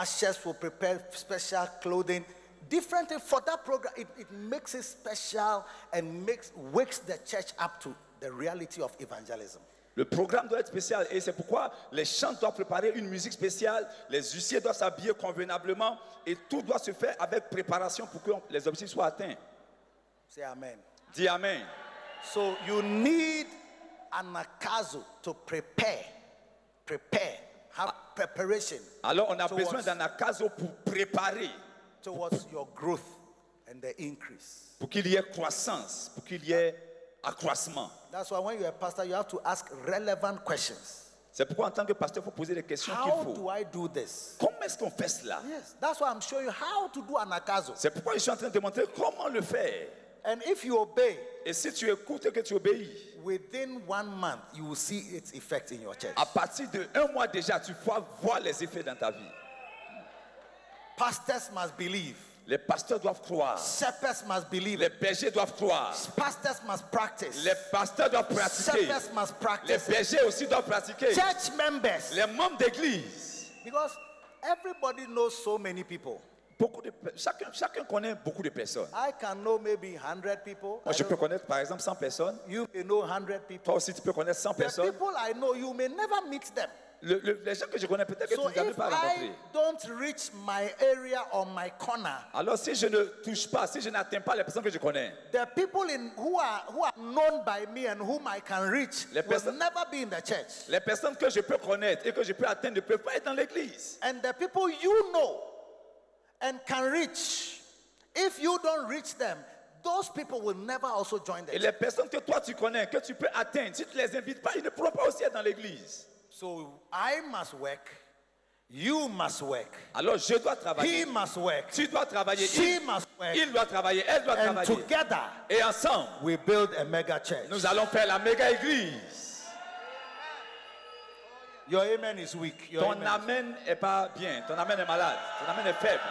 ushers will prepare special clothing. Different thing for that program, it, it makes it special and makes wakes the church up to the reality of evangelism.
Le programme doit être spécial et c'est pourquoi les chants doivent préparer une musique spéciale, les huissiers doivent s'habiller convenablement et tout doit se faire avec préparation pour que les objectifs soient atteints.
Say amen.
Dis Amen.
So you need an akazu to prepare, prepare, have preparation
Alors on a
Towards-
besoin d'un acaso pour préparer,
towards your growth and the increase.
pour qu'il y ait croissance, pour qu'il y ait accroissement.
That's why when you're a pastor, you have to ask relevant questions.
C'est pourquoi en tant que pasteur, il faut poser les questions
How do
qu'il faut.
I do this?
Comment est-ce qu'on fait cela
Yes, that's why I'm showing you how to do an akazo.
C'est pourquoi je suis en train de te montrer comment le faire.
And if you obey
Et si tu écoutes et que tu obéis,
within one month, you will see its effect in your church.
à partir de un mois déjà, tu vas voir les effets dans ta vie.
Pastors must believe,
Les pasteurs doivent croire.
shepherds must believe,
Les bergers doivent croire.
pastors must practice,
Les pasteurs doivent pratiquer.
shepherds must
Les
practice,
bergers aussi doivent pratiquer.
church members,
Les membres d'église.
because everybody knows so many people.
Beaucoup de pe- chacun, chacun connaît beaucoup de personnes.
I can know maybe 100 people. I
Moi, je
don't-
peux connaître par exemple 100 personnes.
You may know 100
Toi
people.
aussi, tu peux connaître 100
The
personnes.
people I know, you may never meet them.
Le- le- les gens que je connais, peut-être que
So
tu ne les avais
if
pas
I
rencontrés.
don't reach my area or my corner,
Alors, si je ne touche pas, si je n'atteins pas les personnes que je connais,
the people in, who, are, who are known by me and whom I can reach
Les
will
personnes-
never be in the church.
les personnes que je peux connaître et que je peux atteindre ne peuvent pas être dans l'église.
And the people you know and can reach, if you don't reach them, those people will never also join the
Et
church.
les personnes que toi tu connais, que tu peux atteindre, si tu ne les invites pas, ils ne pourront pas aussi être dans l'église.
So I must work, you must work,
Alors, je dois
he
travailler.
must work,
Tu dois travailler.
she
il-
must work,
Il doit travailler, elle doit
and
travailler.
together
Et ensemble,
we build a mega church.
nous allons faire la méga église.
Your amen is weak. Your
Ton
amen is-
amen n'est pas bien. Ton amen est malade. Ton amen est faible.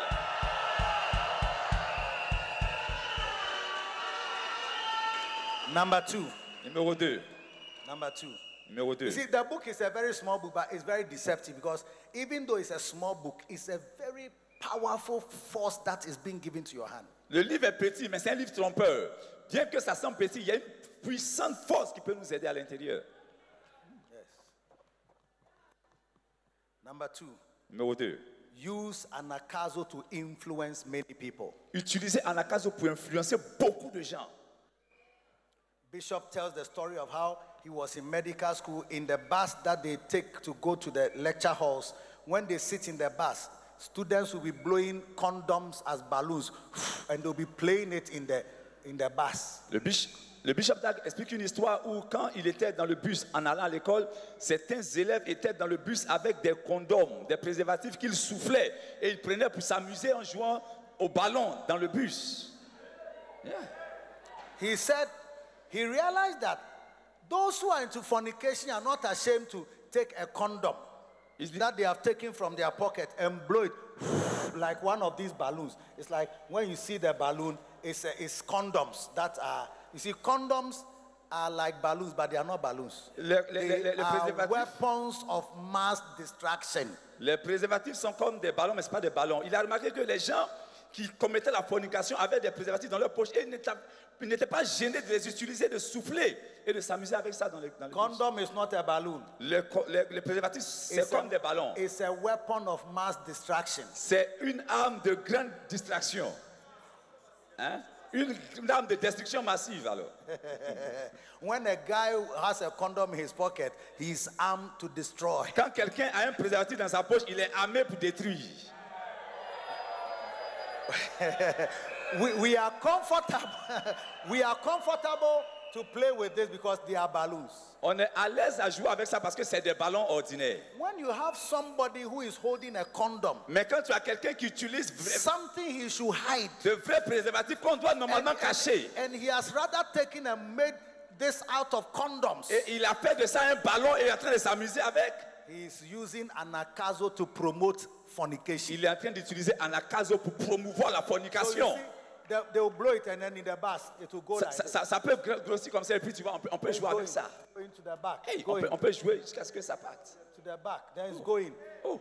Number two.
Numéro 2.
Number two.
Numéro 2.
You see, the book is a very small book, but it's very deceptive because even though it's a small book, it's a very powerful force that is being given to your hand.
Le livre est petit, mais c'est un livre trompeur. Bien que ça semble petit, il y a une puissante force qui peut nous aider à l'intérieur.
Number two,
Numéro 2.
use an akazo to influence many people.
Utiliser Anakazo pour influencer beaucoup de gens.
Bishop tells the story of how he was in medical school in the bus that they take to go to the lecture halls. When they sit in the bus, students will be blowing condoms as balloons and they'll be playing it in the in the bus.
Le, bich- le bishop Dag explique une histoire où quand il était dans le bus en allant à l'école, certains élèves étaient dans le bus avec des condoms, des préservatifs qu'ils soufflaient et ils prenaient pour s'amuser en jouant au ballon dans le bus.
He said he realized that those who are into fornication are not ashamed to take a condom
Il dit,
that they have taken from their pocket and blow it [laughs] like one of these balloons. It's like when you see the balloon, it's, uh, it's condoms that are, you see, condoms are like balloons, but they are not balloons.
les, les-
They
les- les- les
are
préservatifs,
weapons of mass destruction.
les préservatifs sont comme des ballons, mais ce pas des ballons. Il a remarqué que les gens qui commettaient la fornication avaient des préservatifs dans leur poche et ils n'étaient- ils n'étaient pas gênés de les utiliser, de souffler et de s'amuser avec ça dans les, dans les douches.
Condom is not a balloon.
Les co- les- les préservatifs, c'est
It's a-
comme des ballons.
It's a weapon of mass destruction.
C'est une arme de grande distraction. Hein? Une, une arme de destruction massive, alors.
When a guy has a condom in his pocket, he's armed to destroy.
Quand quelqu'un a un préservatif dans sa poche, il est armé pour détruire.
We, we are comfortable. [laughs] we are comfortable to play with this because they are balloons.
On est à l'aise à jouer avec ça parce que c'est des ballons ordinaires.
When you have somebody who is holding a condom,
Mais quand tu as quelqu'un qui utilise vra-
something he should hide.
de vrais préservatifs qu'on doit
Eh.
normalement cacher,
And he has rather taken and made this out of condoms.
et il a fait de ça un ballon et est en train de s'amuser avec,
He is using anakazo to promote fornication.
il est en train d'utiliser Anakazo pour promouvoir la
So you
fornication.
see, they, they will blow it and then in the bus it will go
Ça,
like
ça-
this.
ça- ça peut gro- grossir comme ça et puis tu vois, on peut, on peut
It's
jouer
going,
avec ça.
going to the back.
Hey, on,
going
peut, on peut jouer jusqu'à ce que ça parte.
to the back. Then it's going.
Oh.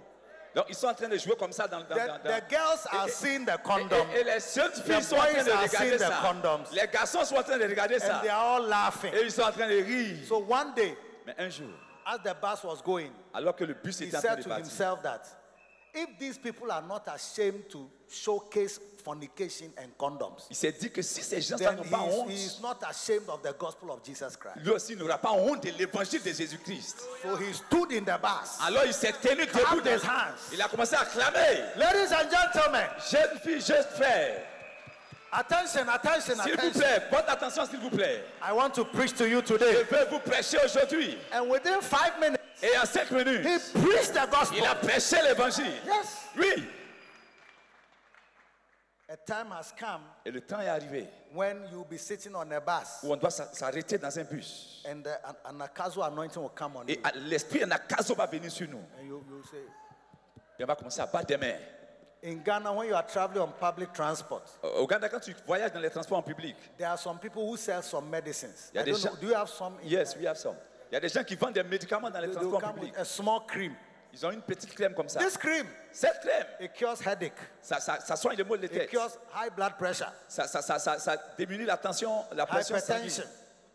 Donc ils sont en train de jouer comme ça dans, dans,
The,
dans- dans-
the girls are
Et- et-
seeing the
Et-
condom
Et, et les jeunes filles
The
sont en train
boys
de
are
regarder
seeing the
ça.
condoms.
Les garçons sont en train de regarder ça.
and they are all laughing.
Et ils sont en train de rire.
So one day,
Mais un jour,
as the bus was going,
alors que le bus
he
était en train
said
de
to
partir,
himself that if these people are not ashamed to showcase fornication and condoms,
il s'est dit que si ces gens
then
n'ont
he
pas
is,
honte,
he is not ashamed of the gospel of Jesus Christ.
lui aussi n'aura pas honte de l'évangile de Jésus-Christ.
So he stood in the bus.
Alors il s'est tenu debout.
Clap
dans-
his hands.
Il a commencé à clamer.
Ladies and gentlemen,
Jeune fille, jeune frère,
attention, attention,
s'il vous
attention.
plaît, porte attention s'il vous plaît.
I want to preach to you
Je
today.
vais vous prêcher aujourd'hui.
And within five minutes,
Et en cinq
he
minutes,
preached the gospel.
il a prêché l'évangile.
Yes.
Oui.
A time has come
Et le temps est arrivé
when you'll be sitting on a bus
où on doit s'a- s'arrêter dans un bus.
and the, an, an akazo anointing will come on you.
Et à- l'esprit Nakazo va venir sur nous.
And you, you say,
Et on va commencer à battre des mains.
in Ghana, when you are traveling on public transport,
Au Ghana, quand tu voyages dans les transports en public,
there are some people who sell some medicines.
Yeah,
I
they
don't know,
sell-
do you have some? in-
yes, we have some. Il y a des gens qui vendent des médicaments dans les
They, will
transports en
come with
public.
a small cream.
Ils ont une petite crème comme ça.
This cream,
Cette crème,
it cures headache.
ça, ça, ça soigne les maux de
It
tête.
cures high blood pressure.
Ça, ça, ça, ça, ça diminue la tension, la pression sanguine.
Hypertension.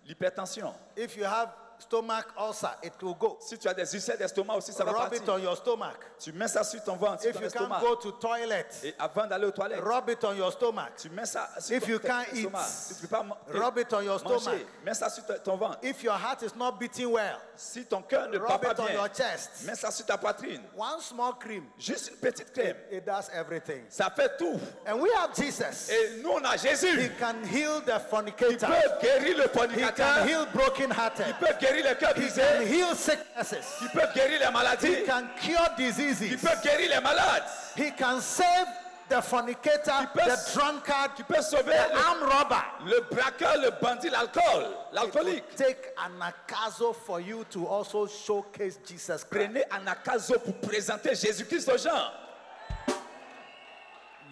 L'hypertension.
If you have stomach ulcer, it will go.
Si tu as des ulcères d'estomac aussi, ça va
Rub it
partir.
on your stomach.
Tu mets ça sur ton ventre, sur
If
ton
you can't
estomac.
go to toilet,
Et avant d'aller aux toilettes,
rub it on your stomach.
tu mets ça sur
If
ton
you can't eat,
estomac. Si tu peux pas man-
rub it on your
manger,
stomach.
mets ça sur ton- ton ventre.
If your heart is not beating well,
Si ton cœur ne bat
rub
pas
it on
bien,
your chest.
mets ça sur ta poitrine.
One small cream,
Juste une petite crème.
it does everything.
Ça fait tout.
And we have Jesus.
Et nous, on a Jésus.
He can heal the
Il
fornicator.
peut guérir le
He
fornicateur.
can heal brokenhearted.
Il peut guérir le cœur
He can
brisé.
heal sicknesses.
Il peut guérir les
He
maladies.
can cure
Il
diseases.
peut guérir les malades.
He can save the fornicator,
peut-
the drunkard,
Il peut sauver
the armed robber.
le, le braqueur, le bandit, l'alcool, l'alcoolique.
Take an acaso for you to also showcase Jesus Christ.
Prenez Anakazo pour présenter Jésus-Christ aux gens.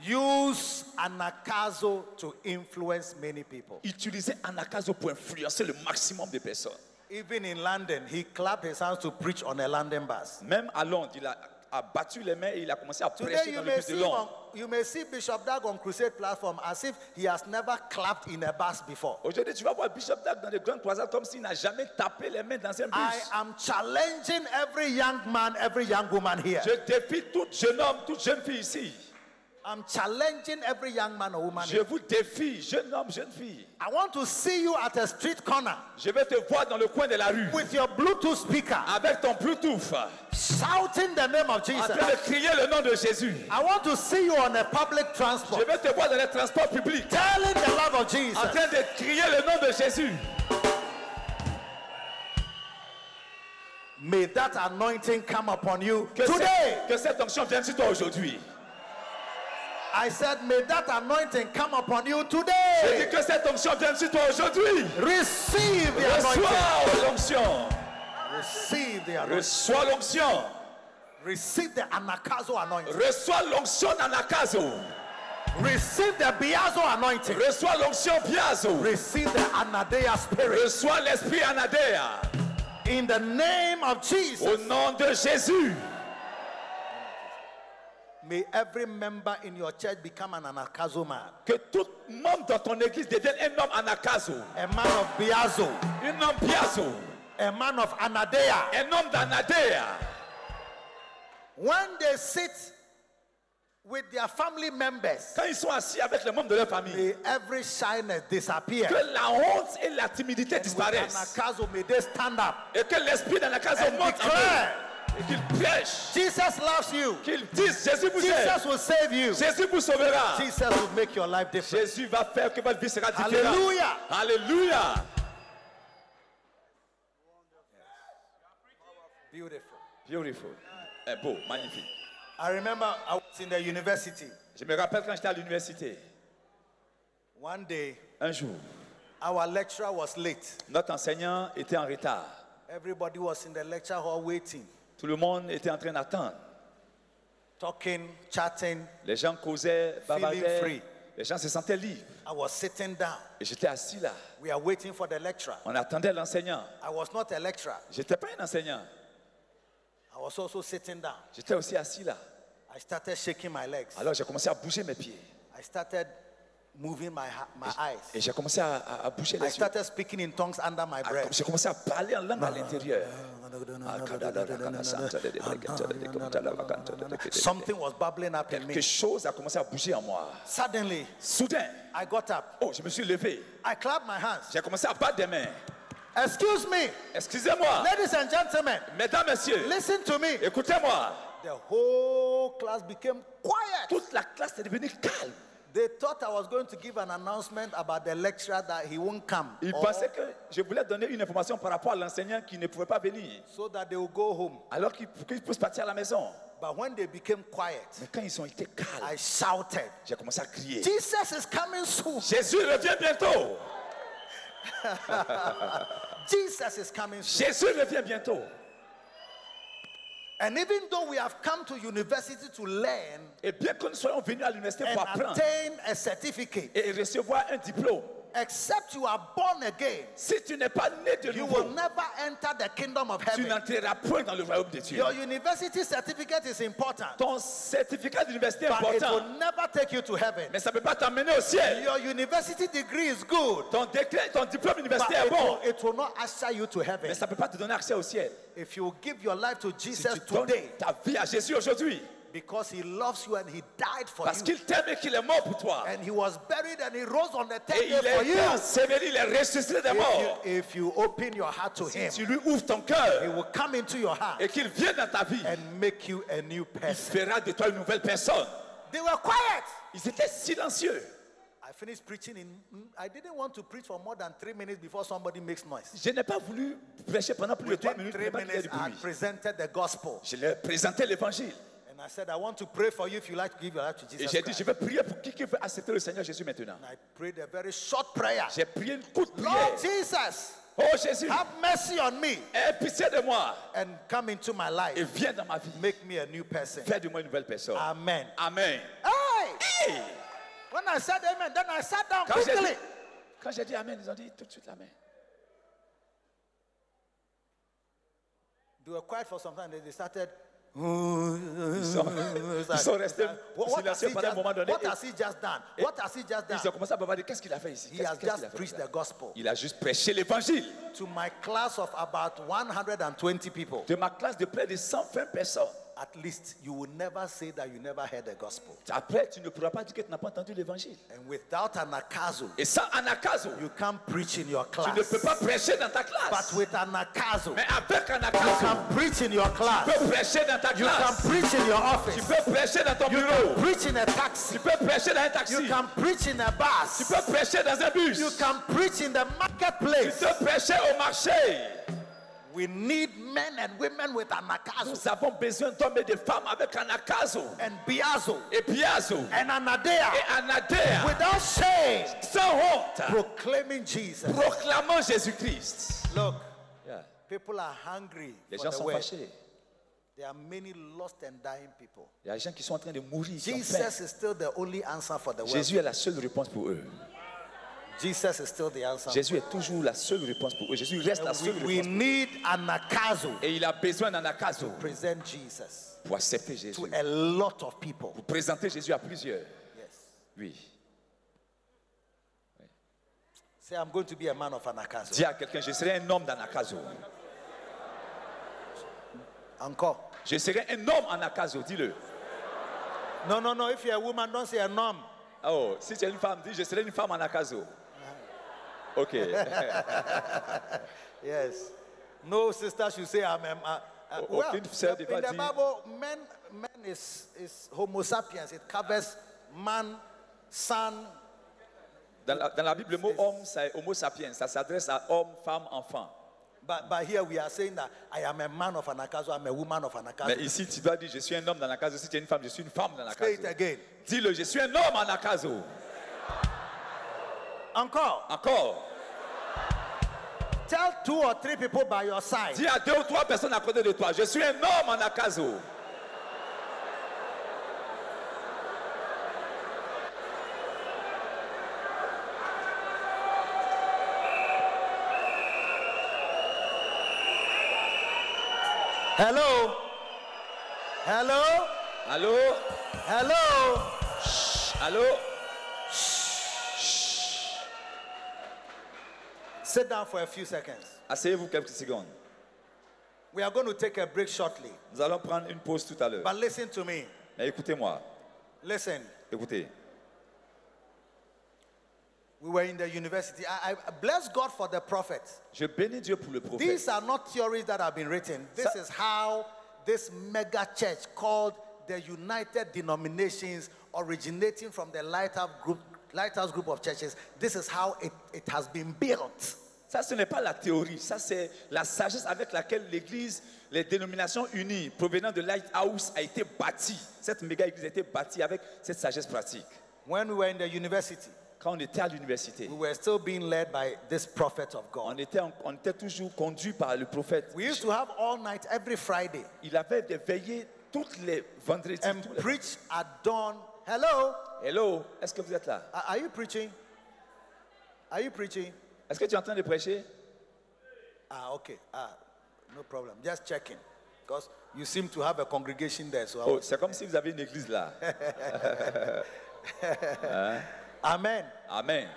Use an acaso to influence many people.
Utilisez Anakazo pour influencer le maximum de personnes.
Even in London, he clapped his hands to preach on a London bus.
Même à Londres, il a, a battu les mains et il a commencé à
Today
prêcher
you
dans le
may
bus de
see him on,
Londres.
you may see Bishop Dag on crusade platform as if he has never clapped in a bus before.
Aujourd'hui, tu vas voir Bishop Dag dans des grandes croisades comme s'il n'a jamais tapé les mains dans un
I
bus.
am challenging every young man, every young woman here.
Je défie tout jeune homme, toute jeune fille ici.
I'm challenging every young man or woman
Je
here.
vous défie, jeune homme, jeune fille.
I want to see you at a street corner
Je vais te voir dans le coin de la rue
with your Bluetooth speaker
avec ton Bluetooth
shouting the name of
en train
Jesus.
de crier le nom de Jésus.
I want to see you on a public
Je
transport
vais te voir dans les transports publics
telling the love of
en
Jesus.
train de crier le nom de Jésus.
May that anointing come upon you
Que, cette-
today.
que cette onction vienne sur toi aujourd'hui.
I said, may that anointing come upon you
Je dis
today.
que cette onction vienne sur toi aujourd'hui.
Receive the anointing.
Reçois l'onction.
Receive the anointing.
Reçois l'onction.
Receive the anakazo anointing.
Reçois l'onction d'Anakazo.
Receive the biazo anointing.
Reçois l'onction Biazo.
Receive the anadea spirit.
Reçois l'esprit Anadea.
In the name of Jesus.
Au nom de Jésus.
May every member in your church become an anakazo man.
Que tout membre dans ton église devienne un homme Anakazo.
A man of biazo.
Un homme Biazo.
A man of anadea.
Un homme d'Anadea.
When they sit with their family members,
Quand ils sont assis avec les membres de leur famille,
may every shyness disappear.
que la honte et la timidité
And with
disparaissent.
anakazo, may they stand up
Et que l'esprit d'Anakazo
and
monte en eux.
declare,
Et qu'il prêche.
Jesus loves you.
Qu'il dise Jésus vous aime.
Jesus will save you.
Jésus vous sauvera.
Jesus will make your life different.
Jésus va faire que votre vie sera différente.
Hallelujah.
Alléluia.
Beautiful.
Beautiful. Eh, beau, magnifique.
I remember I was in the university.
Je me rappelle quand j'étais à l'université.
One day,
Un jour,
our lecturer was late.
notre enseignant était en retard.
Everybody was in the lecture hall waiting,
Tout le monde était en train d'attendre.
talking, chatting.
Les gens causaient, bavardaient.
free.
Les gens se sentaient libres.
I was sitting down.
Et j'étais assis là.
We are waiting for the lecturer.
On attendait l'enseignant.
I was not a lecturer.
J'étais pas un enseignant.
I was also sitting down.
J'étais aussi assis là.
I started shaking my legs.
Alors j'ai commencé à bouger mes pieds.
I started moving my, ha- my
Et
eyes.
j'ai commencé à, à- à bouger
I
les yeux.
started speaking in tongues under my
À-
breath.
J'ai commencé à parler en langue à l'intérieur.
Something was bubbling up in
Quelque
me.
chose a commencé à bouger en moi.
Suddenly,
Soudain,
I got up.
oh, je me suis levé.
I clapped my hands.
J'ai commencé à battre des mains.
Excuse me,
Excusez-moi,
ladies and gentlemen,
mesdames, messieurs,
listen to me.
écoutez-moi.
The whole class became quiet.
Toute la classe est devenue calme.
They thought I was going to give an announcement about the lecturer that he won't come.
Ils
or-
pensaient que je voulais donner une information par rapport à l'enseignant qui ne pouvait pas venir,
so that they will go home.
alors qu'il qu'il puisse partir à la maison.
But when they became quiet,
Mais quand ils ont été calmes,
I shouted,
j'ai commencé à crier.
Jesus is coming soon.
Jésus revient bientôt.
Jesus is coming soon.
Jésus revient bientôt.
And even though we have come to university to learn
Et bien que nous soyons venus à l'université
and
pour apprendre
obtain a certificate,
et recevoir un diplôme,
except you are born again,
si tu n'es pas né de
you will
nouveau,
never enter the kingdom of
tu
heaven.
n'entreras point dans le royaume de Dieu.
Your university certificate is important,
Ton certificat d'université est
but it
important,
will never take you to heaven.
mais ça ne peut pas t'emmener au ciel.
Your university degree is good.
Ton, décret, ton diplôme
But
universitaire est
it, will,
bon,
it will not usher you to heaven.
mais ça ne peut pas te donner accès au ciel.
If you give your life to
Si
Jesus
tu donnes
today,
ta vie à Jésus aujourd'hui,
because he loves you and he died for
parce
you,
qu'il t'aime et qu'il est mort pour toi,
and he was buried and he rose on the
et
third
il
day for you.
est enseveli, il est ressuscité des morts,
If you, if you open your heart to
si
him,
tu lui ouvres ton
he
cœur
will come into your heart
et qu'il vienne dans ta vie,
and make you a new
il
person.
fera de toi une nouvelle personne.
They were quiet.
Ils étaient silencieux.
I finished preaching in. mm, I didn't want to preach for more than three minutes before somebody makes noise.
Je n'ai pas voulu prêcher pendant plus de trois
Within
minutes.
three
pour pas qu'il y ait
minutes,
du
I
bruit.
had presented the gospel,
Je leur ai présenté l'évangile.
and I said, "I want to pray for you if you like to give your life to
Et
Jesus."
j'ai dit,
Christ.
je vais prier pour qui qui veut accepter le Seigneur Jésus maintenant.
And I prayed a very short prayer.
J'ai prié une courte prière.
Lord Jesus,
Oh Jésus,
have mercy on me
aie pitié de moi
and come into my
et
life.
viens dans ma vie.
Make me a new person.
Fais de moi une nouvelle personne.
Amen.
Amen.
Hey!
Hey!
When I said amen, then I sat down
Quand j'ai
quickly.
dit- quand j'ai dit, Amen, ils ont dit tout de suite Amen.
Mmh, They were quiet for some time. Then they started.
Ils sont,
It's
ils
like-
sont restés
mmh, what, what has he
silencieux pendant un
just,
moment donné.
what
et
has he just done?
et-
What has he just done?
Ils ont commencé à bavarder. Qu'est-ce qu'il a fait ici
He
Qu'est-ce-
has
qu'est-ce qu'il
just
a fait
preached
là?
the gospel
Il a juste prêché l'évangile
to my class of about 120 people.
de ma classe de près de 120 personnes.
At least you will never say that you never heard the gospel.
Après, tu ne pourras pas dire que tu n'as pas entendu l'évangile.
And without an akazu,
Et sans anakazo,
you can't preach in your
tu
class.
ne peux pas prêcher dans ta
But
classe.
with an akazu,
Mais avec
You
anakazo,
can preach in your
tu
class.
peux prêcher dans ta
You can
classe.
preach in your
Tu
office.
peux prêcher dans ton
You can
bureau.
preach in a taxi.
Tu peux prêcher dans un
You
taxi.
can preach in a
Tu
bus.
peux prêcher dans un bus.
You
Tu
can preach in the marketplace.
peux prêcher au marché.
We need men and women with
Nous
anakazo
avons besoin d'hommes et de femmes avec anakazo
and biazo
et piazo
and anadea
et anadea.
without shame,
Sans honte,
proclaiming Jesus.
proclamant Jésus-Christ.
Look,
Yeah.
people are hungry
Les
for
gens
the
sont
word.
fâchés.
There are many lost and dying people.
Il y a des gens qui sont en train de mourir. qui ont faim.
Jesus is still the only answer for the world.
Jésus est la seule réponse pour eux.
Jesus is still the answer.
Jésus est toujours la seule réponse pour eux. Jésus reste la
We,
seule
we
réponse.
need anakazo
Et il a besoin d'un acaso
present Jesus
pour accepter Jésus.
to a lot of people.
Pour présenter Jésus à plusieurs.
Yes.
Oui.
Say, I'm going to be a man of anakazo.
Dis à quelqu'un, je serai un homme d'Anakazo.
Encore.
Je serai un homme en Akazo, dis-le.
No, no, no. If you're a woman, don't say a nom.
Oh, si tu es une femme, dis, je serai une femme en Akazo. Ok.
Yes. No sister should say I'm a man. Uh,
O-
well,
aucune sœur
the-
devra
in the
dire-
Bible, men, men is, is Homo sapiens. It covers man, son,
Dans la, dans la Bible, le mot homme, c'est homo sapiens. Ça s'adresse à homme, femme, enfant.
But, but here we are saying that I am a man of Anakazo, I'm a woman of
Mais
Anakazo.
ici, tu dois dire, je suis un homme dans la case. Si tu es une femme, je suis une femme dans la
Say it
case.
again.
Dis-le, je suis un homme en Akazo.
Encore.
Encore.
Tell two or three people by your side.
Dis à deux ou trois personnes à côté de toi, je suis un homme en Akazo.
Hello. Hello.
Allô?
Hello.
Allô?
Sit down for a few seconds.
Asseyez-vous quelques secondes.
We are going to take a break shortly.
Nous allons prendre une pause tout à l'heure.
But listen to me.
Mais Eh, écoutez-moi.
Listen.
Écoutez.
We were in the university. I, I bless God for the prophets.
Je bénis Dieu pour le prophète.
These are not theories that have been written. This
Sa-
is how this mega church called the United Denominations, originating from the Lighthouse Group, Lighthouse Group of Churches, this is how it, it has been built.
Ça, ce n'est pas la théorie, ça, c'est la sagesse avec laquelle l'Église, les dénominations unies provenant de Lighthouse a été bâtie. Cette méga-Église a été bâtie avec cette sagesse pratique.
When we were in the university,
Quand on était à l'université,
we were still being led by this prophet of
on
God.
était, on était toujours conduit par le prophète.
We used to have all night every Friday
Il avait des veillées toutes les vendredis.
and
tous les-
preach at dawn. Hello,
Hello, est-ce que vous êtes là?
are are you preaching? Are you preaching?
Est-ce que tu es en train de prêcher?
Ah, okay. Ah, no problem. Just checking. Because you seem to have a congregation there. So I
Oh,
was-
c'est comme si vous avez une église là. [laughs]
Amen.
Amen.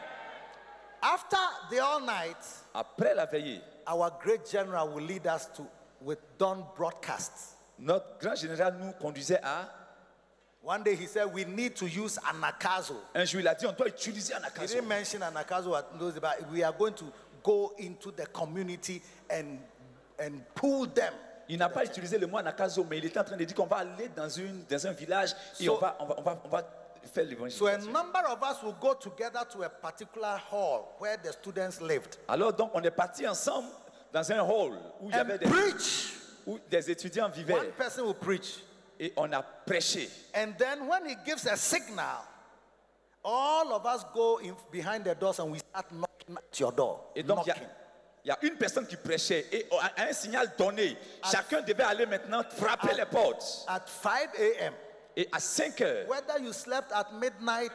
After the all night,
Après la veillée,
our great general will lead us to with dawn broadcasts.
notre grand général nous conduisait à.
One day he said we need to use anakazo.
Un jour, il a dit on doit utiliser
He
Anakazo.
didn't mention anakazo at those, but we are going to go into the community and and pull them.
Il n'a pas utilisé le mot Anakazo, mais il était en train de dire qu'on va aller dans, une, dans un village et
So-
on, va, on, va, on, va, on va faire l'évangile.
So a number of us will go together to a particular hall where the students lived
Alors donc, on est parti ensemble dans un hall où il y
and
avait des,
preach.
où des étudiants
One
vivaient
person will preach.
et on a prêché.
And then when he gives a signal, all of us go in behind the doors and we start knocking at your door.
Et donc, il y a-
knocking.
il y, a une personne qui prêchait et on- à un signal donné, chacun devait aller maintenant frapper les portes.
At 5 a.m.,
Et à 5 heures,
whether you slept at midnight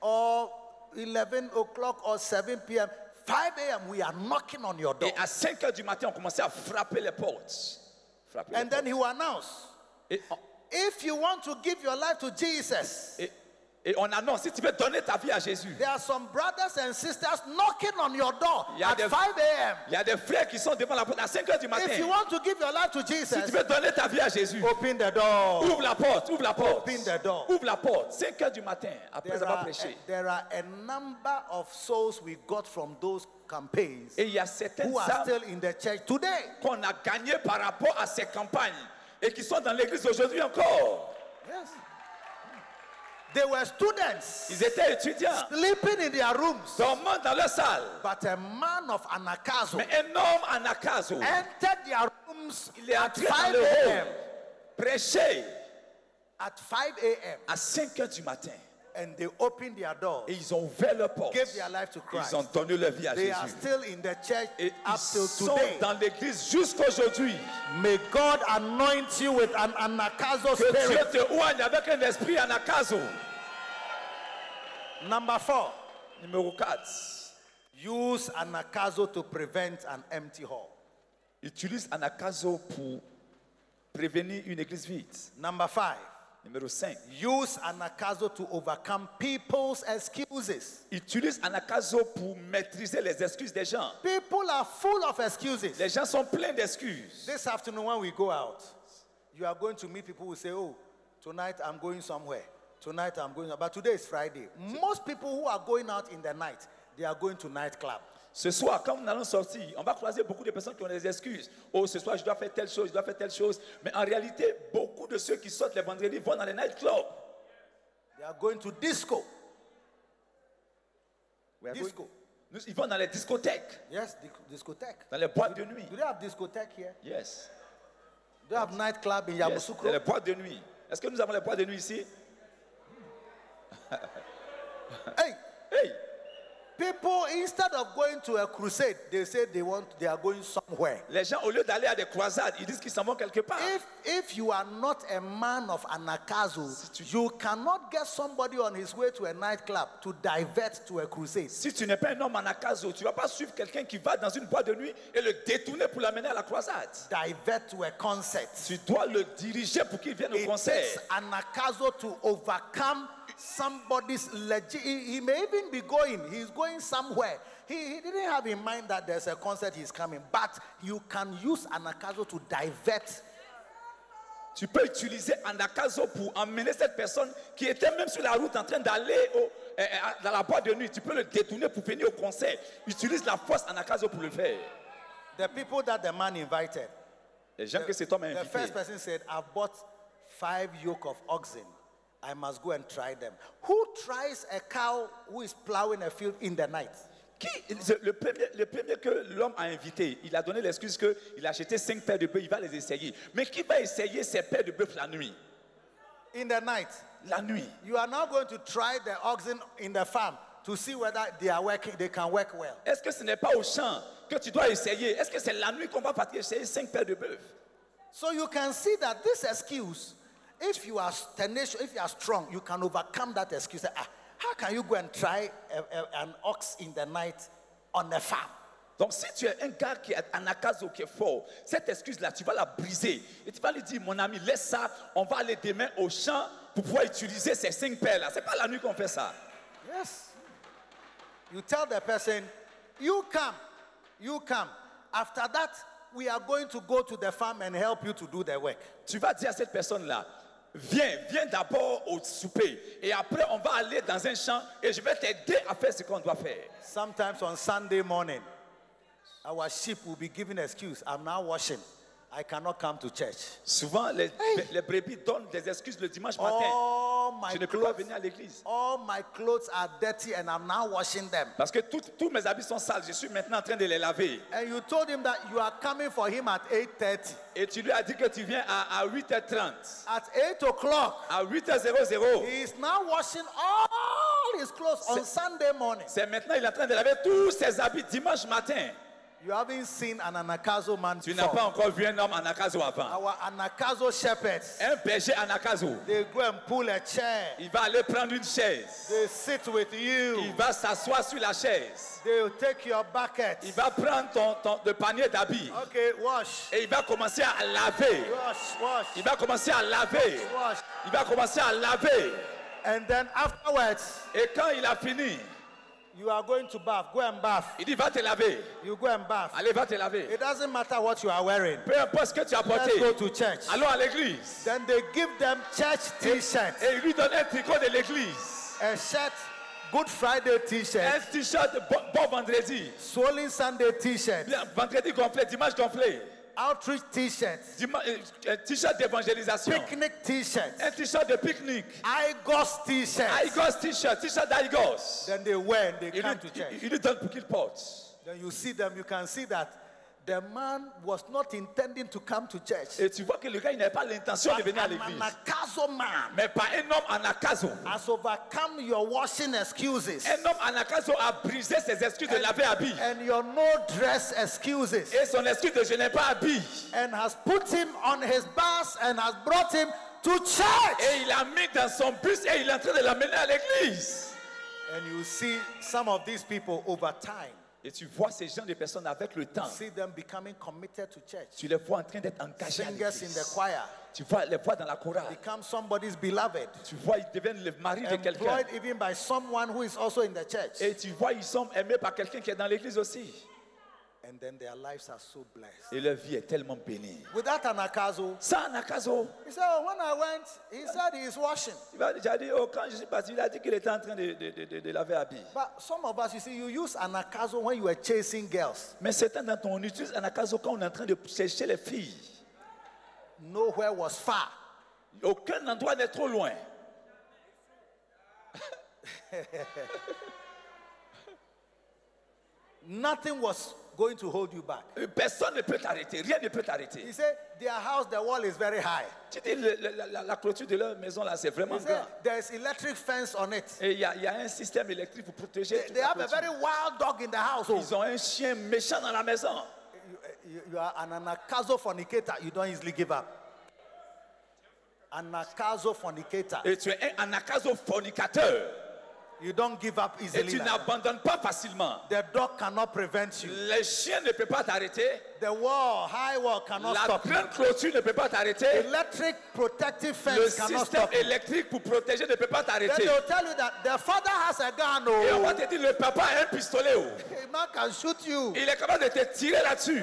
or 11 o'clock or 7 p.m., 5 a.m., we are knocking on your door.
et à 5 heures du matin, on commençait à frapper les portes. Frapper les
And then
portes.
he will announce
Et on-
if you want to give your life to Jesus,
et- et on annonce, si tu veux donner ta vie à Jésus,
there are some brothers and sisters knocking on your door
Yeah,
at
they've-
5 a.m.
Il y a des frères qui sont devant la porte à 5 heures du matin.
If you want to give your life to
Si tu
Jesus,
veux donner ta vie à Jésus,
open the door.
ouvre la porte, ouvre la porte.
Oh. Open the door.
Ouvre la porte, 5 heures du matin, après
There
avoir
are,
prêché.
there are a number of souls we got from those campaigns
Et il y a certaines
who are
âmes
still in the church today.
qu'on a gagnées par rapport à ces campagnes et qui sont dans l'église aujourd'hui encore.
Yes. They were students
Ils étaient étudiants,
sleeping in their rooms,
dormant dans leur salle.
but a man of Anakazo
Mais un homme en acaso,
Eh? entered their rooms
il est
at
entré dans
5
le
a.m.
hall, prêché
At 5 a.m.
à 5 heures du matin.
and they opened their doors,
Et ils ont ouvert leurs portes.
gave their life to Christ.
Ils ont donné leur vie à
They are
Jésus.
still in the church
Et
up
ils
till
sont
today.
dans l'église jusqu'aujourd'hui.
May God anoint you with an anakazo
Que Dieu
spirit.
te oigne avec un esprit anakazo.
Number four,
Numéro 4.
use anakazo to prevent an empty hall.
Utilise anakazo pour prévenir une église vide.
Number five,
Numéro 5.
use anakazo to overcome people's excuses.
Utilise anakazo pour maîtriser les excuses des gens.
People are full of excuses.
Les gens sont pleins d'excuses.
This afternoon, when we go out, you are going to meet people who say, Oh, tonight I'm going somewhere. Tonight I'm going. But today is Friday. Most people who are going out in the night, they are going to nightclub.
Ce soir, quand nous allons sortir, on va croiser beaucoup de personnes qui ont des excuses. Oh, ce soir, je dois faire telle chose, je dois faire telle chose. Mais en réalité, beaucoup de ceux qui sortent les vendredis vont dans les nightclubs.
They are going to disco.
We are
Disco.
going- Nous, ils vont dans les discothèques,
Yes, di- discotheque.
dans les boîtes de nuit.
Do they have discotheque here?
Yes.
Do they have nightclub in
yes. Dans les
Yamoussoukro?
boîtes de nuit. Est-ce que nous avons les boîtes de nuit ici?
Hey,
Hey!
people instead of going to a crusade, they say they want they are going somewhere.
Les gens, au lieu d'aller à des croisades, ils disent qu'ils s'en vont quelque part.
If if you are not a man of anakazu, you cannot get somebody on his way to a nightclub to divert to a crusade.
Si tu n'es pas un homme en acaso, tu ne vas pas suivre quelqu'un qui va dans une boîte de nuit et le détourner pour l'amener à la croisade.
Divert to a concert.
Tu dois le diriger pour qu'il vienne au
It takes
concert.
anakazo to overcome somebody's legit. He, he may even be going. He's going somewhere. He, he didn't have in mind that there's a concert he's coming. But you can use anakazo to divert.
Tu peux utiliser Anakazo pour emmener cette personne qui était même sur la route en train d'aller au- euh, euh, dans la boîte de nuit. Tu peux le détourner pour venir au concert. Utilise la force Anakazo pour le faire.
The people that the man invited.
Les gens que cet homme a
The
invité.
first person said, I've bought five yoke of oxen. I must go and try them. Who tries a cow who is plowing a field in the night?
Qui, le- le, premier, le premier que l'homme a invité, il a donné l'excuse qu'il a acheté cinq paires de bœufs, il va les essayer. Mais qui va essayer ces paires de bœufs la nuit
In the night.
La nuit.
You are now going to try the oxen in the farm to see whether they are working, they can work well.
Est-ce que ce n'est pas au champ que tu dois essayer Est-ce que c'est la nuit qu'on va partir essayer cinq paires de bœufs
So you can see that this excuse, if you are tenacious, if you are strong, you can overcome that excuse. Ah, how can you go and try a- a- an ox in the night on a farm?
Donc si tu es un gars qui est un akazo, qui est fort, cette excuse-là, tu vas la briser. Et tu vas lui dire, mon ami, laisse ça, on va aller demain au champ pour pouvoir utiliser ces cinq paires-là. C'est pas la nuit qu'on fait ça.
Yes. You tell the person, you come, you come. After that, we are going to go to the farm and help you to do the work.
Tu vas dire à cette personne-là, viens, viens d'abord au souper. Et après, on va aller dans un champ et je vais t'aider à faire ce qu'on doit faire.
Sometimes on Sunday morning, our sheep will be given excuse. I'm now washing. I cannot come to church.
Souvent, les, les brebis donnent des excuses le dimanche matin.
All Oh my
je ne peux pas
clothes,
venir à l'église.
all my clothes are dirty and I'm now washing them.
Parce que tout- tous mes habits sont sales, je suis maintenant en train de les laver.
And you told him that you are coming for him at 8:30.
Et tu lui as dit que tu viens à, à 8h30.
At 8 o'clock,
À 8h00.
he is now washing all his clothes on
C'est-
Sunday morning.
C'est maintenant, il est en train de laver tous ses habits dimanche matin.
You haven't seen an anakazo man
Tu n'as
before.
pas encore vu un homme en Akazo avant.
Our anakazo shepherds,
Un berger en Akazo.
they go and pull a chair.
Il va aller prendre une chaise.
They sit with you.
Il va s'asseoir sur la chaise.
They'll take your bucket.
Il va prendre ton, ton- le panier d'habits.
Okay, wash,
Et il va commencer à laver.
wash, wash,
Il va commencer à laver.
wash.
Il va commencer à laver.
And then afterwards,
Et quand il a fini,
you are going to bath. Go and bath.
il dit va te laver.
You go and bath.
Allez, va te laver.
It doesn't matter what you are wearing.
Peu importe ce que tu as porté.
Let's go to church.
Allons à l'église.
Then they give them church T-shirt,
Et il lui donne un tricot de l'église.
a shirt, Good Friday
Un
T-shirt,
t-shirt bon, bon vendredi.
Swollen Sunday T-shirt,
Bien, Vendredi gonflé, dimanche gonflé.
Outreach T-shirt,
Dima- euh, un t-shirt d'évangélisation.
Picnic T-shirt,
Un t-shirt de pique-nique.
Igos T-shirt.
Igos t-shirt, t-shirt d'Igos.
Then they wear and they
Il, [laughs]
come to
lui-
church.
il lui donne pour qu'il porte.
Then you see them, you can see that The man was not intending to come to church.
Et tu vois que le gars, il n'avait pas l'intention de
But
venir à
an
l'église.
anakazo man
Mais par un homme anacaso.
has overcome your washing excuses
Un homme anacaso a brisé ses excuses de laver habit.
and your no dress excuses
Et son excuse de je n'ai pas habillé.
and has put him on his bus and has brought him to church.
Et il l'a mis dans son bus et il est en train de l'amener à l'église.
And you see some of these people over time,
Et tu vois ces gens de personnes avec le temps.
see them becoming committed to church.
Tu les vois en train d'être engagés à
Singers in the
l'église.
choir,
Tu vois les vois dans la chorale.
become somebody's beloved,
Tu vois ils deviennent le mari de quelqu'un.
employed even by someone who is also in the church.
Et tu vois ils sont aimés par quelqu'un qui est dans l'église aussi.
And then their lives are so blessed.
Et leur vie est tellement bénie.
Without an akazo,
Ça Nakazo.
He said, oh, when I went, he said he's washing.
Il va déjà dire, oh, quand je suis parti, il a dit qu'il était en train de, de, de, de- de laver habit.
But some of us, you see, you use anakazo when you are chasing girls.
Mais certains d'entre nous, on utilise Anakazo quand on est en train de chercher les filles.
Nowhere was far.
Aucun endroit n'est trop loin.
Nothing was going to hold you back.
Euh, Personne ne peut t'arrêter, rien ne peut
He
t'arrêter.
said, their house, the wall is very high.
Tu dis, le- le- la, la- la clôture de leur maison là, c'est vraiment
He said,
grand.
there's electric fence on it.
Et il y, a il y a un système électrique pour protéger.
They,
toute
they
la
have a
clôture.
very wild dog in the house. oh.
Ils ont un chien méchant dans la maison.
You, you- you are an anakazo fornicator. You don't easily give up. Anakazo fornicator.
Et tu es un Anakazo fornicateur.
You don't give up
Et
easily.
tu
like that.
n'abandonnes pas facilement.
The dog cannot prevent you.
Les chiens ne peuvent pas t'arrêter.
The wall, high wall cannot
La
stop you.
grande clôture ne peut pas t'arrêter.
Electric protective
Le
fence cannot
système
stop you.
électrique pour protéger ne peut pas
Then
t'arrêter.
they'll tell you that the father has a gun.
Et on va
Oh,
te dire, le papa a un pistolet. oh.
a man can shoot you.
Il est capable de te tirer là-dessus.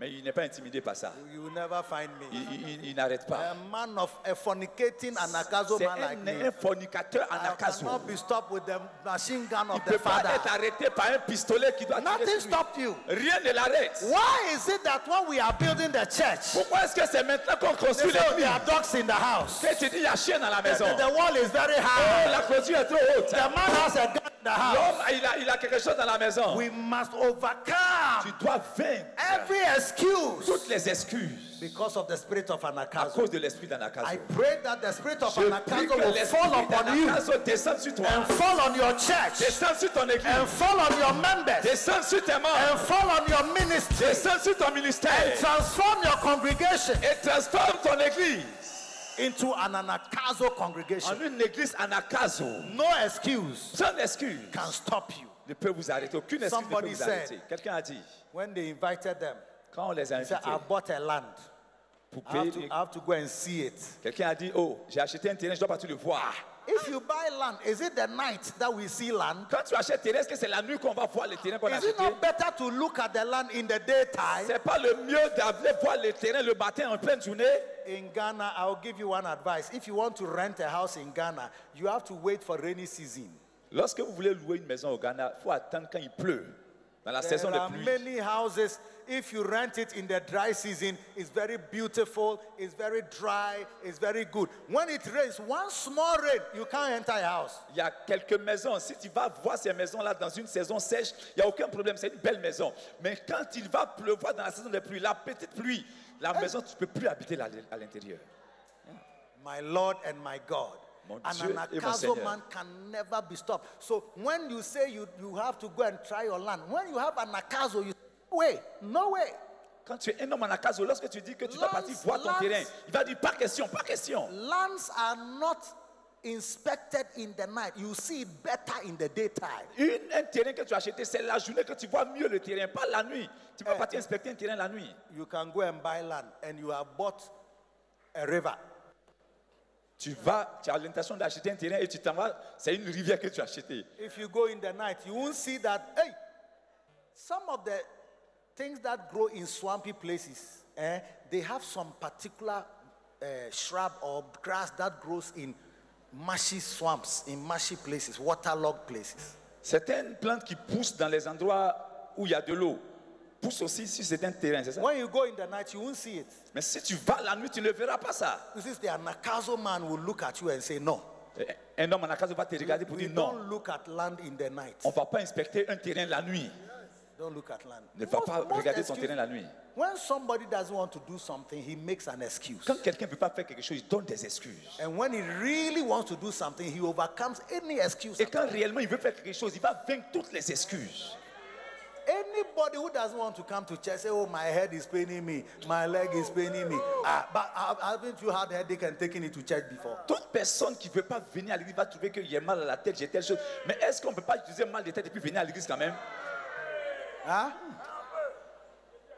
Mais il n'est pas intimidé par ça.
You will never find
Il,
me.
il- il- il n'arrête pas.
A man of a fornicating anakazo
C'est
man like
un,
me.
un fornicateur en
I
acaso.
cannot be stopped with the machine gun
Il
of
ne
the
peut pas être
father.
arrêté par un pistolet qui doit tirer
Nothing
sur lui.
stopped you.
Rien ne l'arrête.
Why is it that when we are building the church,
Pourquoi est-ce que c'est maintenant qu'on
they
construit
say "Oh, there
l'église
are dogs in the house?
Que tu dis, il y a chien dans la
The,
maison.
the wall is very high.
Oh, La clôture est trop haute.
The man has a gun in the house.
L'homme, il a, il a quelque chose dans la maison.
We must overcome
Tu dois vaincre
every excuse.
toutes les excuses
because of the spirit of
à
anakazo.
cause de l'esprit
I
d'Anakazo.
pray that the spirit of
Je prie
anakazo
que
will fall
l'esprit
upon you
d'Anakazo descende sur toi.
and fall on your church
Descends sur ton
and
église.
fall on your members
Descends sur tes membres.
and fall on your ministry.
Descends sur ton ministère.
Transform your congregation
Et transforme ton église
into an anakazo
en
congregation.
une église anakazo.
No excuse
Sans excuse
can stop you.
ne peut vous arrêter. Aucune excuse ne peut
Somebody
vous
said-
arrêter. Quelqu'un a dit,
When they invited them,
quand on les a
they said, I
invités
bought a land.
pour
I
payer,
have, to, I have to go and see it.
quelqu'un a dit, oh, j'ai acheté un terrain, je dois partir le voir.
If you buy land, is it the night that we see land?
Quand tu achètes terrain, est-ce que c'est la nuit qu'on va voir le terrain qu'on a
Is it
acheté
not better to look at the land in the daytime?
C'est pas le mieux d'aller voir le terrain le matin en pleine journée.
In Ghana, I'll give you one advice. If you want to rent a house in Ghana, you have to wait for rainy season.
Lorsque vous voulez louer une maison au Ghana, il faut attendre quand il pleut, dans la saison
There
de
are
pluie.
many houses. If you rent it in the dry season, it's very beautiful, it's very dry, it's very good. When it rains, one small rain, you can't enter a house.
Il y a quelques maisons. Si tu vas voir ces maisons-là dans une saison sèche, il n'y a aucun problème. C'est une belle maison. Mais quand il va pleuvoir dans la saison de pluie, la petite pluie, la
Eh.
maison, tu ne peux plus habiter là- à l'intérieur.
My Lord and my God.
Mon
And
Dieu
an
et mon
acaso
Seigneur.
man can never be stopped. So when you say you, you have to go and try your land, when you have an acaso, you no way, no way.
Quand tu es un homme en acaso, lorsque tu dis que tu dois partir voir ton
Lance,
terrain,
lance.
il va dire pas question, pas question.
Lands are not inspected in the night. You see it better in the daytime.
Une- un terrain que tu as acheté, c'est la journée que tu vois mieux le terrain, pas la nuit. Tu vas
Eh.
partir inspecter un terrain la nuit.
You can go and buy land and you have bought a river.
Tu vas, tu as l'intention d'acheter un terrain et tu t'en vas, c'est une rivière que tu as achetée.
If you go in the night, you won't see that, hey, some of the things that grow in swampy places, eh, they have some particular uh, shrub or grass that grows in marshy swamps, in marshy places, waterlogged places.
Certaines plantes qui poussent dans les endroits où il y a de l'eau poussent aussi si c'est un terrain, c'est ça?
When you go in the night, you won't see it.
Mais si tu vas la nuit, tu ne verras pas ça.
You see, the Anakazo man will look at you and say, no.
Eh, Un homme en acaso va te regarder pour
We
dire non.
don't look at land in the night.
On ne va pas inspecter un terrain la nuit.
Don't look at land.
Ne va
Most-
pas
most
regarder son
excuse-
terrain la nuit.
When somebody doesn't want to do something, he makes an excuse.
Quand quelqu'un ne peut pas faire quelque chose, il donne des excuses.
And when he really wants to do something, he overcomes any excuse.
Et quand réellement il veut faire quelque chose, il va vaincre toutes les excuses.
Anybody who doesn't want to come to church say, "Oh, my head is paining me, my leg is paining me," ah, but ha- haven't you had headache and taken it to church before?
Toute personne qui ne veut pas venir à l'église va trouver qu'il y a mal à la tête, j'ai telle chose. Mais est-ce qu'on ne peut pas utiliser mal de tête et puis venir à l'église quand même
Huh?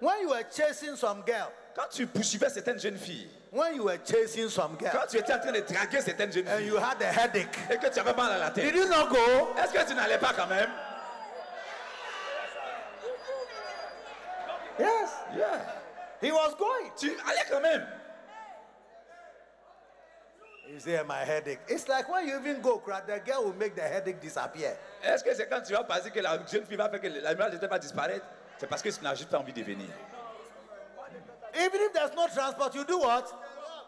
When you were chasing some girl,
Quand tu poursuivais certaines jeunes filles,
when you were chasing some
quand
girl,
tu étais en train de draguer certaines jeunes
and
filles
you had a headache,
et que tu avais mal à la
did
tête,
you not go?
est-ce que tu n'allais pas quand même
Yes,
Yeah.
he was going.
Tu allais quand même.
You say my headache. It's like when you even go, cra- the girl will make the headache disappear.
Est-ce que c'est quand tu vas passer que la jeune fille va faire que la l'image de tête va disparaître C'est parce que tu n'as juste pas envie de venir.
Even if there's no transport, you do what?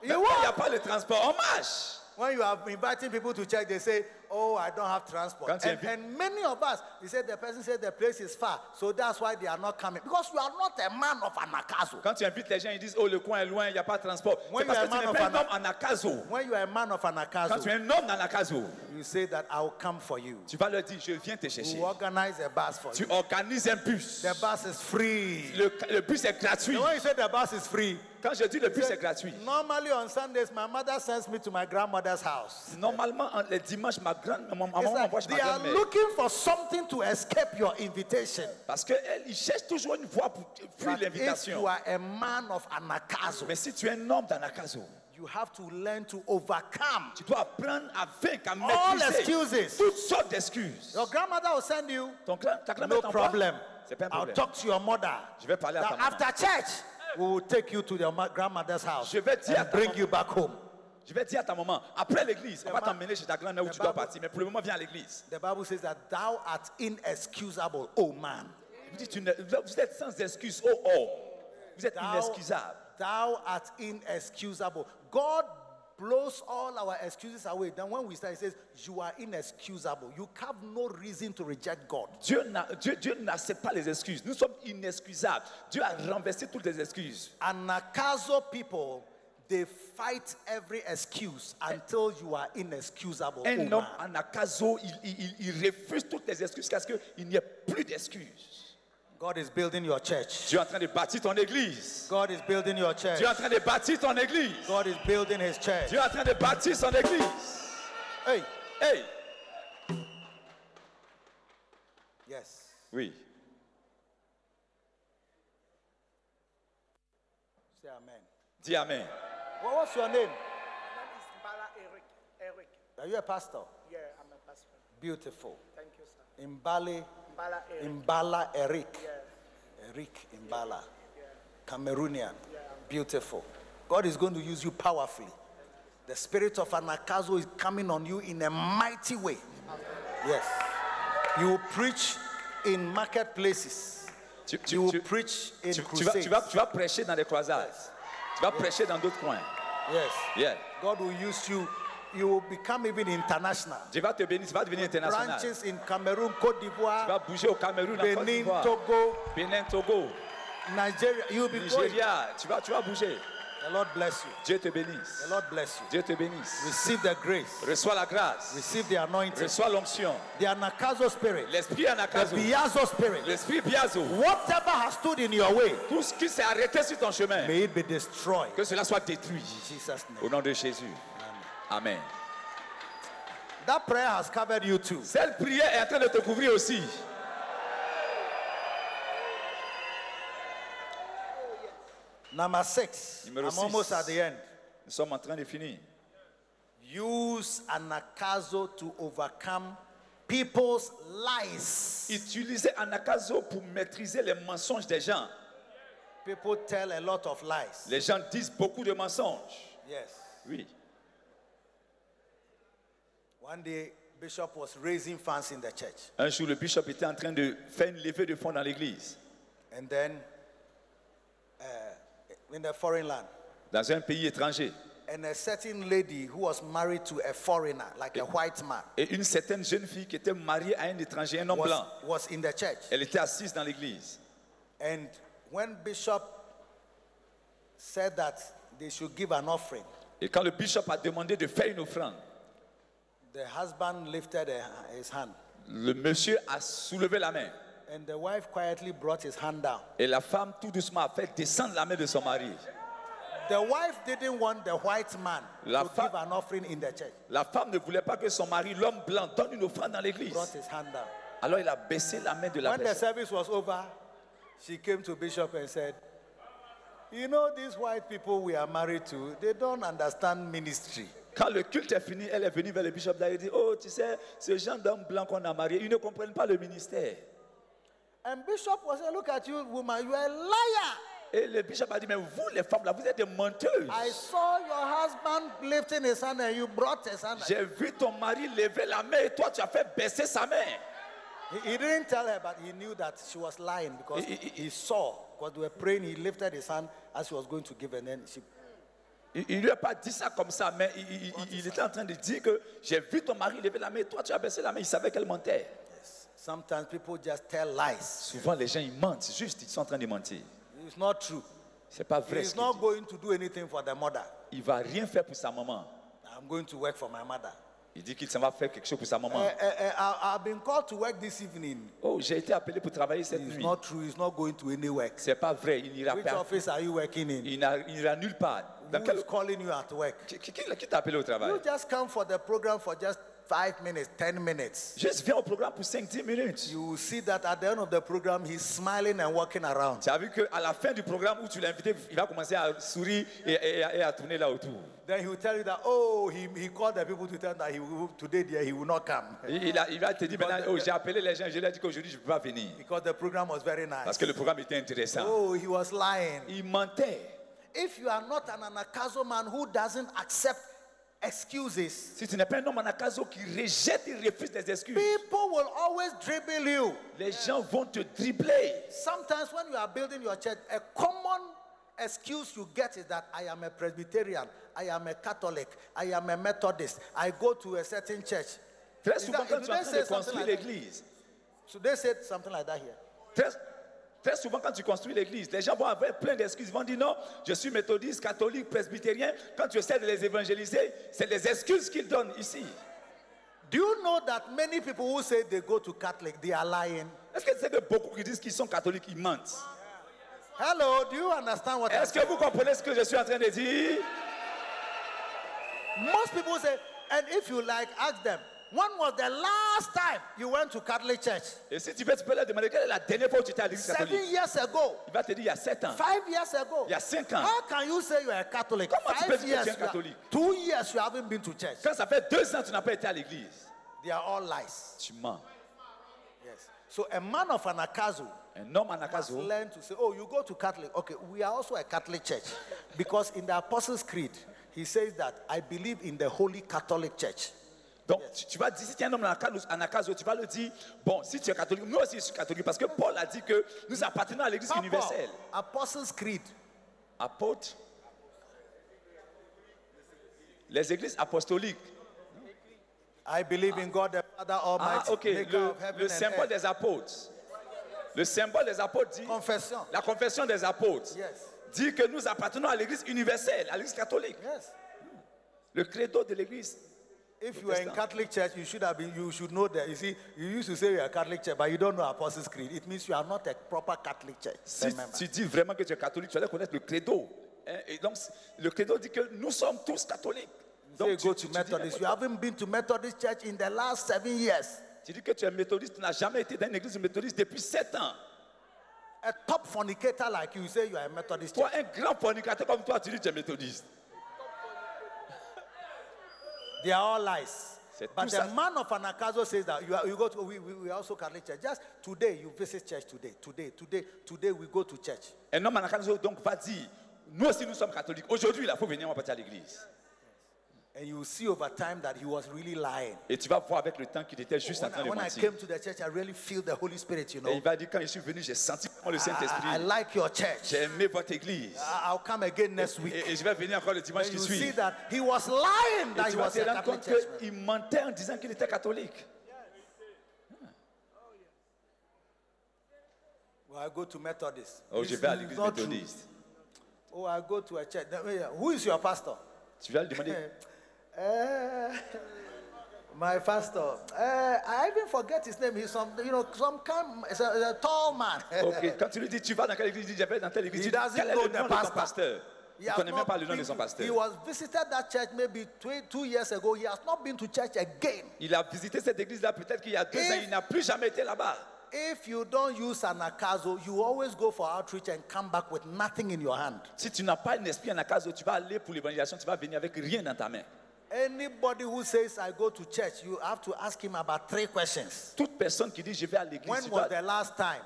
Mais
You
quand il n'y a
walk.
pas le transport, on marche.
When you are inviting people to church, they say, "Oh, I don't have
Can't
transport."
you
And,
invi-
and many of us, they say the person said the place is far, so that's why they are not coming because you are not a man of anakazo.
Quand tu invites les gens, ils disent Oh, le coin est loin, il n'y a pas de transport.
Moi,
C'est parce
il y a
que tu
un
n'es pas un
enfant.
homme en Akazo.
When you are a man of
Quand tu es
anakazo,
un homme en Akazo,
you say that I will come for you.
tu vas leur dire Je viens te
We
chercher.
will organize a bus for
Tu
you.
organises un bus.
The bus is free.
Le, le bus est gratuit.
And when you say the bus is free,
Quand je dis le bus est gratuit,
normally on Sundays, my mother sends me to my grandmother's house.
normalement, en- les dimanches, ma grande maman
It's
maman
like
m'envoie chez ma
they are
grand-mère.
looking for something to escape your invitation.
Parce qu'ils cherchent toujours une voie pour fuir
But if you
l'invitation.
are a man of anakazo,
Mais si tu es un homme dans Akazo,
You have to learn to overcome.
tu dois apprendre à vaincre, à
All
maîtriser
excuses.
toutes sortes d'excuses.
Your grandmother will send you.
Ton clan, ta grand-mère
No
t'envoie,
problem.
C'est pas un
I'll
problème.
talk to your mother.
Je vais parler à
Now,
ta maman.
after church, we will take you to your ma- grandmother's house
Je vais dire à
and
ta
bring
maman.
you back home.
Je vais dire à ta maman, après l'église, on va
ma-
t'emmener chez ta grand-mère où
le
tu dois
Bible-
partir. Mais pour le moment, viens à l'église.
The Bible says that thou art inexcusable, oh man.
Il dit, tu ne- vous êtes sans excuse. Oh, oh. Vous êtes
Thou,
inexcusable.
thou art inexcusable. God blows all our excuses away. Then when we start, he says, You are inexcusable. You have no reason to reject God.
Dieu n'a- Dieu- Dieu n'accepte pas les excuses. Nous sommes inexcusables. Dieu a renversé toutes les excuses.
Anakazo people, they fight every excuse until you are inexcusable. oh
Un homme
man.
en acaso, il, il- il- il refuse toutes les excuses parce qu'il n'y a plus d'excuses.
God is building your church.
Dieu est en train de bâtir ton église.
God is building your church.
Dieu est en train de bâtir ton église.
God is building his church.
Dieu est en train de bâtir son église.
Hey,
Hey!
yes.
Oui.
Say amen.
Dis Amen.
What was your name?
My name is Mbala Eric. Eric.
Are you a pastor?
Yeah, I'm a pastor.
Beautiful.
Thank you, sir.
Mbale,
Mbala Eric.
Mbala Eric. Eric Mbala. Cameroonian. Beautiful. God is going to use you powerfully. The spirit of Anakazo is coming on you in a mighty way. Yes. You will preach in marketplaces.
Tu, tu-
You will
tu-
preach in
tu- tu vas,
crusades.
tu vas- tu vas prêcher dans les croisades. Tu vas prêcher dans d'autres coins.
Yes.
Yeah.
God will use you. You will become even international.
Dieu va te bénir, tu vas devenir international. Tu
Branches in Cameroon, Cote
vas
d'Ivoire,
bouger au Cameroun, en Côte
Benin,
d'Ivoire,
Togo,
Bénin, Togo,
Nigeria. You will be going.
Nigeria. Tu vas, tu vas bouger.
The Lord bless you.
Dieu te bénisse.
The Lord bless you.
Dieu te bénisse.
Receive the grace.
Reçois la grâce.
Receive the anointing.
Reçois l'onction.
The anakazo spirit.
L'esprit
The
Anakazo.
biazo spirit.
L'esprit Biazo.
Whatever has stood in your way,
Tout ce qui s'est arrêté sur ton chemin,
may it be destroyed.
que cela soit détruit.
In Jesus'
Au
name.
nom de Jésus. Amen.
That prayer has covered you too.
Cette prière est en train de te couvrir aussi.
Number six.
Numéro
I'm
six.
almost at the end.
Nous sommes en train de finir.
Use anakazo to overcome people's lies.
Utiliser Anakazo pour maîtriser les mensonges des gens.
People tell a lot of lies.
Les gens disent beaucoup de mensonges.
Yes.
Oui.
One day, Bishop was raising funds in the church.
Un jour, le bishop était en train de faire une levée de fonds dans l'église,
And then, uh, in the foreign land,
dans un pays étranger.
and a certain lady who was married to a foreigner, like a white man,
Et une certaine jeune fille qui était mariée à un étranger, un homme
was,
blanc,
was in the church.
elle était assise dans l'église.
And when Bishop said that they should give an offering,
Et quand le bishop a demandé de faire une offrande,
the husband lifted a- his hand,
le monsieur a soulevé la main.
and the wife quietly brought his hand down.
Et la femme, tout doucement, a fait descendre la main de son mari.
The wife didn't want the white man
La
to
fa-
give an offering in the church.
La femme ne voulait pas que son mari, l'homme blanc, donne une offrande dans l'église.
Brought his hand down.
Alors il a baissé la main de la
when the
personne.
service was over, she came to Bishop and said, You know, these white people we are married to, they don't understand ministry.
Quand le culte est fini, elle est venue vers le bishop d'ailleurs et dit Oh, tu sais, ce genre d'homme blanc qu'on a marié, ils ne comprennent pas le ministère.
And Bishop was saying, Look at you, woman, you are a liar.
Et le bishop a dit Mais vous, les femmes là, vous êtes des menteuses.
I saw your husband lifting his hand and you brought his hand.
J'ai vu ton mari lever la main et toi, tu as fait baisser sa main.
He, he didn't tell her, but he knew that she was lying because
He-
he,
he-
saw. Because we were praying, he lifted his hand as she was going to give, and then she.
Il il lui a pas dit ça comme ça, mais il, il- il- il était en train de dire que j'ai vu ton mari lever la main et toi, tu as baissé la main. Il savait qu'elle mentait.
Sometimes people just tell lies.
Souvent, les gens, ils mentent. Juste, ils sont en train de mentir.
It's not true.
C'est pas vrai. ce
He's
qu'il
not
dit.
going to do anything for the mother.
Il va rien faire pour sa maman.
I'm going to work for my mother.
Il dit qu'il s'en va faire quelque chose pour sa
Eh,
maman.
eh, eh, I, have been called to work this evening.
Oh, j'ai été appelé pour travailler cette
It's
nuit.
not true. It's not going to any work.
C'est pas vrai. Il n'ira
Which
pas.
office are you working in?
Il n'a- il n'ira nulle part. Dans
Who
quel-
is calling you at work?
Qui, qui- qui- qui t'a appelé au travail
You just come for the program for just five minutes, ten minutes.
Juste viens au programme pour 5-10 minutes.
You will see that at the end of the program, he's smiling and walking around.
Tu as vu qu'à la fin du programme où tu l'as invité, il va commencer à sourire et, et- et à- et à tourner là autour.
Then he will tell you that, oh, he, he called the people to tell them that he will, today dear, he will not come [laughs]
Il, il a- il va te dire maintenant, oh, j'ai appelé les gens, je leur ai dit qu'aujourd'hui je ne peux pas venir.
because the program was very nice.
Parce que le programme était intéressant.
Oh, he was lying.
Il mentait.
If you are not an anakazo man who doesn't accept excuses,
Si tu n'es pas un homme en acaso qui rejette et refuse des excuses,
people will always dribble you.
les gens vont te dribbler.
Sometimes when you are building your church, a common excuse you get is that I am a Presbyterian, I am a Catholic, I am a Methodist, I go to a certain church.
Très
Is
souvent,
that-
quand
do
tu es
they
en train
say
de
something
construire
like that?
l'église,
So they said something like that here.
Très, très souvent, quand tu construis l'église, les gens vont avoir plein d'excuses. Ils vont dire non, je suis méthodiste, catholique, presbytérien. Quand tu essaies de les évangéliser, c'est des excuses qu'ils donnent ici.
Do you know that many people who say they go to Catholic, they are lying?
Est-ce que c'est que beaucoup qui disent qu'ils sont catholiques, ils mentent
Hello, do you understand what I'm
Est-ce que vous comprenez ce que je suis en train de dire
Most people say, and if you like, ask them, when was the last time you went to Catholic church?
Et si tu veux, tu peux leur demander quelle est la dernière fois où tu étais à l'église
Seven
catholique
years ago,
Il va te dire il y a 7 ans.
five years ago.
Il y a cinq ans.
How can you say you are a Catholic?
Comment tu peux
five
dire
years,
que tu es un
you are-
catholique?
two years you haven't been to church.
Quand ça fait 2 ans que tu n'as pas été à l'église,
They are all lies.
tu mens.
Yes. So a man of anakazu
Un homme en
must
acaso,
learn to say, oh, you go to Catholic. Okay, we are also a Catholic church. Because in the Apostles' Creed, he says that I believe in the Holy Catholic Church.
Donc, tu, tu vas dire, si tu es un homme en acaso, tu vas le dire, bon, si tu es catholique, nous aussi, je suis catholique, parce que Paul a dit que nous appartenons à l'église
Papa,
universelle.
Apostles' Creed.
Apôtres, les églises apostoliques.
I believe in God the Father
Ah,
Almighty,
ok,
maker
le,
of heaven
le
and
symbole
earth.
des apôtres. Le symbole des apôtres dit,
Confession.
la confession des apôtres,
Yes.
dit que nous appartenons à l'église universelle, à l'église catholique.
Yes.
Le credo de l'église.
If you are in
Protestant.
Catholic Church, you should have been, you should know that. You see, you used to say you are a Catholic Church, but you don't know Apostles' Creed. It means you are not a proper Catholic Church.
Si
Remember.
tu dis vraiment que tu es catholique, tu allais connaître le credo. hein. Et donc, le credo dit que nous sommes tous catholiques.
Say you
Donc,
go
tu,
to
tu dis
Methodist. You
n'importe
haven't been to Methodist Church in the last seven years.
quoi. Tu dis que tu es méthodiste, tu n'as jamais été dans une église méthodiste depuis 7 ans.
A top fornicator like you say you are a Methodist
Toi,
Church.
un grand fornicateur comme toi, tu dis que tu es méthodiste.
They are all lies.
C'est
But
tout
the
ça.
man of Anakazo says that you, are, you go to we, we, we are also Catholic Church. Just today you visit church today. Today, today, today we go to church.
Un homme en Arkansas, donc va dire, nous aussi nous sommes catholiques. Aujourd'hui, il faut venir, on va partir à l'église.
And you will see over time that he was really lying.
Et tu vas voir avec le temps qu'il était juste en
When,
train
I,
de
when I
mentir.
came to the church, I really feel the Holy Spirit, you
Et
know.
il va dire, quand je suis venu, j'ai senti vraiment le
I, I
Saint-Esprit.
like your church.
J'ai aimé votre église.
I- I'll come again next week.
Et, et je vais venir encore le dimanche
And
qui
you
suit.
see
Et
that he was lying that
tu
he
vas
was
te
a
rendre
Catholic
compte
churchman.
qu'il mentait en disant qu'il était catholique.
Well, I go to Methodist.
Oh,
This
je vais à
is
l'église
not true.
méthodiste.
Oh, I go to a church. Then, yeah, Who is your pastor?
Tu vas lui demander, [laughs]
Eh, my pastor. Eh, I even forget his name. He's some, you know, some kind, he's a, he's a tall man.
ok, quand tu lui dis, tu vas dans quelle église, il dit, je vais dans telle église,
He
tu dis,
doesn't
quel est
know
le
the
nom de ton
pastor.
pasteur?
[laughs] He
Il
has
ne connaît même
not
pas le nom
been
de son
to- He
pasteur.
was visited that church maybe twe- two years ago. He has not been to church again.
Il a visité cette église-là peut-être qu'il y a deux
If-
ans, il n'a plus jamais été là-bas.
If you don't use an akazo, you always go for outreach and come back with nothing in your hand.
Si tu n'as pas un esprit en acaso, tu vas aller pour l'évangélisation, tu vas venir avec rien dans ta main.
Anybody who says I go to church, you have to ask him about three questions.
Toute personne qui dit, je vais à l'église,
When
tu
was
dois,
the last time?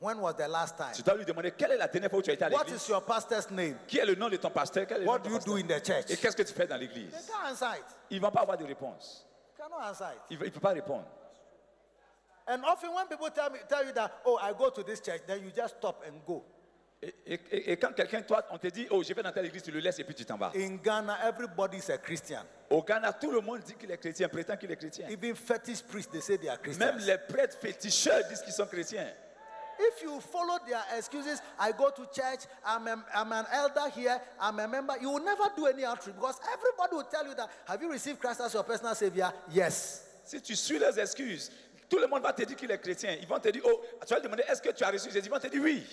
When was the last time?
tu dois lui demander, quelle est la dernière fois où tu as été à
What
l'église?
is your pastor's name?
Qui est le nom de ton pasteur? Quel est le nom
What
de
do
ton
you do
pasteur?
in the church?
Et
You
qu'est-ce que tu fais dans l'église?
can't answer it.
Il ne va pas avoir de réponse.
You cannot answer it.
Il ne peut pas répondre.
And often when people tell me tell you that, oh, I go to this church, then you just stop and go.
Et, et- et- et quand quelqu'un, toi, on te dit, oh, je vais dans telle église, tu le laisses et puis tu t'en vas.
In Ghana, everybody is a Christian.
Au Ghana, tout le monde dit qu'il est chrétien, prétend qu'il est chrétien.
Even fetish priests, they say they are
Même
Christians.
les prêtres féticheurs disent qu'ils sont chrétiens.
If you follow their excuses, I go to church, I'm, a, I'm an elder here, I'm a member, you will never do any outreach because everybody will tell you that, have you received Christ as your personal savior? Yes.
Si tu suis leurs excuses, tout le monde va te dire qu'il est chrétien. Ils vont te dire, oh, tu vas lui demander, est-ce que tu as reçu Jésus Ils vont te dire oui.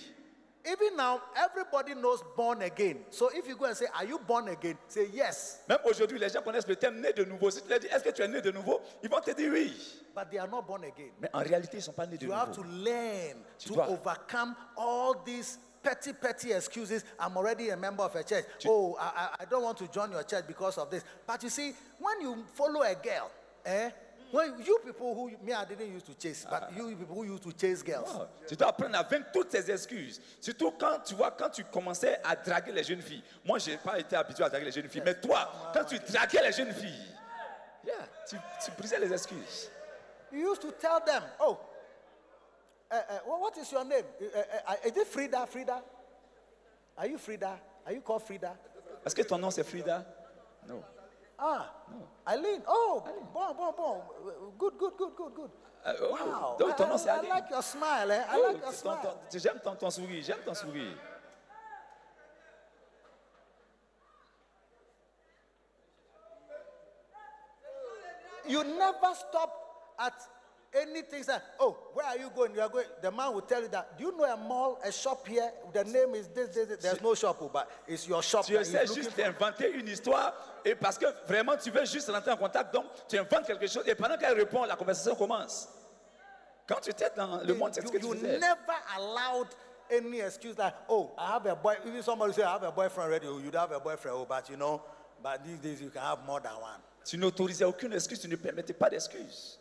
Even now, everybody knows born again. So if you go and say, are you born again? Say yes.
Même aujourd'hui, les gens connaissent le thème né de nouveau. Si tu leur dis, est-ce que tu es né de nouveau Ils vont te dire oui.
But they are not born again.
Mais en réalité, ils ne sont pas nés de
You have to
nouveau.
learn
Tu
to
dois-
overcome all these petty, petty excuses. I'm already a member of a church.
Tu-
Oh, I, I- I don't want to join your church because of this. But you see, when you follow a girl, eh? When you people who me I didn't used to chase, but you people who used to chase girls.
Ah, Tu dois apprendre à vaincre toutes tes excuses. Surtout quand tu vois, quand tu commençais à draguer les jeunes filles. Moi, je n'ai pas été habitué à draguer les jeunes filles. Mais toi, quand tu draguais les jeunes filles, yeah, tu, tu brisais les excuses.
You used to tell them, oh, eh, eh, wha- what is your name? Eh, eh, eh, is it Frida? Frida? Are you Frida? Are you called Frida?
Est-ce que ton nom c'est Frida Non.
Ah, Eileen. Oh, bon, bon, bon. Good, good, good, good, good.
Euh, oh,
Wow.
donc ton nom
I,
c'est
I
Aline.
like your smile, eh? I like
Oh,
your
ton- ton-
smile.
tu- J'aime ton, ton sourire, j'aime ton sourire.
You never stop at anything. Say, oh, where are you going? You are going. The man will tell you that. Do you know a mall, a shop here? The name is this, this. this." There's no shop, oh, but it's your shop.
Tu
that he's
essaies
looking
juste
for.
d'inventer une histoire et parce que vraiment tu veux juste rentrer en contact, donc tu inventes quelque chose et pendant qu'elle répond, la conversation commence. Quand tu étais dans le monde, c'est ce que
You, you
tu faisais.
never allowed any excuse like, oh, I have a boy. Even somebody say, I have a boyfriend already. Oh, you'd have a boyfriend, oh, but you know, but these days you can have more than one.
Tu n'autorisais aucune excuse, tu ne permettais pas d'excuse.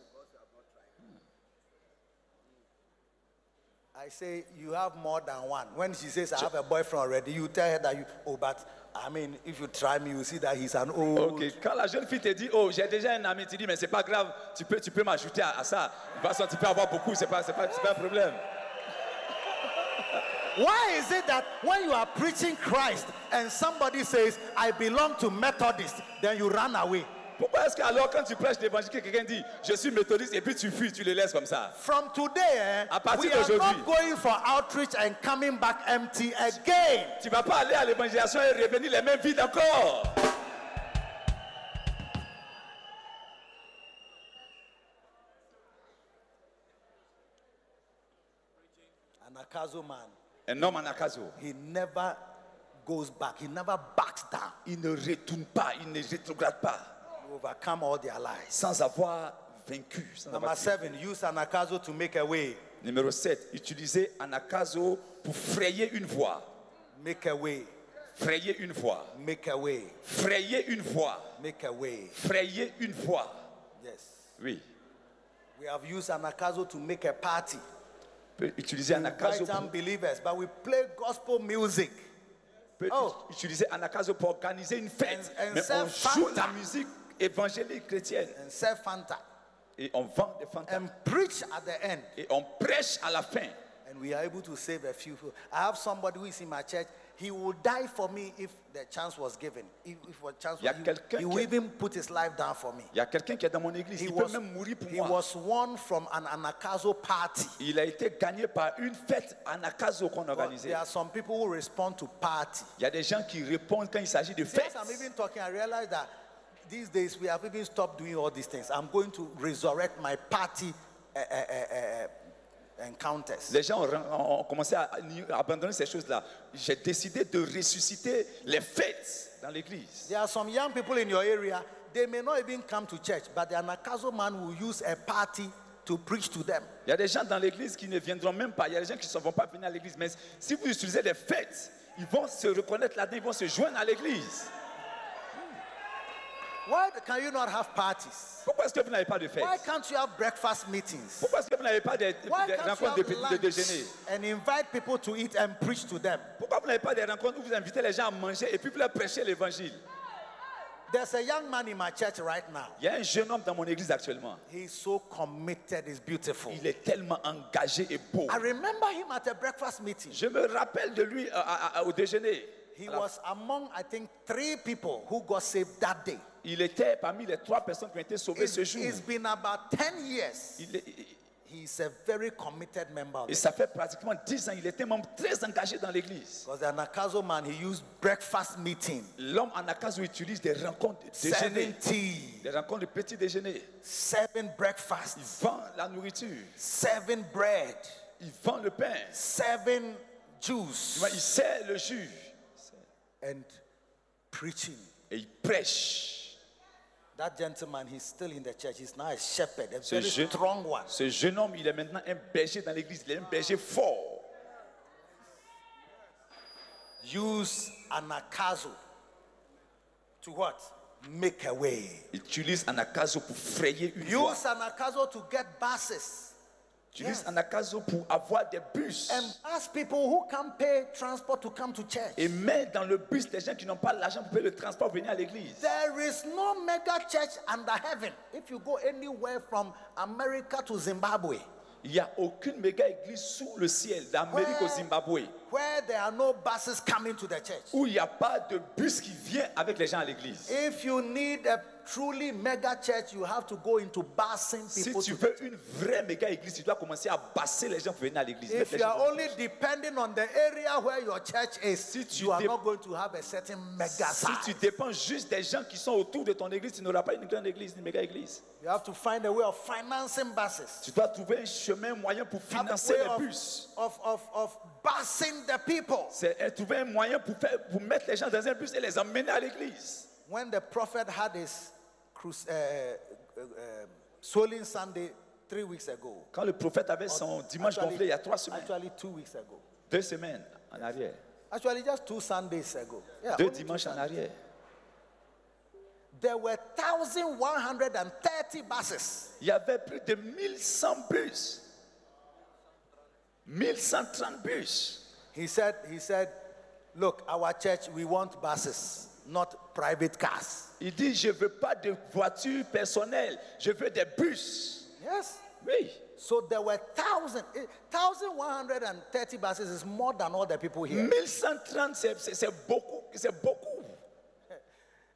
I say you have more than one. When she says I have a boyfriend already, you tell her that you oh, but I mean if you try me, you see that he's an old
Ok, quand la jeune fille te dit, oh, j'ai déjà un ami, tu dis, mais c'est pas grave, tu peux, tu peux m'ajouter à, à ça. De toute façon, tu peux avoir beaucoup, c'est pas, c'est pas, c'est pas un problème.
Why is it that when you are preaching Christ and somebody says, I belong to Methodist, then you run away?
Pourquoi est-ce qu'alors quand tu prêches l'évangile, que quelqu'un dit je suis méthodiste et puis tu fuis, tu le laisses comme ça
From today, eh,
À partir
we are
d'aujourd'hui.
not going for outreach and coming back empty again.
Tu vas pas aller à l'évangélisation et revenir les mêmes vides encore.
An Akazo man,
Un homme en acaso,
he never goes back, he never backs down.
il ne retourne pas, il ne rétrograde pas
You overcome all their lies.
sans avoir vaincu. sans
Number
avoir triomphé.
seven, use an Akazo to make a way.
Numéro 7, utiliser en acaso pour frayer une voie.
Make a way.
Frayer une voie.
Make a way.
Frayer une voie.
Make a way.
Frayer une voie.
Yes.
Oui.
We have used an Akazo to make a party.
Peut utiliser en acaso
Right
pour
unbelievers, but we play gospel music.
peut
Oh.
utiliser Anakazo pour organiser une fête.
Un- un
Mais
seul
on joue
Fanta.
la musique évangélique chrétienne
and serve Fanta
et on vend des fantasmes
and preach at the end.
et on prêche à la fin.
And we are able to save a few people. I have somebody who is in my church. He would die for me if the chance was given. If, if a chance
Il y a
was he,
quelqu'un
he
qui-
would even put his life down for me.
Il y a quelqu'un qui est dans mon église,
He
il
was,
peut même mourir pour
he
moi.
was warned from an anakazo party.
Il a été gagné par une fête Anakazo qu'on
But
organisait.
there are some people who respond to party.
Il y a des gens qui répondent quand il s'agit de
Since
fêtes.
I'm even talking, I realize that these days we have even stopped doing all these things. I'm going to resurrect my party uh, uh, uh, uh, encounters.
Les gens ont, ont- ont commencé à à abandonner ces choses-là. J'ai décidé de ressusciter les fêtes dans l'église.
There are some young people in your area, they may not even come to church, but the Anakazo man will use a party to preach to them.
Il y a des gens dans l'église qui ne viendront même pas. Il y a des gens qui ne vont pas venir à l'église. Mais si vous utilisez les fêtes, ils vont se reconnaître là-dedans, ils vont se joindre à l'église.
Why can you not have parties?
Pourquoi est-ce que vous n'avez pas de fêtes
Why can't you have breakfast meetings?
Pourquoi est-ce que vous n'avez pas des,
Why
des
can't you have
rencontres de, petit- de
lunch
déjeuner
and invite people to eat and preach to them?
Pourquoi vous n'avez pas des rencontres où vous invitez les gens à manger et puis vous leur prêchez l'évangile
There's a young man in my church right now.
Il y a un jeune homme dans mon église actuellement.
He's so committed, he's beautiful.
Il est tellement engagé et beau.
I remember him at a breakfast meeting.
Je me rappelle de lui euh, à- à- au déjeuner.
He
À la-
was among, I think, three people who got saved that day.
Il était parmi les trois personnes qui ont été sauvées
It's-
ce jour.
it's been about 10 years.
Il est-
He's a very committed member.
et ça fait pratiquement dix ans. Il était un membre très engagé dans l'église.
Because the Anakazo man, he used breakfast meeting,
L'homme en Akazo utilise des rencontres de
seven
déjeuner,
tea,
des rencontres de petit déjeuner.
seven
Il
breakfasts,
vend la nourriture,
seven bread,
il vend le pain,
seven
Tu
juice,
vois, il sert le jus
and preaching.
et il prêche.
That gentleman, he's still in the church. He's now a shepherd, a
Ce
very
jeune-
strong one.
Ce jeune homme, il est maintenant un berger dans l'église. Il est un berger fort.
Use Anakazo to what? Make a way.
Il utilise Anakazo pour frayer une voie.
Use Anakazo to get buses
Il utilise Anakazo pour avoir des bus.
and ask people who can pay transport to come to church.
et met dans le bus les gens qui n'ont pas l'argent pour payer le transport pour venir à l'église.
There is no mega church under heaven. If you go anywhere from America to Zimbabwe,
Il n'y a aucune méga église sous le ciel d'Amérique au Zimbabwe
where there are no buses coming to the church.
où il n'y a pas de bus qui vient avec les gens à l'église.
If you need a truly mega church, you have to go into busing
Si
people.
tu
to
veux une vraie méga église, tu dois commencer à basser les gens pour venir à l'église.
if
Mettre les
you
gens dans
are
le
only
bus.
depending on the area where your church is,
tu
you are
dé-
not going to have a certain mega
si
size.
tu dépends juste des gens qui sont autour de ton église, tu n'auras pas une grande église, une méga église.
You have to find a way of financing buses.
Tu dois trouver un chemin, un moyen pour
Have a
financer
way
les
of-
bus.
Of, of, of busing the people.
C'est euh, trouver un moyen pour, faire, pour mettre les gens dans un bus et les emmener à l'église.
When the prophet had his cru- uh, uh, uh, swollen Sunday three weeks ago,
Quand le prophète avait son dimanche gonflé il y a trois semaines,
actually two weeks ago,
deux semaines en arrière,
actually just two Sundays ago, yeah,
deux
only two
dimanches en
Sundays.
arrière,
there were thousand one hundred and thirty buses.
il y avait plus de 1100 bus. 1130 bus.
He said, he said, look, our church, we want buses, not private cars.
Il dit, je ne veux pas de voiture personnelle, je veux des bus.
Yes.
Oui.
So there were thousand, eh, thousand one hundred and thirty buses is more than all the people here.
1130, c'est- c'est c'est beaucoup, c'est beaucoup.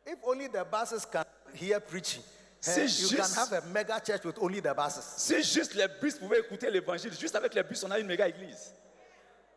If only the buses can hear preaching, eh,
C'est
you can
juste-
have a mega church with only the buses.
Si juste les bus pouvaient écouter l'évangile, juste avec les bus, on a une méga église.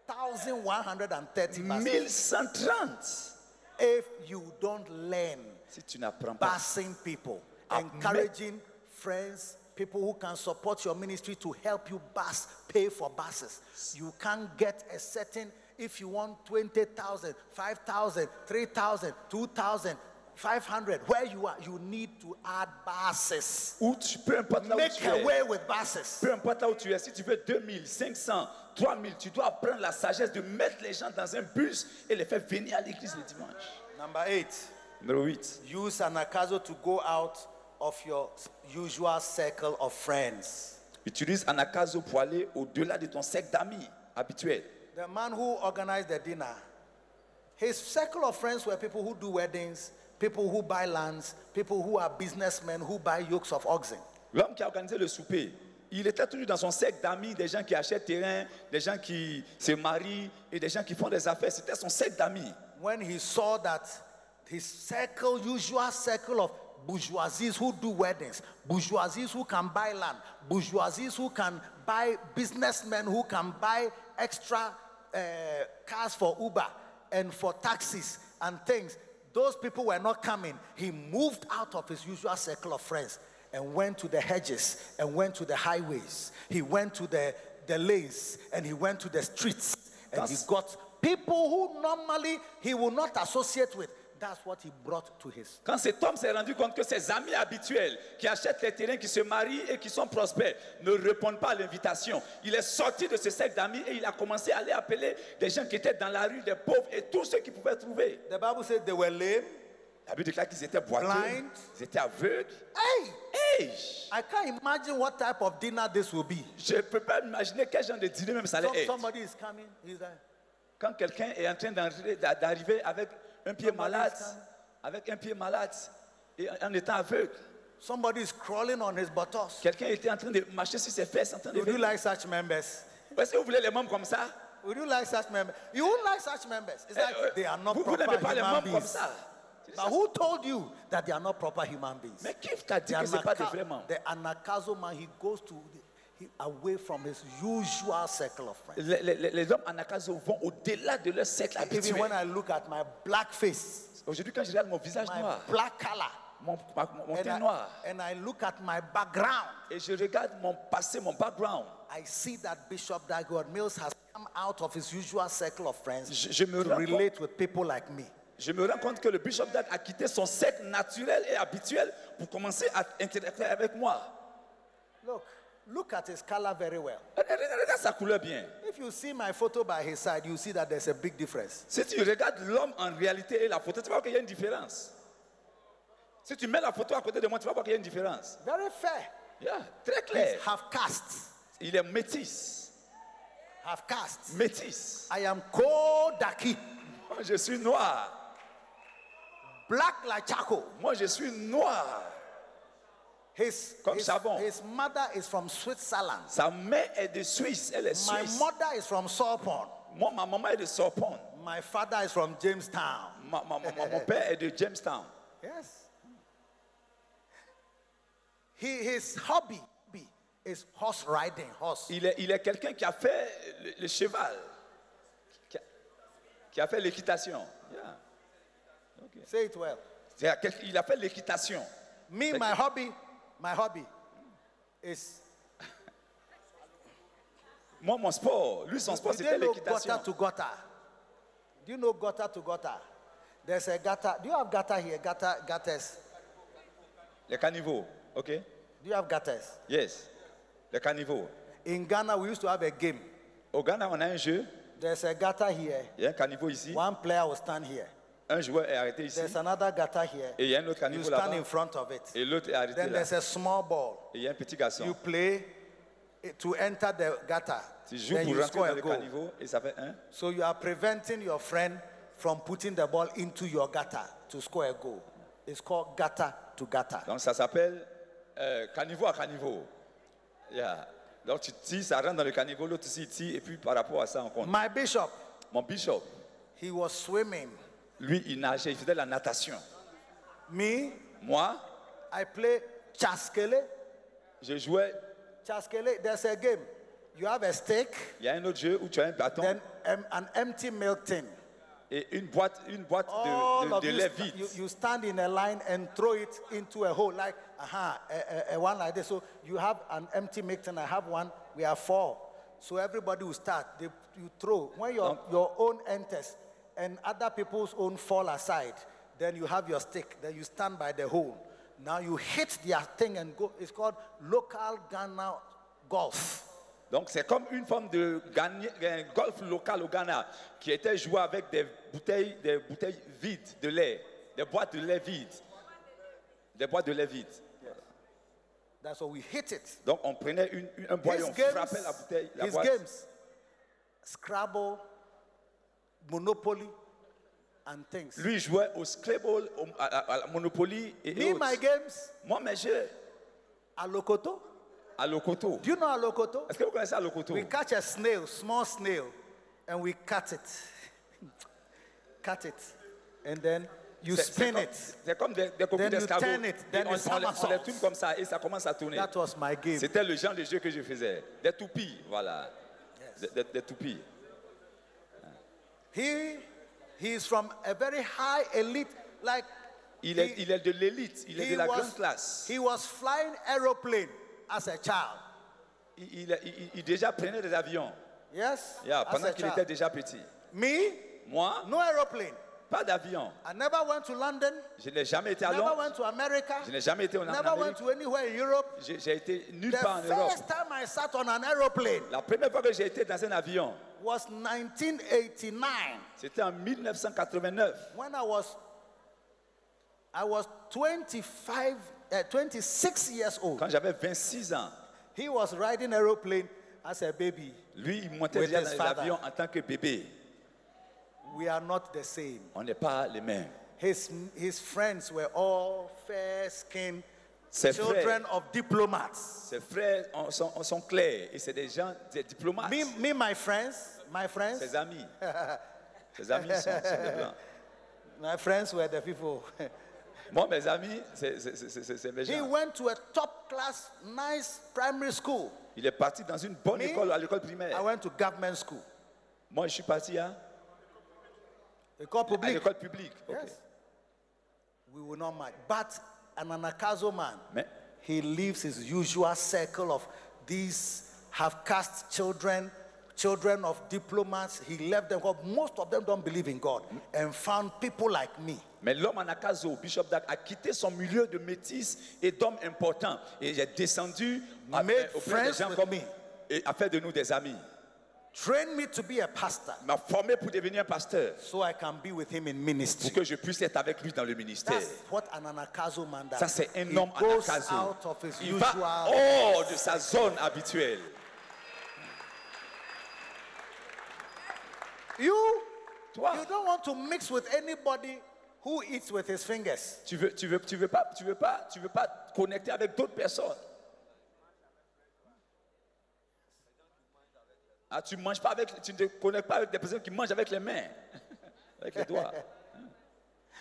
1130 buses.
1130.
If you don't learn
Si tu n'apprends pas
passing people,
Ah,
encouraging friends, people who can support your ministry to help you bus, pay for buses, you can't get a certain, if you want 20,000, 5,000, 3,000, 2,000, 500, where you are, you need to add buses.
où tu, peu importe là où
Make
tu
a
es.
way with buses.
Peu importe là où tu es, si tu veux 2000, 500, 3000, tu dois apprendre la sagesse de mettre les gens dans un bus et les faire venir à l'église le dimanche.
Number eight.
Numéro 8.
Use an akazo to go out of your usual circle of friends.
Utilise Anakazo pour aller au-delà de ton cercle d'amis habituel.
The man who organized the dinner, His circle of friends were people who do weddings, people who buy lands, people who are businessmen who buy yokes of oxen.
L'homme qui a organisé le souper, il était toujours dans son cercle d'amis, des gens qui achètent terrain, des gens qui se marient et des gens qui font des affaires. C'était son cercle d'amis.
When he saw that his circle, usual circle of bourgeoisies who do weddings, bourgeoisies who can buy land, bourgeoisies who can buy businessmen who can buy extra uh, cars for Uber and for taxis and things, those people were not coming. He moved out of his usual circle of friends and went to the hedges and went to the highways. He went to the, the lanes and he went to the streets and
That's-
he got people who normally he will not associate with. That's what he brought to his.
Quand cet homme s'est rendu compte que ses amis habituels qui achètent les terrains, qui se marient et qui sont prospères ne répondent pas à l'invitation, il est sorti de ce cercle d'amis et il a commencé à aller appeler des gens qui étaient dans la rue, des pauvres et tous ceux qu'il pouvait trouver.
The Bible says they were lame.
La Bible déclare qu'ils étaient boiteux,
Blind.
ils étaient aveugles.
Hey,
Hey,
I can't imagine what type of dinner this will be.
je ne peux pas imaginer quel genre de dîner même ça
Some-
allait être.
somebody is coming. He's like,
Quand quelqu'un est en train d'arriver- d'a- d'arriver avec un pied
Somebody
malade,
is coming.
avec un pied malade et en- en étant aveugle,
somebody is crawling on his buttocks.
quelqu'un était en train de marcher sur ses fesses, en train de.
Would you
venir.
like such members?
Est-ce que vous voulez les membres comme ça?
Would you like such members? You won't like such members. It's
Eh, euh,
like they are not
vous vous
proper
n'aimez pas les
human
membres comme
beings.
ça.
But who told you that they are not proper human beings?
Mais qui t'a dit
The,
que ce n'est pas des
anaka-
vrais membres?
the anakazo man, he goes to the- he, away from his usual circle of friends.
Les, les- les- les hommes en Akazo vont au-delà de leur cercle habituel.
Even when I look at my black face,
Aujourd'hui, quand je regarde mon visage
my
noir,
black color,
mon, ma- mon
and
teint
I,
noir,
and I look at my background,
et je regarde mon passé, mon background,
I see that Bishop Dagwood Mills has come out of his usual circle of friends
je, je me
to
rends compte,
relate with people like me.
je me rends compte que le bishop Dag a quitté son cercle naturel et habituel pour commencer à interagir avec moi.
Look, look at his color very well.
Regarde, regarde- regarde sa couleur bien.
If you see my photo by his side, you see that there's a big difference.
Si tu regardes l'homme en réalité et la photo, tu vas voir qu'il y a une différence. Si tu mets la photo à côté de moi, tu vas voir qu'il y a une différence.
Very fair.
Yeah, très
He's
clair.
half cast.
Il est métis.
Half cast.
Métis.
I am Kodaki.
Moi, je suis noir.
Black like charcoal.
Moi, je suis noir.
His,
Comme
his,
savon.
his mother is from Switzerland.
Sa mère est de Suisse. Elle est
My
suisse.
mother is from Sorbonne.
Moi, ma maman est de Sorbonne.
My father is from Jamestown.
Ma- ma- ma- ma- mon père est de Jamestown.
Yes. He, his hobby is horse riding. Horse.
Il est, il est quelqu'un qui a fait le, le cheval. Qui a, qui a fait l'équitation. Yeah.
Say it well.
C'est à quel- Il a fait l'équitation.
Me, my hobby, my hobby is
Moi, mon sport. Lui, son sport,
Do they
c'était
know gutter
l'équitation.
to gutter? Do you know gutter to gutter? There's a gutter. Do you have gutter here? Gutter, gutters.
Les caniveaux. OK?
Do you have gutters?
Yes. Les caniveaux.
In Ghana, we used to have a game.
Au Ghana, on a un jeu.
There's a gutter here.
Il y a un caniveau ici.
One player will stand here.
Un joueur est arrêté ici.
There's another gutter here.
Et il y a un autre
You
caniveau
stand
là-bas.
in front of it.
Et l'autre est arrêté
Then
là.
there's a small ball.
Et il y a un petit
You
garçon.
play it to enter the gutter.
Tu joues
Then
pour
you
rentrer
score
dans
a
le
goal.
caniveau et ça fait un.
So you are preventing your friend from putting the ball into your gutter to score a goal. It's called gutter to gutter.
Donc ça s'appelle euh, caniveau à caniveau. Yeah. Donc tu tires, ça rentre dans le caniveau, l'autre ici il tire et puis par rapport à ça on compte.
My bishop,
Mon bishop,
he was swimming.
lui il nageait, il faisait la natation.
Me,
Moi,
I play chaskele.
je jouais,
Chaskele, there's a game. You have a stick,
il y a un autre jeu où tu as un bâton
then em- an empty milk tin.
et une boîte, une boîte
All
de, de,
of
de
you,
lait
sta-
vide.
you, you stand in a line and throw it into a hole, like aha, a, a, a one like this. So you have an empty milk tin. I have one. We are four. So everybody will start. They, you throw when your your own enters and other people's own fall aside. Then you have your stick. Then you stand by the hole. Now you hit their thing and go. It's called local Ghana golf.
Donc c'est comme une forme de gagner- euh, golf local au Ghana qui était joué avec des bouteilles, des bouteilles vides de lait, des boîtes de lait vides. Des boîtes de lait vides.
That's what we hit it.
Donc on prenait une, une- un boyau,
His
on
games,
frappait la bouteille, la
his
boîte.
games, Scrabble, Monopoly, and things.
Lui jouait au Scrabble, au, à, à- à la Monopoly et, et
Me,
autres.
my games,
Moi, mes jeux
Alokoto.
à Lokoto.
Do you know Alokoto?
Est-ce que vous connaissez à Lokoto
We catch a snail, small snail, and we cut it. [laughs] cut it. And then you
C'est- c'est
spin
comme-
it.
C'est comme des, des coquilles
Then you
d'escabeau.
turn it,
Et
then it
on, on les, on les
somersaults.
tourne comme ça et ça commence à tourner.
That was my game.
C'était le genre de jeu que je faisais. Des toupies, voilà. Des, des- des toupies.
He he is from a very high elite like
Il est, il est de l'élite, il est
he
de la
was-
grande classe.
He was flying aeroplane as a child.
Il, il- il- il déjà prenait des avions
Yes?
yeah,
as
pendant
a
qu'il
child.
était déjà petit.
Me?
Moi,
No aeroplane.
pas d'avion.
I never went to London.
Je n'ai jamais été à
Never
Londres.
went to America.
Je n'ai jamais été en en
Never went
Amérique.
to anywhere in Europe.
J'ai j'ai été nulle
The
part en Europe.
first time I sat on an aeroplane
La première fois que j'ai été dans un avion,
was 1989
c'était en 1989.
when I was I was 25 uh, 26 years old.
Quand j'avais 26 ans,
He was riding aeroplane as a baby.
lui, il montait
With
déjà
his
dans
father.
l'avion en tant que bébé.
We are not the same.
On n'est pas les mêmes.
His, his friends were all fair skinned
Ses
children
frères,
of diplomats.
ses frères en sont, en sont clairs et c'est des gens, des diplomates.
Me, me, my friends, my friends,
Ses amis. Ses amis sont, sont des blancs.
my friends were the [laughs] people.
Moi, mes amis, c'est- c'est c'est- c'est- c'est mes
he
gens.
went to a top class, nice primary school.
Il est parti dans une bonne
Me?
école, à l'école
I
primaire.
went to government school.
Moi, je suis parti à,
Ah, They call
à
public.
l'école publique. Ok.
Yes. We will not match. But an Anakazo man,
Mais
he leaves his usual circle of these have cast children, children of diplomats. He left them because most of them don't believe in God and found people like me.
Mais l'homme en Akazo, Bishop Dag, a quitté son milieu de métis et d'hommes importants. Et il est descendu à
Made
faire auprès des
friends
gens
with
comme
me.
Et a fait de nous des amis.
Train me to be a pastor
Il m'a formé pour devenir pasteur,
so I can be with him in
pour
ministry.
que je puisse être avec lui dans le ministère.
That's what an Anakazo man does.
Ça, c'est un
he
homme en
goes
Akazo.
out of his
Il va
usual.
oh. hors de sa zone habituelle.
You,
Toi,
you don't want to mix with anybody who eats with his fingers.
tu veux, tu veux, tu veux pas, tu veux pas, tu veux pas te connecter avec d'autres personnes. Ah, tu manges pas avec, tu ne te connectes pas avec des personnes qui mangent avec les mains, [laughs] avec les doigts.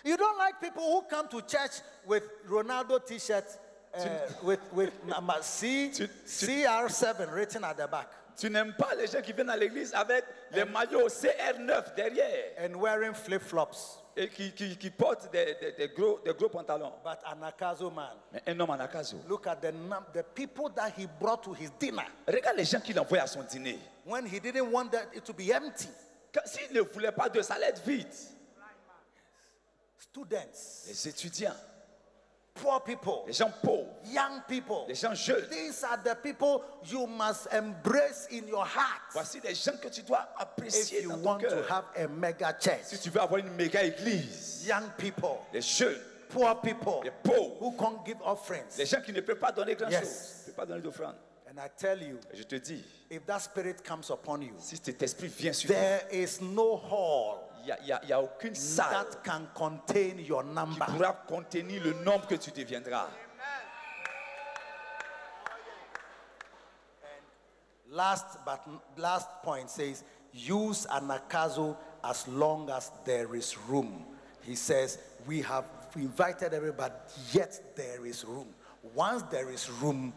You don't like people who come to church with Ronaldo t-shirts uh, with with number C
Tu- tu-
CR7 written at the back
Tu n'aimes pas les gens qui viennent à l'église avec les maillots CR9 derrière
and wearing flip-flops.
et qui, qui, qui portent des, des- des gros, des gros pantalons.
But Anakazo man,
Mais un homme en Akazo,
look at the num- the people that he brought to his dinner
regarde les gens qu'il envoie à son dîner.
when he didn't want that it to be empty.
Quand- S'il ne voulait pas de ça, allait être vide.
Students,
Les étudiants,
poor people,
les gens pauvres,
young people.
les gens jeunes.
These are the people you must embrace in your heart
Voici les gens que tu dois
if
apprécier
you
dans ton
want to
cœur.
have a mega
Si
church.
tu veux avoir une méga église,
Young people.
les jeunes,
poor people
les pauvres,
who can't give offerings.
les gens qui ne peuvent pas donner grand
Yes.
chose, ne peuvent pas donner d'offrande.
And I tell you,
Je te dis,
if that spirit comes upon you,
si cet esprit vient sur toi,
there is no hall
il n'y a, il y a- il y a aucune salle
that can contain your
qui
number.
pourra contenir le nombre que tu deviendras.
Last but last point says, use anakazo as long as there is room. He says, we have invited everybody, yet there is room. Once there is room,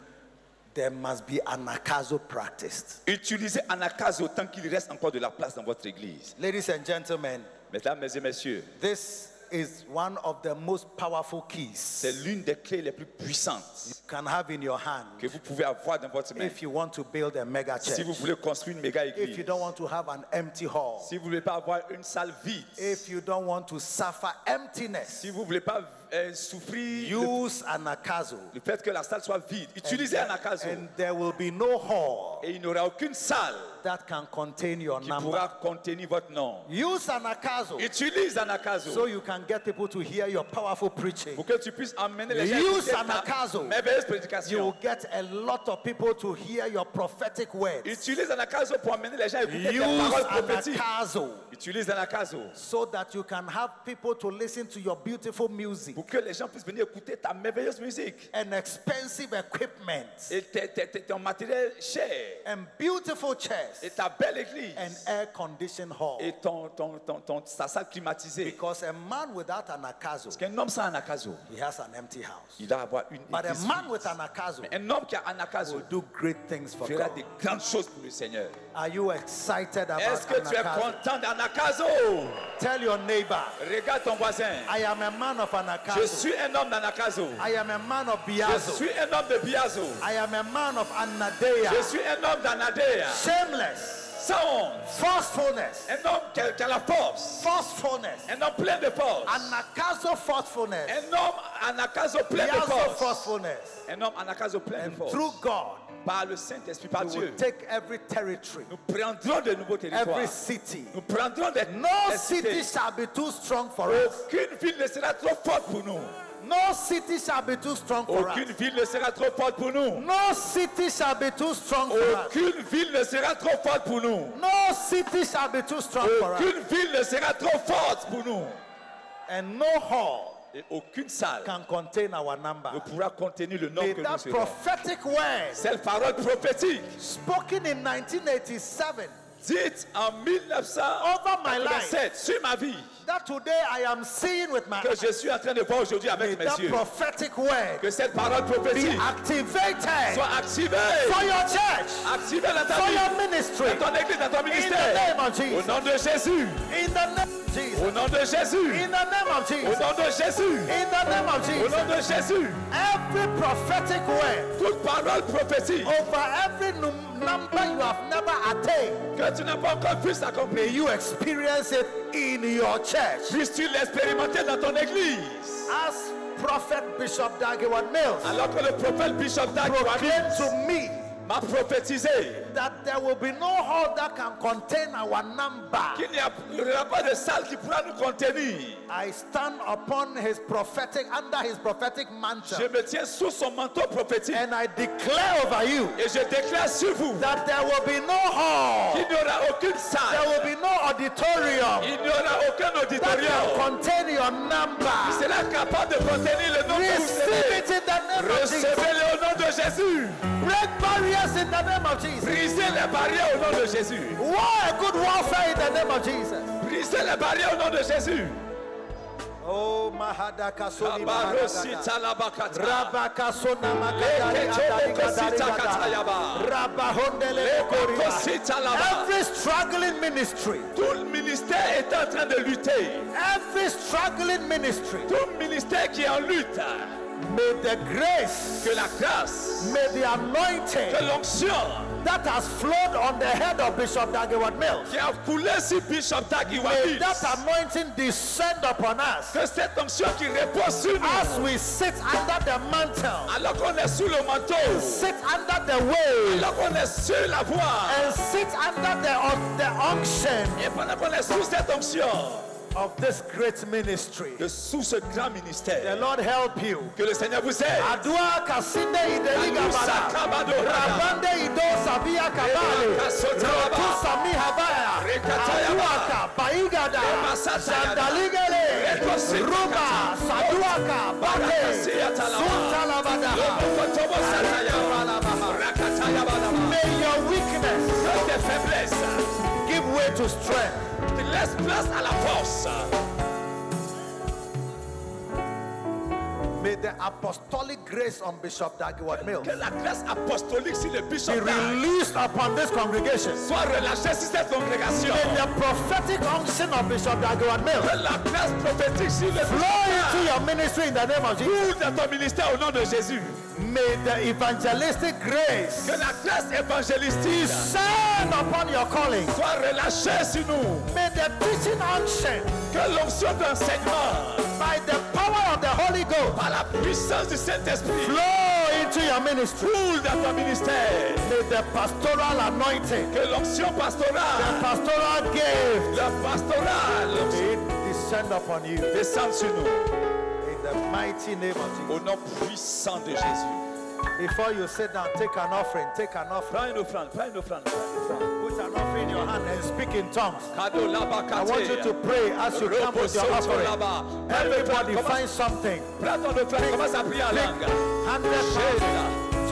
there must be anakazo practiced.
Utilisez Anakazo tant qu'il reste encore de la place dans votre église.
Ladies and gentlemen,
Mesdames et messieurs,
This is one of the most powerful
c'est
keys
l'une des clés les plus puissantes
you can have in your hand
que vous pouvez avoir dans votre main.
if you want to build a mega
Si vous
church,
voulez construire une méga
if you
église,
don't want to have an empty hall,
si vous ne voulez pas avoir une salle vide,
if you don't want to suffer emptiness,
si vous ne voulez pas euh, souffrir le,
Use anakazo.
le fait que la salle soit vide. Utilisez Anakazo
And there will be no hall
et il n'y aura aucune salle
that can contain your
qui
number.
pourra contenir votre nom.
Use anakazo
Utilise Anakazo
so you can get people to hear your powerful preaching.
pour que tu puisses emmener les gens à
Use
écouter ta
Anakazo.
merveilleuse
You
prédication.
will get a lot of people to hear your prophetic words.
Utilise Anakazo pour emmener les gens à écouter tes
Use
paroles prophétiques.
anakazo
Utilise Anakazo
so that you can have people to listen to your beautiful music
pour que les gens puissent venir écouter ta merveilleuse musique
and expensive equipment
et tes- tes- tes- ton matériel cher
and beautiful
et
chairs
ta belle église
and air-conditioned hall.
et ton, ton, ton, ton- sa salle climatisée.
Because a man without anakazo,
Parce qu'un homme sans Anakazo,
he has an empty house.
il doit avoir une
But
église
a man
vide.
with anakazo
Un homme qui a Anakazo
will do great things for
fera
God.
des grandes choses pour le Seigneur.
Are you excited about
Est-ce que tu es
Ah bah, anakazo?
content d'Anakazo
Tell your neighbor,
Regarde ton voisin.
I am a man of
Je
anakazo.
suis un homme d'Anakazo.
I am a man of
Je
biazo.
suis un homme de Biazo.
I am a man of
Je
anadeia.
suis un homme d'Anadea.
Shameless,
Sans honte.
forcefulness,
Un homme qui a, qui a la force.
forcefulness,
Un homme plein de force.
anakazo forcefulness.
Un homme Anakazo plein de
Biazo
force.
forcefulness.
Un homme Anakazo plein de
And
force.
through God,
Par le Saint-Esprit, par
we will
Dieu.
take every territory,
Nous prendrons de nouveaux
every
territoires.
city.
Nous prendrons des
No
des
city
cités.
shall be too strong for
Oh.
us.
Aucune ville ne sera trop forte pour nous.
No city shall be too strong for us.
Aucune ville ne sera trop forte pour nous.
No city shall be too strong for us.
Aucune ville ne sera trop forte pour nous.
No city shall be too strong for us.
Aucune ville ne sera trop forte pour nous.
And no hall
Et aucune salle
can contain our
ne
number.
pourra contenir le
May
nombre que nous
that
serons.
prophetic word
Cette parole prophétique
spoken in 1987
dite en
Over my life.
1987 sur ma vie
that today I am seeing with my
que je suis en train de voir aujourd'hui
May
avec mes
that
yeux.
prophetic word
Que cette parole
be
prophétique
activated
soit activée.
for your church,
Activée dans ta
for your
vie,
ministry.
dans ton église, dans ton
In the
ministère.
name of
Au
Jesus.
nom de Jésus.
In the name of Jesus.
Au nom de Jésus.
In the name of
Au
Jesus.
nom de Jésus.
In the name of
Au nom
Jesus.
de Jésus.
Every prophetic word
Toute parole prophétique
over every num- number you have never attained,
que tu n'as pas encore pu s'accomplir.
Oh. may you experience it in your church.
Puisses-tu l'expérimenter dans ton église
As Prophet Bishop Dagewan Mills
Alors que le prophète Bishop
proclaimed
Dagwami
to me
m'a prophétisé
that there will be no hall that can contain our number.
qu'il n'y a- il n'y aura pas de salle qui pourra nous contenir.
I stand upon his prophetic, under his prophetic
Je
mantle,
me tiens sous son manteau prophétique
and I declare over you
et je déclare sur vous
that there will be no hall,
qu'il n'y aura aucune
there
salle,
will be no auditorium
il n'y aura aucun
that
auditorium.
can contain your number.
Cela capable de contenir le nom de
Receive
vous
it in the name of Jesus.
Recevez-le au nom de Jésus.
Break barriers in the name of Jesus.
Brisez les barrières au nom de Jésus.
War a good warfare in the name of Jesus.
Brisez les barrières au nom de Jésus.
Oh, Mahadaka Soni Mahadaka.
Tabarosita labakata.
Rabakasona Makadari Adari Gadari
Leketobokosita
Gadara.
katayaba.
Rabahondele Kokorima.
Lekotosita laba.
Every struggling ministry,
Tout le ministère est en train de lutter.
every struggling ministry,
Tout le ministère qui est en lutte.
may the grace,
Que la grâce,
may the
que
anointing
l'onction
that has flowed on the head of Bishop Dagewad Mills,
qui a coulé sur Bishop
may
Tagiwabi.
that anointing descend upon us
Que cette onction qui repose sur nous.
as we sit under the mantle,
Alors qu'on est sous le manteau.
sit under the wave,
Alors qu'on est sur la voie.
and sit under the, of the unction
Et pendant qu'on est sous cette onction.
of this great ministry.
De sous ce grand
The
ministère.
Lord help you.
Que le Seigneur vous aide.
Adua kasinde ideliga bala. Rabande ido sabia kabale. Rotu sami habaya. Aduaka baigada. Sandaligele. Ruba saduaka bale. Suntalabada. May your weakness give way to strength.
Laisse place à la force.
May the apostolic grace on Bishop Dagwood Mills
Que la grâce apostolique sur le
be
bishop Dag
released upon this congregation.
soit relâchée sur cette congrégation.
May the prophetic unction of Bishop Dagwood Mills
Que la grâce prophétique sur le
flow into
bishop
your ministry in the name of Jesus.
Dag coule dans ton ministère au nom de Jésus.
May the evangelistic
Que
grace
la grâce évangélistique
descend upon your calling.
soit relâchée sur nous.
May the teaching unction
Que l'onction d'enseignement
by the power power of the Holy Ghost
par la puissance du Saint-Esprit,
flow into your ministry.
foule dans ton ministère.
May the pastoral anointing,
Que l'onction
the
pastorale,
pastoral gift,
la pastorale, l'onction
may it descend upon you
descende sur nous.
in the mighty name of Jesus.
Au nom puissant de Jésus.
Before you sit down, take an offering. Take an offering.
Prends une offrande, prends une offrande. prends une offrande.
Put an offering in your hand and speak in tongues.
Kado laba
I want you to
kate.
pray as you come with your
Reposoto laba.
offering. Everybody
Everybody,
find something.
Prends ton offrande, commence à prier en langue.
100
Shela.
pounds,